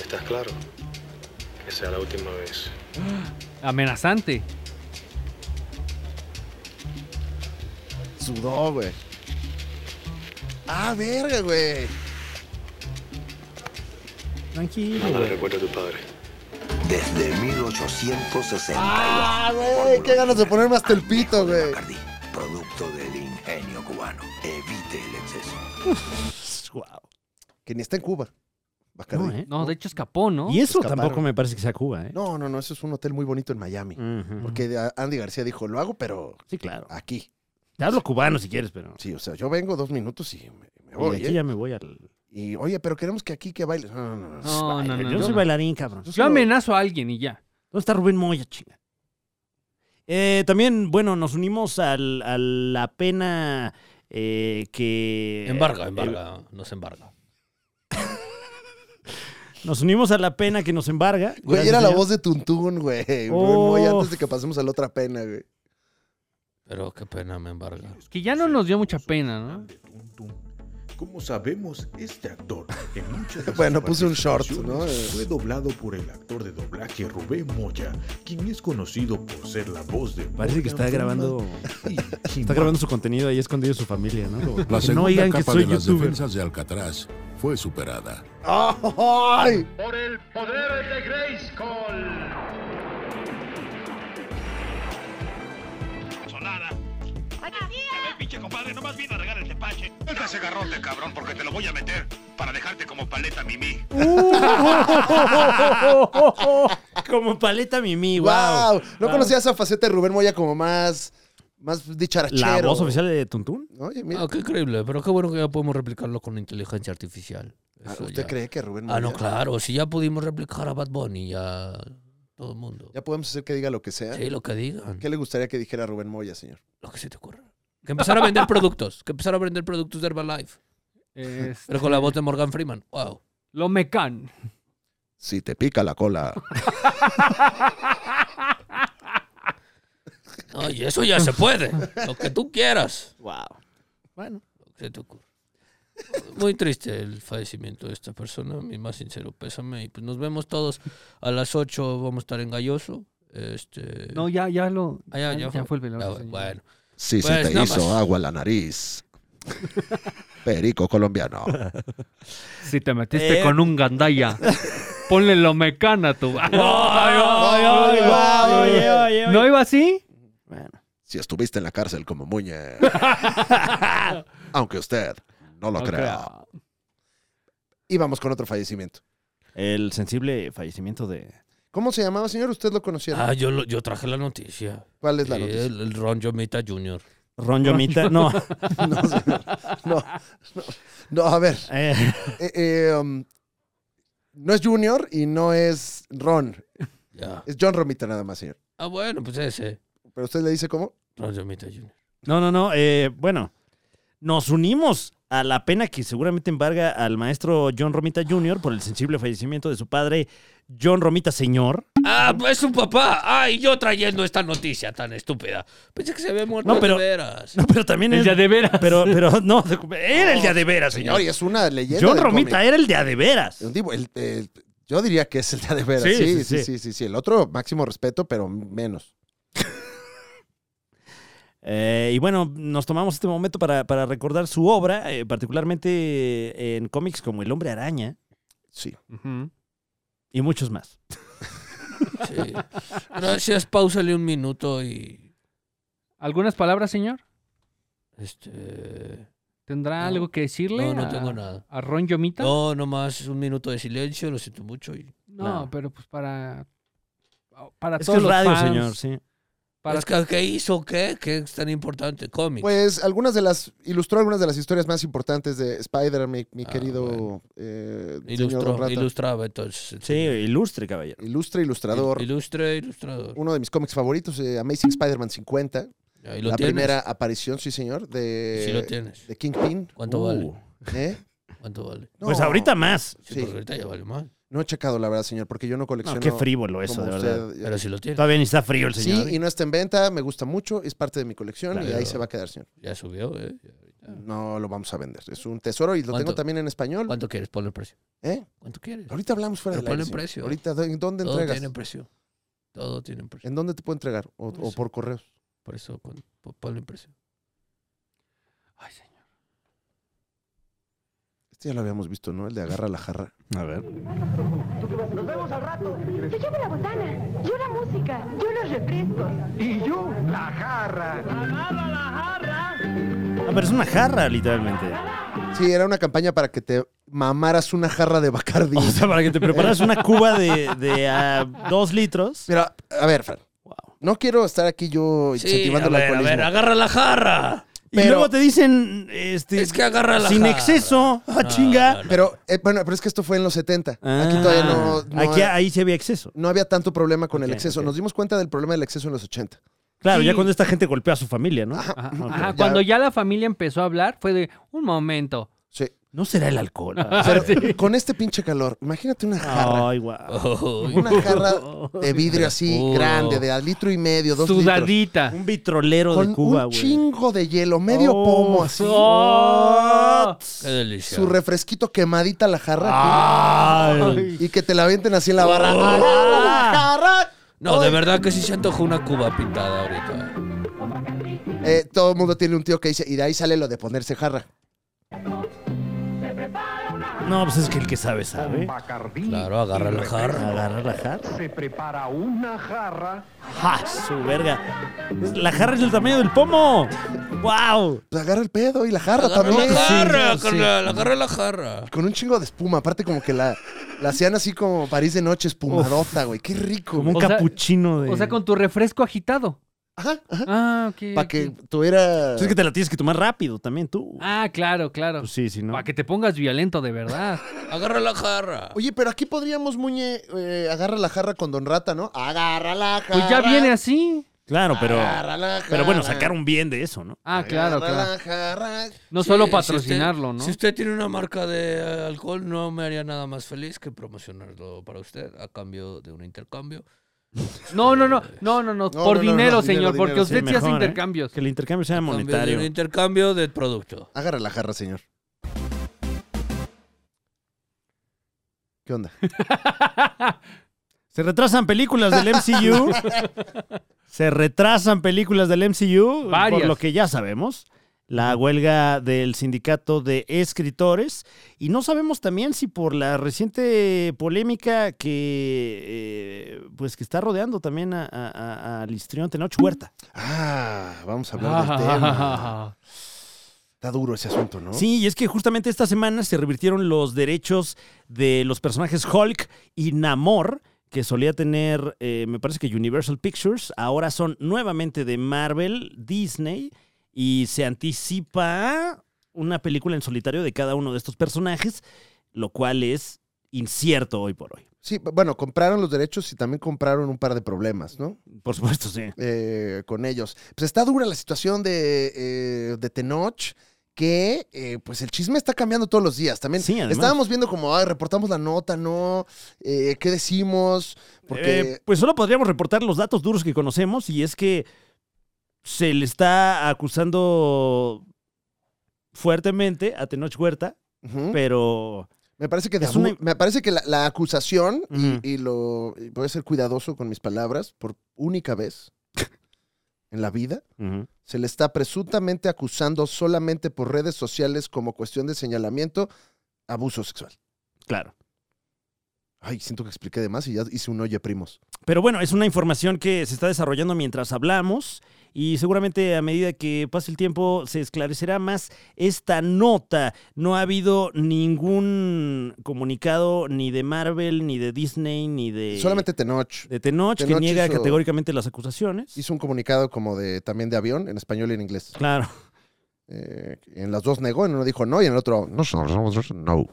¿Estás claro? Que sea la última vez.
Amenazante.
Sudó, güey. Ah, verga, güey.
Tranquilo,
Nada
güey.
recuerda a tu padre.
Desde 1862.
Ah, güey, qué ganas de ponerme hasta el pito, güey.
Bacardi, producto del ingenio cubano. Evite el exceso.
Guau.
Que ni está en Cuba. Bacardi.
No,
No,
¿eh?
No, de hecho escapó, ¿no?
Y eso
Escaparon.
tampoco me parece que sea Cuba, ¿eh?
no, no, Eso es un hotel muy bonito en Miami.
Ujú.
Porque de- Andy García dijo, lo hago, pero
Sí, claro.
aquí.
Te hablo cubano si quieres, pero.
Sí, o sea, yo vengo dos minutos y me, me
Y de
voy,
aquí
¿eh?
ya me voy al.
Y, oye, pero queremos que aquí que bailes. No, no, no.
No, no, no.
Yo no
no.
soy bailarín, cabrón.
Yo amenazo a alguien y ya.
¿Dónde está Rubén Moya, chinga? Eh, también, bueno, nos unimos al- a la pena eh, que.
Embarga, embarga. Nos eh, embarga.
Nos unimos a la pena que nos embarga.
Güey,
Gracias,
era la
señor.
voz de Tuntún, güey. Rubén
Oh.
Moya, antes de que pasemos a la otra pena, güey.
Pero qué pena me embarga.
Que ya no nos dio mucha pena, ¿no?
Como sabemos, este actor en muchas de
Bueno,
sus
puse un short, ¿no?
participaciones
Eh.
Fue doblado por el actor de doblaje Rubén Moya, quien es conocido por ser la voz de.
Parece que está
Morgan Freeman
grabando.
y
[laughs] Está
Jim
grabando su contenido ahí escondido de su familia, ¿no? Como
La
que
segunda
no oigan que
capa
soy
de las
youtuber.
defensas de Alcatraz fue superada.
¡Ay!
Por el poder de Grayskull.
Solana. A ver, pinche compadre, nomás vine a regar el tepache. Suelta ese garrote, cabrón, porque te lo voy a meter para dejarte como paleta, Mimi.
[laughs] Como paleta mimi, wow.
¡Wow! No conocía esa faceta de Rubén Moya como más, más dicharachero.
La voz oficial de [laughs] Tuntún.
Oye, mira.
Ah, qué increíble, pero qué bueno que ya podemos replicarlo con inteligencia artificial.
Ah,
Eso
¿Usted
ya.
cree que Rubén Moya?
Ah, no, claro. Si ya pudimos replicar a Bad Bunny, ya todo el mundo.
Ya podemos hacer que diga lo que sea.
Sí, lo que digan,
¿Qué le gustaría que dijera Rubén Moya, señor?
lo que se te ocurra. Que empezar a
[laughs]
vender productos, que empezar a vender productos de Herbalife.
Este,
[laughs]
Pero con la voz de Morgan Freeman. Wow.
Lo mecan.
Si te pica la cola.
Ay, eso ya se puede. Lo que tú quieras.
Wow. Bueno.
Lo que se te ocurra. Muy triste el fallecimiento de esta persona. Mi más sincero pésame. Y pues nos vemos todos a las 8. Vamos a estar en Galloso. Este...
No, ya, ya lo.
Ah, ya, ya fue.
el
Ah,
velorio. señor.
bueno.
Si
Pues, nada más.
agua la
[laughs]
nariz. Perico colombiano.
Si te metiste
Eh.
con un gandaya, ponle lo mecana a tu. Ah,
Ay, guau, oye, oye, oye.
¿No iba así?
Bueno.
Si estuviste en la cárcel como
[laughs]
Muñe. Aunque usted no lo
No
crea. Y vamos con otro fallecimiento.
El sensible fallecimiento de.
¿Cómo se llamaba, señor? Usted lo conocía. ¿no?
Ah, yo, lo- yo traje la noticia.
¿Cuál es la
Sí,
noticia?
El, el Ron Yomita Jr.
Ron Yomita. No.
No, señor. No, no, no, a ver.
Eh,
Eh, eh, um, no es Junior y no es Ron.
Ya.
Es John Romita nada más, señor.
Ah, bueno, pues ese.
Pero usted le dice cómo.
Ron Yomita Jr.
no, no, no. eh, bueno. Nos unimos a la pena que seguramente embarga al maestro John Romita Jr. por el sensible fallecimiento de su padre, John Romita Señor. [laughs]
Ah, pues su papá. Ay, yo trayendo esta noticia tan estúpida. Pensé que se había muerto
No, pero-
de veras.
No, pero también
El
es.
ya de veras.
Pero, pero no, era el día de veras,
Señor,
señor.
y es una leyenda.
John
del
Romita
cómic.
era el día de veras.
Un tipo, el- el- yo diría que es el día de veras.
Sí,
Sí sí sí,
sí, sí.
sí, sí, sí. El otro, máximo respeto, pero menos.
Eh, y bueno, nos tomamos este momento para, para recordar su obra, eh, particularmente eh, en cómics como El Hombre Araña
Sí.
Ujú.
y muchos más.
Sí. Gracias, pausale un minuto y.
¿Algunas palabras, señor?
Este.
¿Tendrá
No.
algo que decirle?
No, no
a-
tengo nada.
¿A Ron Yomita?
No, nomás un minuto de silencio, lo siento mucho. Y...
No,
nada.
pero pues para. Para
Es que
todos
es
los
radio,
fans,
señor, sí.
Para
Es que, ¿Qué hizo? ¿Qué? ¿Qué es tan importante? Cómics.
Pues algunas de las. Ilustró algunas de las historias más importantes de Spider, mi, mi querido. eh, señor Don
Ah, Ilustró,
Rata.
ilustraba entonces.
Sí, ilustre, caballero.
Ilustre ilustrador.
Ilustre, ilustrador.
Uno de mis cómics favoritos, eh, Amazing Spider-Man 50.
Ahí lo
la
tienes.
primera aparición, sí, señor, de,
Sí lo tienes.
de Kingpin.
¿Cuánto
Uh,
vale? [laughs]
¿eh?
¿Cuánto vale?
Pues ahorita más.
Sí, porque ahorita ya vale más.
No he checado, la verdad, señor, porque yo no colecciono.
No, qué frívolo eso,
como
de
usted.
verdad.
Yo-
Pero si lo tiene.
Todavía ni está frío el señor.
Sí, y no está en venta, me gusta mucho, es parte de mi colección y
Claro.
ahí se va a quedar, señor.
Ya subió, ¿eh?
No lo vamos a vender. Es un tesoro y lo
¿Cuánto?
tengo también en español.
¿Cuánto quieres? Ponle el precio.
¿Eh?
¿Cuánto quieres?
Ahorita hablamos fuera
Pero
del aire,
ponle
señor.
precio. ¿eh?
Ahorita, ¿dó- ¿en dónde
Todo
entregas?
tiene precio. Todo tiene precio.
¿En dónde te puedo entregar? ¿O o
Por
por,
eso.
correos?
Por eso, pon- pon- ponle el precio.
Ay, señor.
Este ya lo habíamos visto, ¿no? El de agarra la jarra.
A ver.
Nos vemos al rato. Yo llevo la botana, yo la música, yo los refrescos.
Y yo, la jarra. Agarra la jarra.
Ah, pero es una jarra, literalmente.
Sí, era una campaña para que te mamaras una jarra de Bacardi.
[laughs] O sea, para que te preparas una cuba de, de ah, dos litros.
Pero, a ver, Fran. No quiero estar aquí yo
Sí,
incentivando
a ver,
el
a
alcoholismo.
ver, agarra la jarra.
y
pero-
luego te dicen, este,
Es que agarra la
sin
jarra.
exceso, ah,
No,
chinga.
no, no.
Pero, eh, bueno, pero es que esto fue en los 70. aquí
Ah.
todavía no, no,
Aquí- ahí sí había exceso.
no había tanto problema con
Ok,
el exceso.
ok.
Nos dimos cuenta del problema del exceso en los 80.
Claro,
Sí.
ya cuando esta gente golpeó a su familia, ¿no?
Ajá,
Ok.
ajá,
Ya-
Cuando ya la familia empezó a hablar, fue de un momento.
Sí.
No será el [laughs] alcohol.
Pero con este pinche calor, imagínate una jarra.
Ay, guau.
Uy,
Una jarra de vidrio así,
Puro.
grande, de a litro y medio, dos litros.
Sudadita.
Un vitrolero
Con
de Cuba,
un
güey. Oh,
chingo de hielo, medio pomo así.
Oh.
Qué delicia.
Su refresquito quemadita la jarra.
Ah. Ay.
Y que te la avienten así en la barra.
Oh.
¡Agarra la jarra!
No, de verdad que sí se antojó una cuba pintada ahorita.
Eh, todo el mundo tiene un tío que dice, y de ahí sale lo de ponerse jarra.
No, pues es que el que sabe, sabe.
Bacardí.
Claro, agarra la jarra.
Agarra la jarra.
Se prepara una jarra.
¡Ja! Su verga. Es- La jarra es el tamaño del pomo. ¡Wow!
Pues agarra el pedo y la jarra
Agarra
también.
la jarra,
Sí, sí.
carnal, agarra la jarra.
Con un chingo de espuma. Aparte, como que la, la hacían así como París de noche, espumadota, güey. Qué rico.
Como un
O sea-
capuchino de.
O sea, con tu refresco agitado.
Ajá, ajá.
Ah, ok.
Para
ok.
que tuviera.
Pues es que te la tienes que tomar rápido también tú.
Ah, claro, claro.
Pues sí, sí, ¿no?
Para que te pongas violento de verdad.
Agarra la jarra.
Oye, pero aquí podríamos, Muñe, eh, agarra la jarra con Don Rata, ¿no? Agarra la jarra.
Pues ya viene así.
Claro, pero.
Agarra la jarra.
Pero bueno, sacar un bien de eso, ¿no?
Ah, claro,
Agarra
claro.
la jarra.
No solo
Sí, si
patrocinarlo,
usted-
¿no?
Si usted tiene una marca de eh, alcohol, no me haría nada más feliz que promocionarlo para usted a cambio de un intercambio.
No, no, no, no, no, no.
No,
Por
no, no, no,
dinero,
dinero,
señor,
dinero,
porque
sí,
usted sí, hace
mejor, ¿eh?
intercambios.
Que el intercambio sea
Cambio de
monetario.
Un intercambio de producto.
Agarra la jarra, señor. ¿Qué onda?
Se retrasan películas del MCU. se retrasan películas del MCU.
Varias.
Por lo que ya sabemos. La huelga del sindicato de escritores. Y no sabemos también si por la reciente polémica que eh, pues que está rodeando también a- a- a- al histrión Tenoch Huerta.
Ah, vamos a hablar del
ah,
tema.
[laughs]
Está duro ese asunto, ¿no?
Sí, y es que justamente esta semana se revirtieron los derechos de los personajes Hulk y Namor, que solía tener, eh, me parece que Universal Pictures, ahora son nuevamente de Marvel, Disney, y se anticipa una película en solitario de cada uno de estos personajes, lo cual es incierto hoy por hoy.
Sí, bueno, compraron los derechos y también compraron un par de problemas, ¿no?
Por supuesto, sí.
eh, con ellos. Pues está dura la situación de, eh, de Tenoch, que eh, pues el chisme está cambiando todos los días también.
Sí, además.
Estábamos viendo como, ay, reportamos la nota, ¿no? Eh, ¿Qué decimos? Porque...
Eh, pues solo podríamos reportar los datos duros que conocemos y es que se le está acusando fuertemente a Tenoch Huerta,
Ujú.
pero
Me parece que, de
es una-
abu- me parece que la, la acusación, y-
Ujú.
y, lo y voy a ser cuidadoso con mis palabras, por única vez en la vida, se le está presuntamente acusando solamente por redes sociales como cuestión de señalamiento, abuso sexual.
claro.
Ay, siento que expliqué de más y ya hice un oye primos.
Pero bueno, es una información que se está desarrollando mientras hablamos y seguramente a medida que pase el tiempo se esclarecerá más esta nota. No ha habido ningún comunicado ni de Marvel, ni de Disney, ni de...
Solamente Tenoch.
De Tenoch, que
Tenoch
niega
hizo-
categóricamente las acusaciones.
Hizo un comunicado como de también de avión, en español y en inglés.
Claro.
Eh, en las dos negó, en uno dijo no y en el otro no. señor, nosotros no.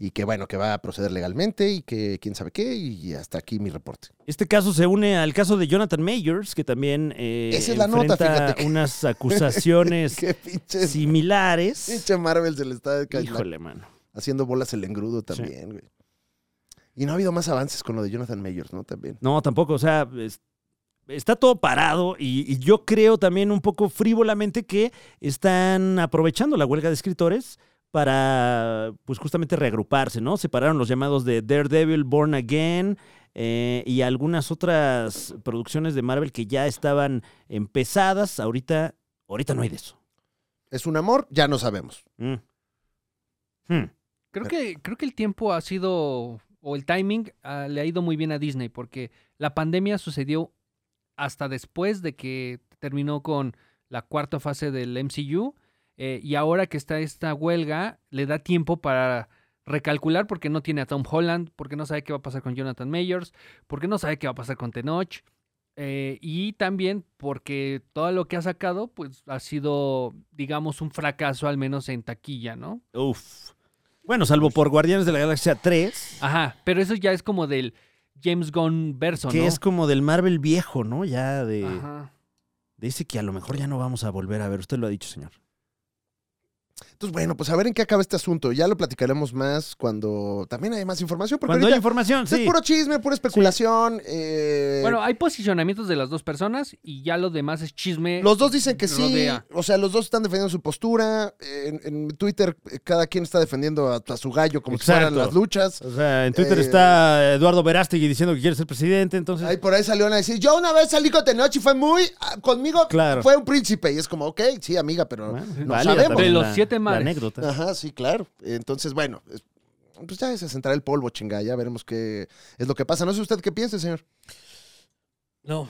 Y que bueno, que va a proceder legalmente y que quién sabe qué y hasta aquí mi reporte.
Este caso se une al caso de Jonathan Mayers, que también eh,
Esa es la nota,
enfrenta
fíjate que- [laughs]
unas acusaciones
Qué pinches-
similares.
Pinche Marvel se le está ca-
Híjole, mano.
haciendo bolas el engrudo también, güey. Y no ha habido más avances con lo de Jonathan Mayers, ¿no? También.
No, tampoco, o sea, es- está todo parado y, y yo creo también un poco frívolamente que están aprovechando la huelga de escritores para, pues justamente reagruparse, ¿no? Separaron los llamados de Daredevil, Born Again eh, y algunas otras producciones de Marvel que ya estaban empezadas. Ahorita, ahorita no hay de eso.
¿Es un amor? Ya no sabemos.
Mm. Hmm.
Creo que, creo que el tiempo ha sido, o el timing ah, le ha ido muy bien a Disney, porque la pandemia sucedió hasta después de que terminó con la cuarta fase del MCU, eh, y ahora que está esta huelga, le da tiempo para recalcular porque no tiene a Tom Holland, porque no sabe qué va a pasar con Jonathan Mayers, porque no sabe qué va a pasar con Tenoch, eh, y también porque todo lo que ha sacado, pues ha sido, digamos, un fracaso, al menos en taquilla, ¿no?
Uf. Bueno,
Pues
salvo por Guardianes de la Galaxia 3,
Ajá, pero eso ya es como del James Gunn verso, ¿no?
que es como del Marvel viejo, ¿no? Ya de...
Ajá.
Dice que a lo mejor ya no vamos a volver a ver. Usted lo ha dicho, señor.
Entonces, bueno, pues a ver en qué acaba este asunto. Ya lo platicaremos más cuando también hay más información. Porque
Cuando hay
ahorita
información,
es
sí.
puro chisme, pura especulación. eh,
Bueno, hay posicionamientos de las dos personas y ya lo demás es chisme.
los dos dicen que sí.
rodea.
O sea, los dos están defendiendo su postura. En, en Twitter, eh, cada quien está defendiendo a, a su gallo como si fueran
Exacto.
las luchas.
O sea, en Twitter
Eh,
está Eduardo Verástegui diciendo que quiere ser presidente, entonces...
Ahí por ahí salió una a decir, yo una vez salí con Tenoch y fue muy... ah, Conmigo
Claro.
fue un príncipe. Y es como, ok, sí, amiga, pero no
válida
sabemos.
también
De los
la-
siete
la
mares.
anécdota.
Ajá, sí, claro. Entonces, bueno, es- pues ya se sentará el polvo, chinga. Ya veremos qué es lo que pasa. No sé usted qué piensa, señor.
No.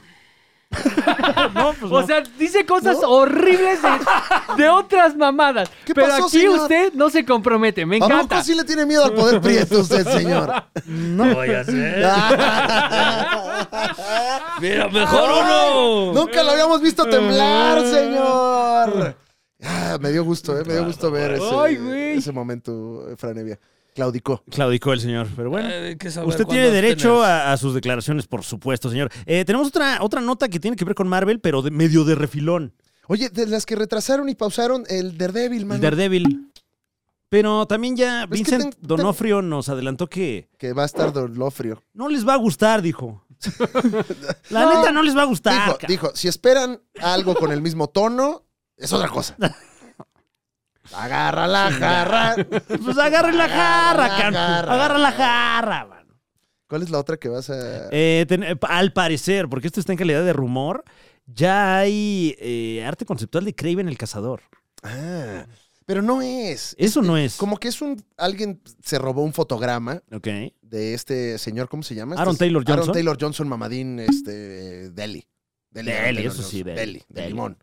[laughs] No, pues
O
no.
sea, dice cosas horribles de, de otras mamadas.
¿Qué
pero
pasó,
aquí
señor?
usted no se compromete, me
¿A
encanta.
poco sí le tiene miedo al poder prieto usted, señor? Ah,
No voy
[laughs]
a hacer. Mira, mejor uno.
Nunca lo habíamos visto
[laughs]
temblar, señor. Ah, me dio gusto, eh, me dio gusto ver ese,
Ay, güey.
ese momento, eh, Franevia. Claudicó.
Claudicó el señor, pero bueno.
Eh, hay que saber
Usted
cuándo
tiene derecho
abstenerse.
a, a sus declaraciones, por supuesto, señor. Eh, tenemos otra, otra nota que tiene que ver con Marvel, pero de- medio de refilón.
Oye, de las que retrasaron y pausaron el Daredevil, mano.
El Daredevil. Pero también ya
que
Vincent
ten- ten-
Donofrio nos adelantó que
que va a estar Dolofrio.
no les va a gustar,
[laughs]
dijo. La neta no les va a gustar.
Dijo,
ca-
dijo, si esperan algo con el mismo tono, es otra
[laughs]
cosa. Agarra la jarra.
Pues agarren la
la
jarra, cabrón.
jarra.
Agarra la jarra, mano.
¿Cuál es la otra que vas a...?
Eh, ten- eh, al parecer, porque esto está en calidad de rumor, ya hay eh, arte conceptual de Craven el Cazador.
Ah, pero no es.
Eso no es.
Como que es un... Alguien se robó un fotograma
Ok.
de este señor, ¿cómo se llama?
Aaron
Este es-
Taylor Johnson.
Aaron Taylor Johnson, mamadín, este, Deli.
Deli,
Aaron Taylor
eso sí,
Johnson.
Deli,
Deli, de
Deli.
limón.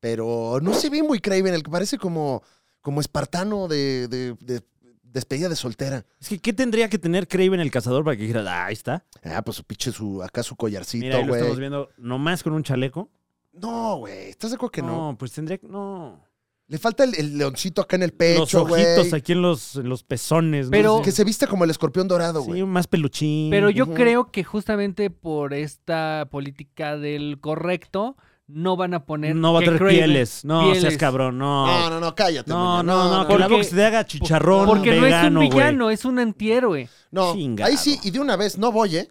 Pero no se ve muy Craven, el que parece como, como espartano de, de- de despedida de soltera.
Es que, ¿qué tendría que tener Craven el Cazador para que dijera, ah, ahí está?
Ah, pues su pinche, su, acá su
Mira,
collarcito,
ahí lo estamos
güey.
viendo nomás con un chaleco.
No, güey, ¿estás de acuerdo que no?
pues tendría que. No.
Le falta el, el leoncito acá en el
los
pecho, güey.
ojitos aquí en los, en los pezones. ¿no?
Pero-
Que se vista como el escorpión dorado,
Sí,
güey.
más peluchín.
Pero yo
Ujú.
creo que justamente por esta política del correcto, no van a poner.
No va a
que
tener
Kraven-
pieles. No, seas
pieles.
cabrón, no.
No, no, no, cállate.
No, no,
muñe,
no, que la
porque-
box te haga chicharrón
Porque
vegano,
no es un
güey.
villano, es un antihéroe.
No,
Chingado.
ahí sí, y de una vez, no voy, ¿eh?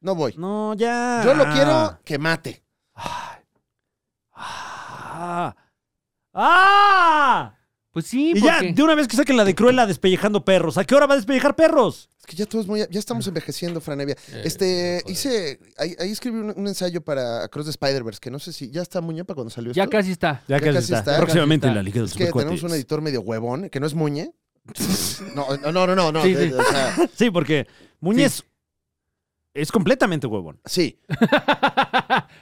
No voy.
No, ya.
Yo lo quiero que mate.
¡Ah! ¡Ah!
Pues sí,
Y ya,
porque...
de una vez que saquen la de Cruella despellejando perros. ¿A qué hora va a despellejar perros?
Es que ya todos muy, ya
Ah.
estamos envejeciendo, Franevia.
Eh,
Este,
joder.
hice, ahí, ahí escribí un, un ensayo para Cross the Spider-Verse, que no sé si ya está Muñe para cuando salió
ya
esto.
casi está.
Ya,
Ya
casi
casi
está.
está,
Próximamente
casi
en la Liga de los
Es que tenemos un
Supercuates.
editor medio huevón, que no es Muñe, No, no, no, no, no.
Sí,
de-
sí.
de- o sea,
Sí, porque Muñez es completamente huevón.
Sí.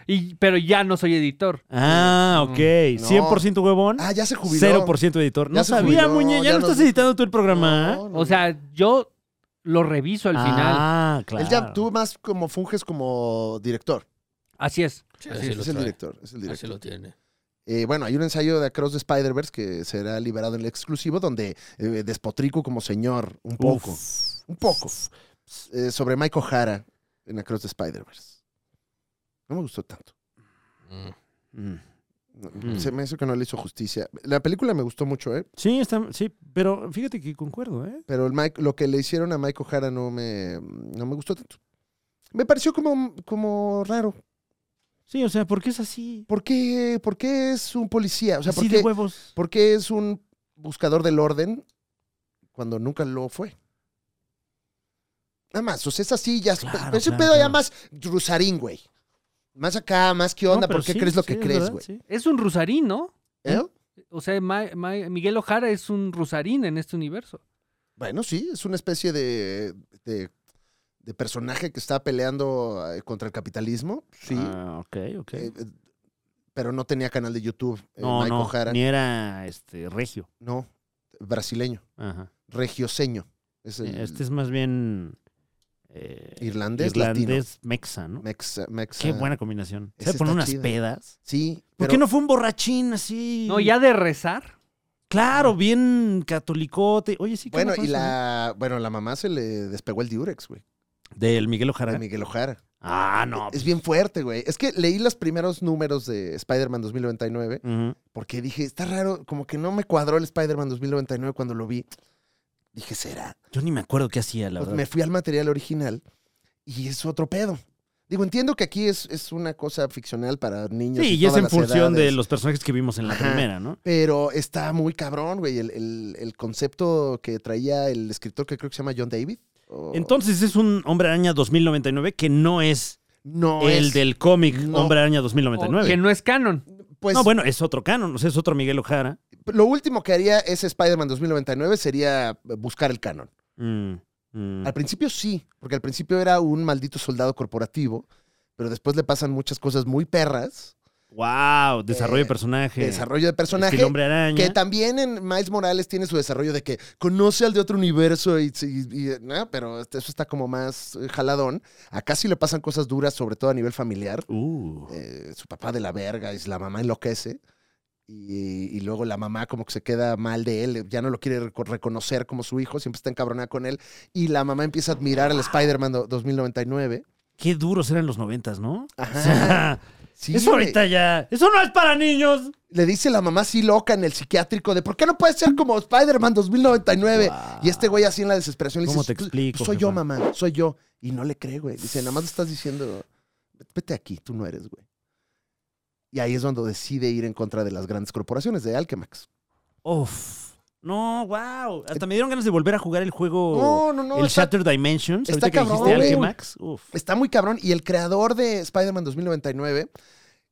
Y, pero ya no soy editor.
Ah, ok.
Mm.
No.
100% huevón.
Ah, ya se
jubiló.
0% editor.
Ya
No
se
sabía,
jubiló,
Muñez. Ya,
ya
no
no-
estás editando tú el programa. ¿eh?
O sea, yo lo reviso al final.
Ah, claro.
Él ya, tú más como funges como director.
Así es.
Así es, es el director. Es el director.
Así lo tiene.
Eh, bueno, hay un ensayo de Across the Spider-Verse que será liberado en el exclusivo donde eh, despotrico como señor un poco. Un poco. Eh, sobre Mike O'Hara en Across the Spider-Verse. No me gustó tanto. No,
Mm.
Se me hizo que no le hizo justicia. La película me gustó mucho, ¿eh?
Sí, está, sí, pero fíjate que concuerdo, ¿eh?
Pero el Mike, lo que le hicieron a Mike O'Hara no me, no me gustó tanto. Me pareció como, como raro.
Sí, o sea, ¿por qué es así?
¿Por qué, por qué es un policía? O sea, ¿por
Así
qué,
de huevos.
por qué es un buscador del orden cuando nunca lo fue? Nada más, o sea, es así, ya. pero es un
claro,
pedo ya
claro.
más rusarín, güey. Más acá, más qué onda,
No, pero
por qué
sí,
crees lo
sí,
que
es
crees,
verdad,
güey.
sí. Es un rusarín, ¿no?
¿Eh?
O sea, Ma- Ma- Miguel Ojara es un rusarín en este universo.
Bueno, sí, es una especie de, de, de personaje que está peleando eh, contra el capitalismo, sí.
Ah, ok, ok.
Eh, eh, pero no tenía canal de YouTube. eh,
no,
Mike
no,
O'Hara.
ni era este, regio.
No, brasileño.
Ajá.
Regioseño. Es el
Este es más bien... eh,
irlandés, latino.
irlandés mexa, ¿no?
Mexa, mexa.
Qué buena combinación.
Ese
Se ponen
está
unas
chido.
pedas.
Sí.
¿Por qué no fue un borrachín así?
No, ya de rezar.
Claro, bien catolicote. Oye, sí. ¿qué
Bueno,
onda con
y
eso,
la, bueno, la mamá se le despegó el diurex, güey.
no? Del Miguel Ojara.
De Miguel Ojara.
Ah, no.
Es bien fuerte, güey. Es que leí los primeros números de Spider-Man 2099
Ujú.
porque dije, está raro, como que no me cuadró el Spider-Man 2099 cuando lo vi. Dije, será.
Yo ni me acuerdo qué hacía, la
Pues
verdad.
me fui al material original y es otro pedo. Digo, entiendo que aquí es, es una cosa ficcional para niños.
Sí,
de
y es
todas
en
las
función de
edades.
los personajes que vimos en la
Ajá.
primera, ¿no?
Pero está muy cabrón, güey, el, el- el concepto que traía el escritor que creo que se llama John David. o-
Entonces es un Hombre Araña 2099 que no es
no
el
es-
del cómic
no. Oh,
Hombre Araña
O que
2099.
no es canon.
Pues
no, bueno, es otro canon, o sea, es otro Miguel Ojara.
lo último que haría ese Spider-Man 2099 sería buscar el canon.
Mm, mm.
Al principio sí, porque al principio era un maldito soldado corporativo, pero después le pasan muchas cosas muy perras.
Wow, desarrollo de personaje.
Eh, Desarrollo de personaje.
Estilo Hombre Araña.
Que también en Miles Morales tiene su desarrollo de que conoce al de otro universo y, y- y- ¿no? pero este- eso está como más eh, jaladón. Acá sí le pasan cosas duras, sobre todo a nivel familiar.
Uh.
Eh, su papá de la verga y la mamá enloquece. Y, y luego la mamá como que se queda mal de él, ya no lo quiere reco- reconocer como su hijo, siempre está encabronada con él. Y la mamá empieza a admirar al Spider-Man do- 2099.
Qué duros eran los noventas, ¿no?
Ajá.
O sea,
Sí,
[laughs] eso
güey.
ahorita ya. Eso no es para niños.
le dice la mamá así loca en el psiquiátrico de ¿por qué no puedes ser como Spider-Man 2099? Y este güey así en la desesperación le dice,
¿Cómo te
"Pues,
explico,
pues, soy yo,
jefa?"
mamá, soy yo. Y no le cree, güey. Dice, nada más le estás diciendo, vete aquí, tú no eres, güey. Y ahí es cuando decide ir en contra de las grandes corporaciones, de Alchemax.
Uf. No, wow. Hasta me dieron ganas de volver a jugar el juego.
No, no, no,
El
está-
Shattered Dimensions.
está
ahorita que
cabrón,
dijiste
güey.
Alchemax. Uf.
Está muy cabrón. Y el creador de Spider-Man 2099,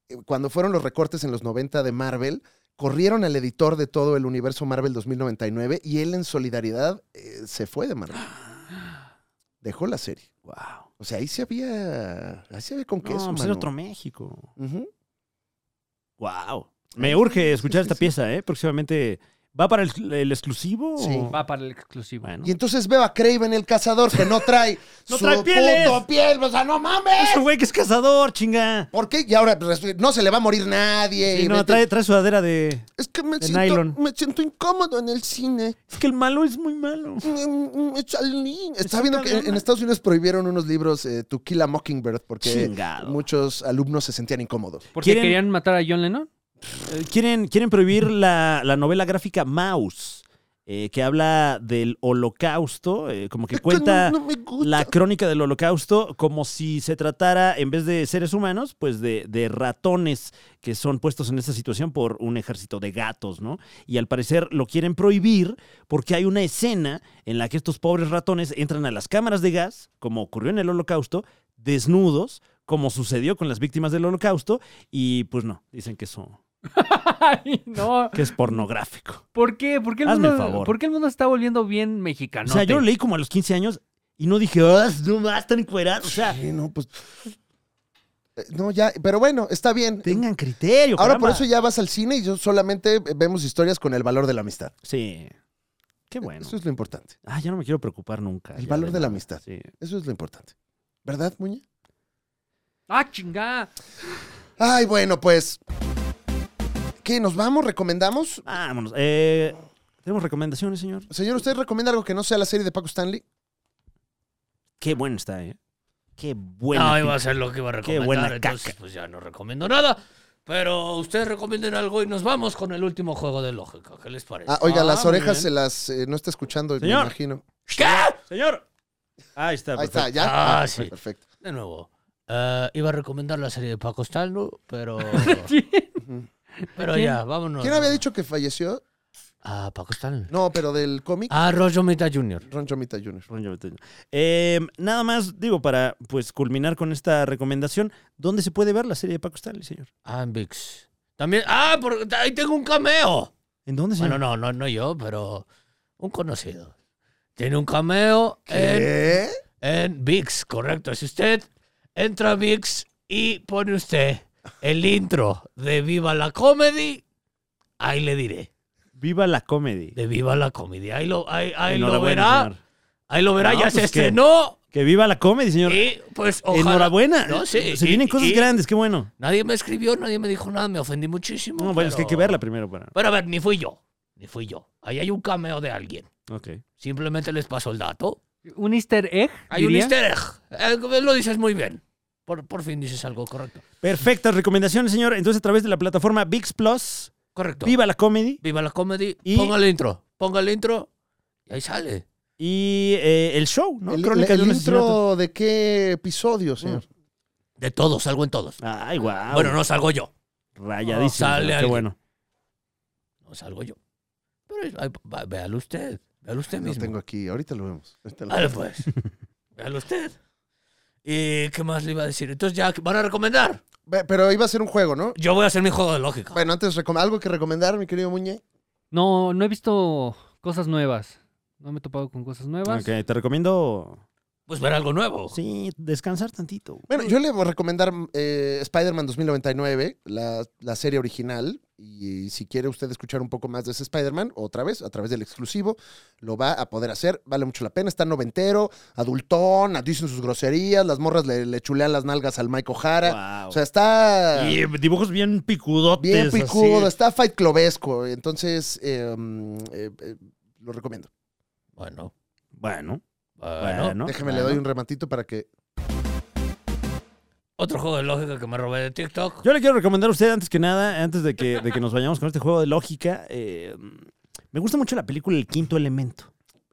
eh, cuando fueron los recortes en los 90 de Marvel, corrieron al editor de todo el universo Marvel 2099 y él en solidaridad eh, se fue de
[gasps]
Marvel. Dejó la serie.
Wow.
O sea, ahí se había. Ahí se había con
No,
queso.
pues
mano.
era otro México.
Ujú.
Wow. Me urge escuchar esta pieza, ¿eh? Próximamente. ¿Va para el, el exclusivo?
Sí.
o-
Va para el exclusivo.
Bueno.
Y entonces veo a Craven el cazador que no trae.
[laughs] ¡No
su
trae pieles!
puto piel. O sea, no mames.
Es un güey que es cazador, chinga.
¿Por qué? Y ahora pues, no se le va a morir nadie.
Sí,
y
no,
vete-
trae, trae sudadera de.
Es que me
de
siento,
nylon.
me siento incómodo en el cine.
Es que el malo es muy malo.
Mm, mm, salí. Estaba
un
viendo que en-
problema.
en Estados Unidos prohibieron unos libros eh, To Kill a Mockingbird porque
Chingado.
muchos alumnos se sentían incómodos.
Porque
¿Quieren-
querían matar a John Lennon.
Eh, quieren, quieren prohibir la, la novela gráfica Mouse, eh, que habla del holocausto,
[laughs]
eh, como que
Es que
cuenta
no- no me gusta.
la crónica del holocausto como si se tratara, en vez de seres humanos, pues de, de ratones que son puestos en esta situación por un ejército de gatos, ¿no? Y al parecer lo quieren prohibir porque hay una escena en la que estos pobres ratones entran a las cámaras de gas, como ocurrió en el holocausto, desnudos, como sucedió con las víctimas del holocausto, y pues no, dicen que eso
Ay, no.
que es pornográfico.
¿Por qué? ¿Por qué, el
Hazme el
mundo,
favor.
por qué el mundo está volviendo bien mexicano?
o sea, yo lo leí como a los 15 años y no dije, ah, no más, están encuerados. O sea,
Sí, no, pues. Eh, No, ya, pero bueno, está bien.
Tengan criterio.
Ahora
caramba.
por eso ya vas al cine y yo solamente eh, vemos historias con el valor de la amistad.
Sí. Qué bueno.
Eh, Eso es lo importante.
Ah, ya no me quiero preocupar nunca.
El
ya
valor de la
nada.
amistad.
Sí.
Eso es lo importante. ¿Verdad, Muñe?
¡Ah, chingada!
Ay, bueno, pues. ¿Qué? ¿Nos vamos? ¿Recomendamos?
Vámonos. Eh, ¿Tenemos recomendaciones, señor?
Señor, ¿usted recomienda algo que no sea la serie de Paco Stanley?
Qué bueno está, ¿eh? Qué bueno.
No, iba a ser lo que iba a recomendar.
Qué buena
entonces,
caca.
pues ya no recomiendo nada. Pero ustedes recomienden algo y nos vamos con el último juego de lógica. ¿Qué les parece?
Ah, oiga,
Ah,
las
muy
orejas
bien.
se las eh, no está escuchando,
Señor.
me imagino.
¿Qué?
Señor. Ahí está.
Ahí está,
perfecto.
ya.
Ah,
Ah,
sí.
Perfecto.
De nuevo. eh, iba a recomendar la serie de Paco Stanley, pero. pero
¿Quién?
ya, vámonos.
¿Quién había dicho que falleció?
Ah, Paco Stanley.
No, pero del cómic.
Ah, Roger Mita Jr.
Ron Jomita Jr.
Ron Joveteño. Eh, nada más, digo, para pues culminar con esta recomendación, ¿dónde se puede ver la serie de Paco Stanley, señor?
Ah, en VIX. También. Ah, por- ahí tengo un cameo.
¿En dónde, señor?
Bueno, no, no, no yo, pero un conocido. Tiene un cameo
Ah.
¿Qué?
en, en VIX, correcto. Si usted entra a VIX y pone usted el intro de Viva la Comedy, ahí le diré.
Viva la comedy.
De Viva la Comedy. Ahí lo, ahí, ahí lo
Enhorabuena,
verá.
señor.
Ahí lo verá,
No,
ya se
pues, ¿qué?
estrenó.
Que viva la comedy, señor.
Y pues ojalá.
Enhorabuena.
No, sí,
Se
y-
vienen cosas
y
grandes, qué bueno.
Nadie me escribió, nadie me dijo nada, me ofendí muchísimo.
No, bueno, es que hay que
pero-
verla primero para.
Pero a ver, ni fui yo. Ni fui yo. Ahí hay un cameo de alguien.
Ok.
Simplemente les paso el dato.
¿Un easter egg?
Hay un
diría?
easter egg. Eh, lo dices muy bien. Por, por fin dices algo correcto.
Perfectas recomendaciones, señor. Entonces, a través de la plataforma VIX Plus,
Correcto.
viva la comedy
Viva la comedy.
Y-
Ponga el intro. Ponga el intro. Y ahí sale.
y eh, el show, ¿no?
El,
Crónica
el
de un asesinato.
intro de qué episodio, señor.
De todos, salgo en todos.
Ay, guau.
Bueno, no salgo yo.
Rayadísimo.
Sale
señor, qué
alguien.
bueno.
No salgo yo. Pero ahí- va- véalo usted. Véalo usted
No
mismo.
tengo aquí, ahorita lo vemos. Ahorita
Ah.
lo
Vale,
vemos.
pues. Véalo usted. ¿Y qué más le iba a decir? Entonces ya van a recomendar.
Ve- Pero iba a ser un juego, ¿no?
Yo voy a hacer mi juego de lógica.
Bueno, antes recom- algo que recomendar, mi querido Muñe.
No, no he visto cosas nuevas. No me he topado con cosas nuevas.
Ok, te recomiendo.
Pues ver algo nuevo.
Sí, descansar tantito.
Bueno, yo le voy a recomendar eh, Spider-Man 2099, la, la serie original. Y si quiere usted escuchar un poco más de ese Spider-Man, otra vez, a través del exclusivo, lo va a poder hacer. Vale mucho la pena. Está noventero, adultón, dicen sus groserías, las morras le, le chulean las nalgas al Mike O'Hara.
Guau.
O sea, está...
Y dibujos bien picudotes.
Bien
así.
picudo, está Fight Clovesco. Entonces, eh, mm, eh, eh, lo recomiendo.
Bueno,
Bueno,
bueno.
bueno.
Déjeme, le doy un rematito para que.
Otro juego de lógica que me robé de TikTok.
Yo le quiero recomendar a usted, antes que nada, antes de que, de que nos vayamos con este juego de lógica, eh, me gusta mucho la película El Quinto Elemento.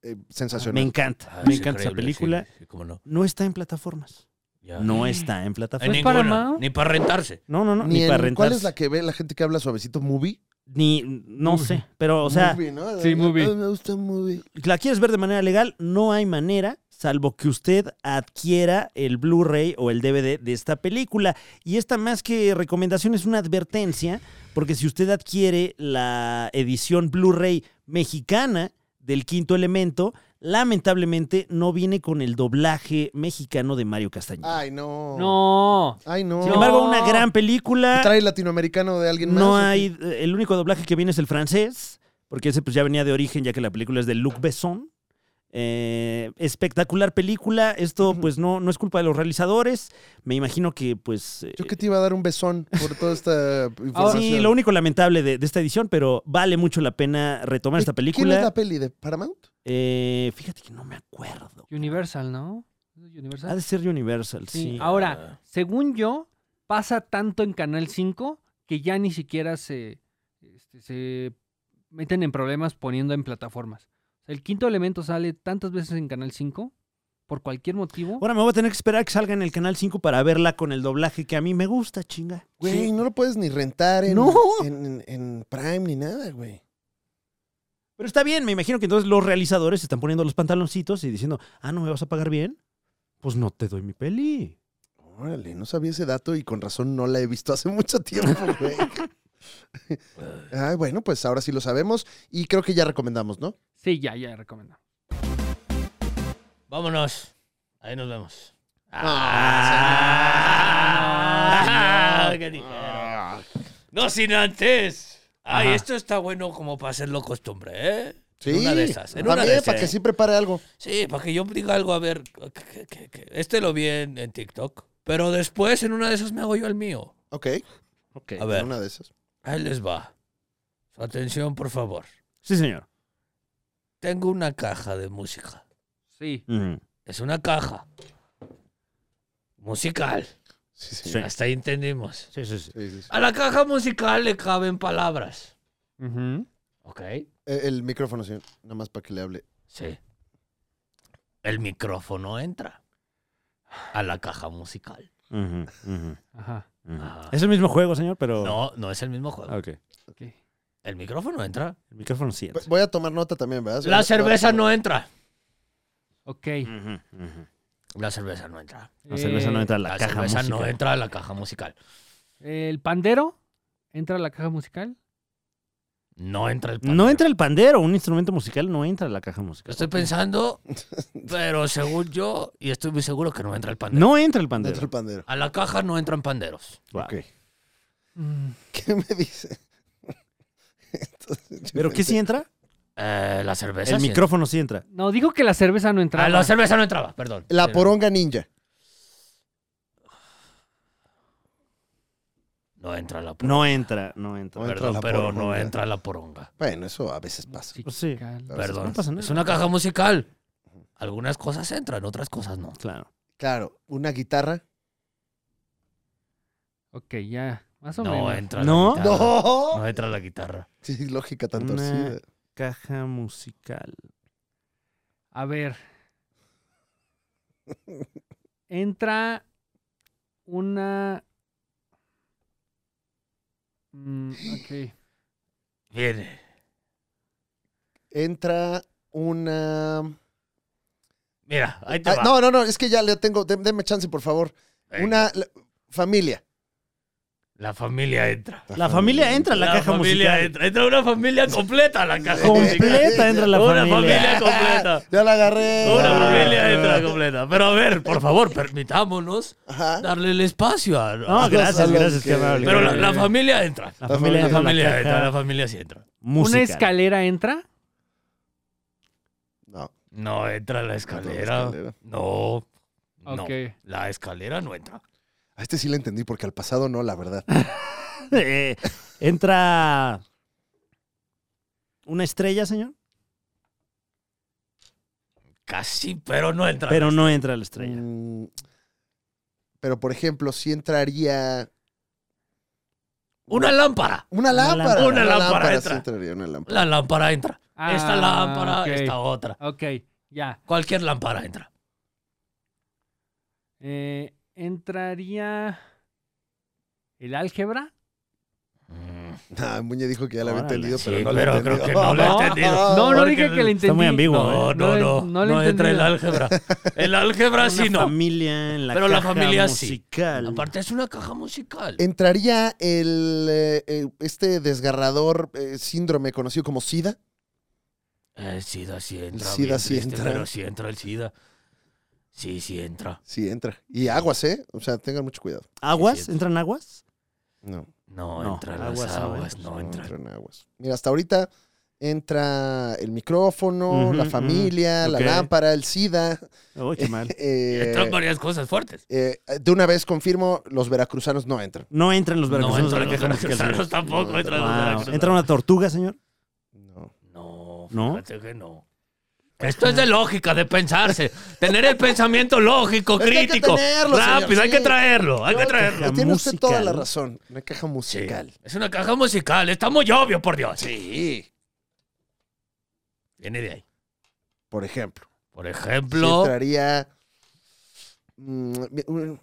eh,
Me
sensacional.
encanta,
Ah,
me
es
encanta esa
increíble,
película.
sí, sí, cómo no.
No está en plataformas.
Ya.
No está en
En
¿No
plataformas.
es para
ninguna,
Mao?
Ni para rentarse.
No, no, no,
Ni
ni, para
en- ¿Cuál
rentar.
es la que ve la gente que habla suavecito? ¿Movie?
Ni, no sé, pero, o sea,
Movie, ¿no?
sí,
Ay,
movie.
ay, Me gusta movie.
la quieres ver de manera legal, no hay manera, salvo que usted adquiera el Blu-ray o el DVD de esta película. Y esta más que recomendación es una advertencia, porque si usted adquiere la edición Blu-ray mexicana del quinto elemento, lamentablemente no viene con el doblaje mexicano de Mario Castañeda.
Ay, no.
No.
Ay, no.
Sin embargo, una gran película.
¿Trae latinoamericano de alguien más?
Ah. No
o qué?
hay. eh, El único doblaje que viene es el francés, porque ese pues ya venía de origen, ya que la película es de Luc Besson. Eh, espectacular película. Esto pues no, no es culpa de los realizadores. Me imagino que pues. eh,
Yo que te iba a dar un besón por toda esta información.
sí, lo único lamentable de, de esta edición, pero vale mucho la pena retomar esta
¿Quién es la
película.
peli de Paramount?
Eh, fíjate que no me acuerdo.
Universal, ¿no?
Ha
Universal.
de ser Universal,
Sí.
sí. ah.
Ahora, según yo, pasa tanto en Canal 5 que ya ni siquiera se, este, se meten en problemas poniendo en plataformas. El quinto elemento sale tantas veces en Canal 5 por cualquier motivo.
Ahora me voy a tener que esperar a que salga en el canal 5 para verla con el doblaje que a mí me gusta, chinga.
Güey, no lo puedes ni rentar en,
No.
en, en- en Prime ni nada, güey.
Pero está bien, me imagino que entonces los realizadores se están poniendo los pantaloncitos y diciendo, ah, no me vas a pagar bien, pues no te doy mi peli.
[laughs] Órale, no sabía ese dato y con razón no la he visto hace mucho tiempo, güey. Ay, bueno, pues ahora sí lo sabemos y creo que ya recomendamos, ¿no?
Sí, ya, ya recomiendo.
Vámonos. Ahí nos vemos.
Ah,
Ah, qué ligero. No sin antes. Ay,
Ajá.
esto está bueno como para hacerlo costumbre, ¿eh?
Sí.
En una de esas. En una
También,
de esas.
para que sí prepare algo.
Sí, para que yo diga algo, a ver, que- que- que- este lo vi en, en TikTok, pero después en una de esas me hago yo el mío.
Ok.
Ok, a ver.
una de esas.
Ahí les va. Su atención, por favor.
Sí, señor.
Tengo una caja de música.
Sí.
Ujú.
Es una caja. Musical.
Sí.
Hasta ahí entendimos.
Sí, sí, sí.
A la caja musical le caben palabras. Ok.
Eh, El micrófono, señor. Nada más para que le hable.
Sí. El micrófono entra a la caja musical.
Ujú, ujú.
Ajá.
Ujú.
Ajá.
Ah. Es el mismo juego, señor, pero.
No, no es el mismo juego.
Ah, ok.
El micrófono entra.
El micrófono sí. entra.
Voy a tomar nota también, ¿verdad?
La cerveza no entra.
Ok.
La cerveza no entra.
La cerveza
eh,
no entra a la caja
cerveza no
musical.
entra a la caja musical.
¿El pandero entra a la caja musical?
No entra el
No entra el pandero, un instrumento musical no entra a la caja musical. [laughs]
Estoy pensando, pero según yo, y estoy muy seguro que no entra el pandero.
No entra el pandero.
entra el pandero. [laughs]
A la caja no entran panderos.
Wow.
Mm,
¿Qué me dice? [laughs] Entonces, yo
¿Pero qué sí
pensé-
entra?
Eh, la cerveza.
El
sí
micrófono sí entra.
No, dijo que la cerveza no entraba.
Ah, la cerveza no entraba, perdón.
La
Sí,
poronga ninja.
No entra la poronga.
No entra, no entra.
No entra
Perdón,
la
pero no
poronga.
entra la poronga.
Bueno, eso a veces pasa.
Pues sí.
Perdón.
No pasa nada.
Es una caja musical. Algunas cosas entran, otras cosas no.
Claro.
Claro, una guitarra.
Ok, ya. Más o
No
menos.
entra
¿No?
la guitarra.
¡No!
Ah, No entra la guitarra.
Sí, lógica tan
Una
torcida.
caja musical.
A ver. Entra una. Mm, ok.
Viene.
Entra una.
Mira, ahí te
Ah,
va.
no, no, no, es que ya le tengo. dé- Deme chance, por favor.
Venga.
Una la- familia.
La familia entra.
La familia entra a la, caja
familia
musical.
entra. Entra una familia completa a la caja musical.
Completa entra la
Una
familia.
familia completa.
Ya la agarré.
Una
Ah.
familia entra completa. Pero a ver, por favor, permitámonos
Ajá.
darle el espacio a.
No,
a-
gracias,
a los
gracias, qué
que-
amable.
Pero la, la familia entra.
Eh, La
la familia
familia entra.
La
a
familia
la
entra, la
caja
familia sí entra.
¿Una
musical.
escalera entra?
No.
No entra la escalera.
escalera.
No. No.
Ok.
La escalera no entra.
A este sí le entendí, porque al pasado no, la verdad.
[laughs] Eh, entra una estrella, señor.
Casi, pero no entra.
Pero no entra la estrella.
Mm, Pero, por ejemplo, si entraría.
Una lámpara.
Una lámpara.
lámpara. Una lámpara
sí
entra.
entraría una lámpara.
La lámpara entra. esta
Ah,
lámpara,
ok.
esta otra.
Ok, ya.
Cualquier lámpara entra.
Eh, entraría. ¿El álgebra?
Mm,
Ah, Muñe dijo que ya la había
Órale.
entendido, pero
sí,
no la
pero
entendió.
creo que no lo he entendido.
No, no
Ah, Porque
dije que le entendí.
Está muy ambiguo.
No,
¿eh?
No
no,
le-
no.
no
No,
le
entra
entendí
el
nada.
álgebra. El álgebra sí
Una
no.
familia en la
Pero la
caja
familia sí.
musical.
Aparte es una caja musical.
¿Entraría el, eh, eh, este desgarrador eh, síndrome conocido como SIDA?
El Eh, SIDA sí entra.
SIDA
bien
sí
triste,
entra.
Pero sí entra el SIDA. Sí, sí entra.
Sí, entra. Y aguas, ¿eh? O sea, tengan mucho cuidado.
Sí,
¿Aguas?
sí.
¿Entran aguas?
No,
No,
No,
entra
aguas
las
no
aguas,
entra.
no entra.
entran aguas. Mira, hasta ahorita entra el micrófono,
Ujú,
la
ujú.
familia,
Ok.
la lámpara, el
[laughs]
SIDA.
Uy, [laughs] qué mal.
eh,
Entran varias cosas fuertes.
eh, de una vez confirmo, los veracruzanos no entran.
No entran los
No
veracruzanos a
entran
la
los
caja musical,
veracruzanos
señor.
tampoco. Entran los
Wow.
veracruzanos.
¿Entra una tortuga, señor?
No.
No,
¿No?
fíjate que no. Esto es de lógica, de pensarse. Tener el pensamiento
[laughs]
lógico,
Es que hay que
crítico,
tenerlo, señor,
rápido. Hay
sí.
que traerlo, hay
[laughs]
que traerlo.
La
Tiene usted toda la
musical.
razón. Una caja
Sí,
musical.
Es una caja musical, está muy obvio, por Dios.
Sí.
Viene de ahí.
Por ejemplo.
Por
Sí,
ejemplo,
entraría mm, mi- un-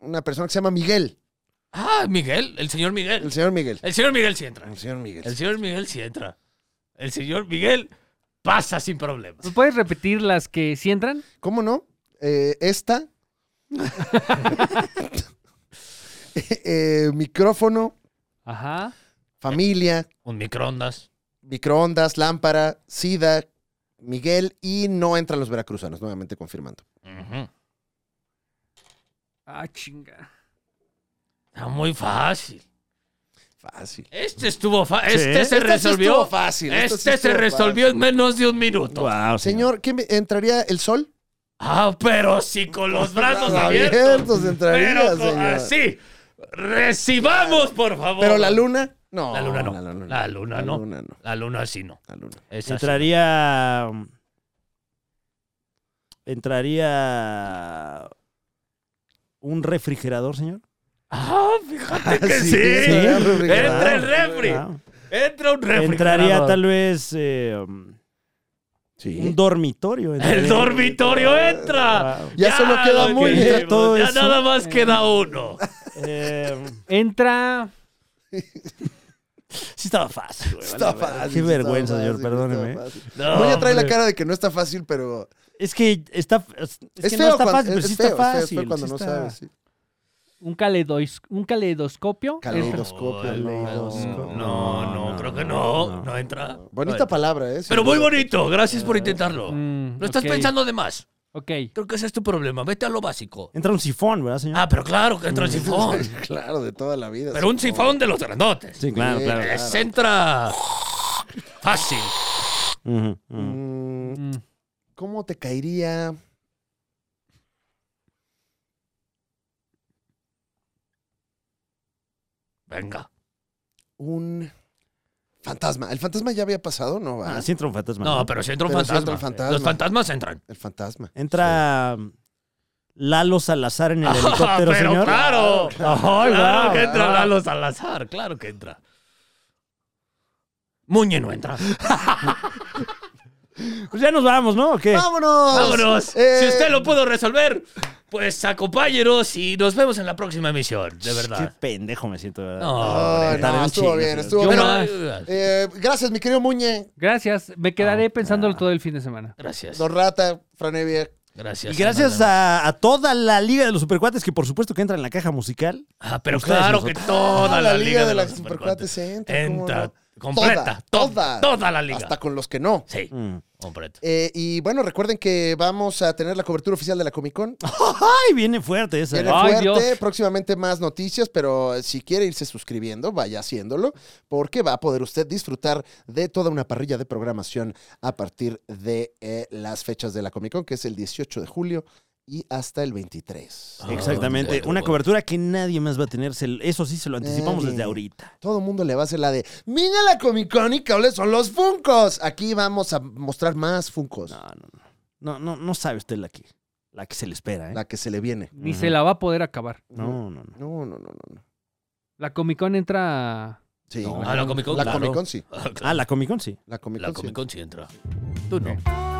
una persona que se llama Miguel,
ah, Miguel, el señor Miguel.
el Ah, señor Miguel.
El señor Miguel sí entra.
El señor Miguel.
El señor Miguel sí entra. El señor Miguel pasa sin problemas.
¿Me ¿Puedes repetir las que sí entran?
¿Cómo no? [laughs] Eh, esta. Eh, micrófono,
Ajá.
familia,
Un microondas.
microondas, lámpara, sida, Miguel y no entran los veracruzanos, nuevamente confirmando.
Ah, chinga.
Está muy fácil.
Fácil.
Este estuvo fácil.
Sí.
Este se
Este sí
resolvió.
estuvo fácil, este
Este,
sí estuvo
se resolvió
fácil.
en menos de un minuto.
Señor, ¿quién entraría el sol?
Ah, pero sí con los brazos abiertos.
entraría,
Pero co-
señor.
así. Recibamos, por favor.
Pero la luna, no.
La luna Oh, no.
La luna,
La luna
La
no.
luna no.
La luna sí no.
La luna.
Esa sí.
Entraría. Entraría. ¿Un refrigerador, señor?
Ah, fíjate que
sí,
sí.
entraría un refrigerador.
Entra el refri.
Ah.
Entra un refri.
Entraría tal vez. eh, um, Un dormitorio. [laughs]
El dormitorio entra.
Ya solo queda
lo [laughs]
muy-
dijimos,
Entra todo
Ya
eso.
nada más queda uno.
Eh,
Entra.
Sí estaba fácil, güey.
Está
vale, vale.
fácil,
Qué
está
vergüenza,
fácil,
señor,
está
perdóneme. ¿eh?
fácil. No, ya trae la cara de que no está fácil, pero.
Es que está. Es, es
Es
que
feo
no está
cuando-
fácil, pero
es
sí
feo,
está
es feo, es feo
fácil.
cuando
sí
no
está-
sabes, sí.
Un, caledois- un caleidoscopio.
Caleidoscopio.
No, no, creo que no. No entra.
Bonita
No entra.
palabra, ¿eh?
Pero muy
bonita.
bonito. Gracias por intentarlo.
Mm,
No estás
ok.
pensando de más.
Ok.
Creo que ese es tu problema. Vete a lo básico.
Entra un sifón, ¿verdad, señor?
Ah, pero claro que entra el sifón.
[laughs] Claro, de toda la vida.
Pero un sifón de los grandotes.
Sí, claro,
Sí,
claro.
Les entra fácil.
Ujú, ujú.
Mm,
Mm.
¿Cómo te caería?
Venga.
un fantasma. ¿El fantasma ya había pasado? No, va.
Ah, sí entra un fantasma.
No, pero si entra un
Pero sí
fantasma.
entra el fantasma.
Los fantasmas entran.
El fantasma.
Entra um, Lalo Salazar en el helicóptero,
Ah, pero
señor.
claro.
Ay,
claro
guau,
que entra
guau.
Lalo Salazar. Claro que entra. Muñe no entra.
Pues ya nos vamos, ¿no? ¿O qué?
¡Vámonos!
Eh. Vámonos.
Eh,
Si usted lo pudo resolver, pues acompáñenos y nos vemos en la próxima emisión. De
Qué
verdad.
pendejo me siento, de ¿verdad?
No,
ay,
hombre.
no,
Tarde,
estuvo
chingas,
bien,
señor.
estuvo
Yo
bien.
no-
Eh, gracias, mi querido Muñe,
Gracias. Me quedaré pensándolo todo el fin de semana.
Gracias.
Don Rata, Franevia.
Gracias.
Y gracias
hermano.
a, a toda la Liga de los Supercuates, que por supuesto que entra en la caja musical.
Ah, pero
Ustedes
claro que
nosotros.
toda
Ah,
la, liga de,
la
los supercuates
entra. ¿cómo
entra
no?
completa, to- toda, la liga.
Hasta con los que no.
Sí,
Mm.
completa.
Eh, y bueno, recuerden que vamos a tener la cobertura oficial de la Comic Con.
Ay, viene fuerte esa.
Viene
¿eh?
Ay,
fuerte,
Dios.
próximamente más noticias, pero si quiere irse suscribiendo, vaya haciéndolo, porque va a poder usted disfrutar de toda una parrilla de programación a partir de eh, las fechas de la Comic Con, que es el 18 de julio y hasta el 23.
Ah. Exactamente.
bueno,
Una
bueno.
cobertura que nadie más va a tener. Se- Eso sí, se lo anticipamos
Nadie.
desde ahorita.
Todo el mundo le va a hacer la de, mira la Comic Con y cables son los Funcos. Aquí vamos a mostrar más Funcos,
No, no, no. No, no, no sabe usted la que, la que se le espera, ¿eh?
la que se le viene.
Ni
Ujú.
se la va a poder acabar.
No, no, no.
No, no, no, no. no.
La Comic Con entra.
Sí.
No, a la Comic Con,
La
claro.
Comic Con sí.
Ah,
Ah, la Comic Con sí.
La Comic
la
Con sí.
Comic Con sí entra. Tú no.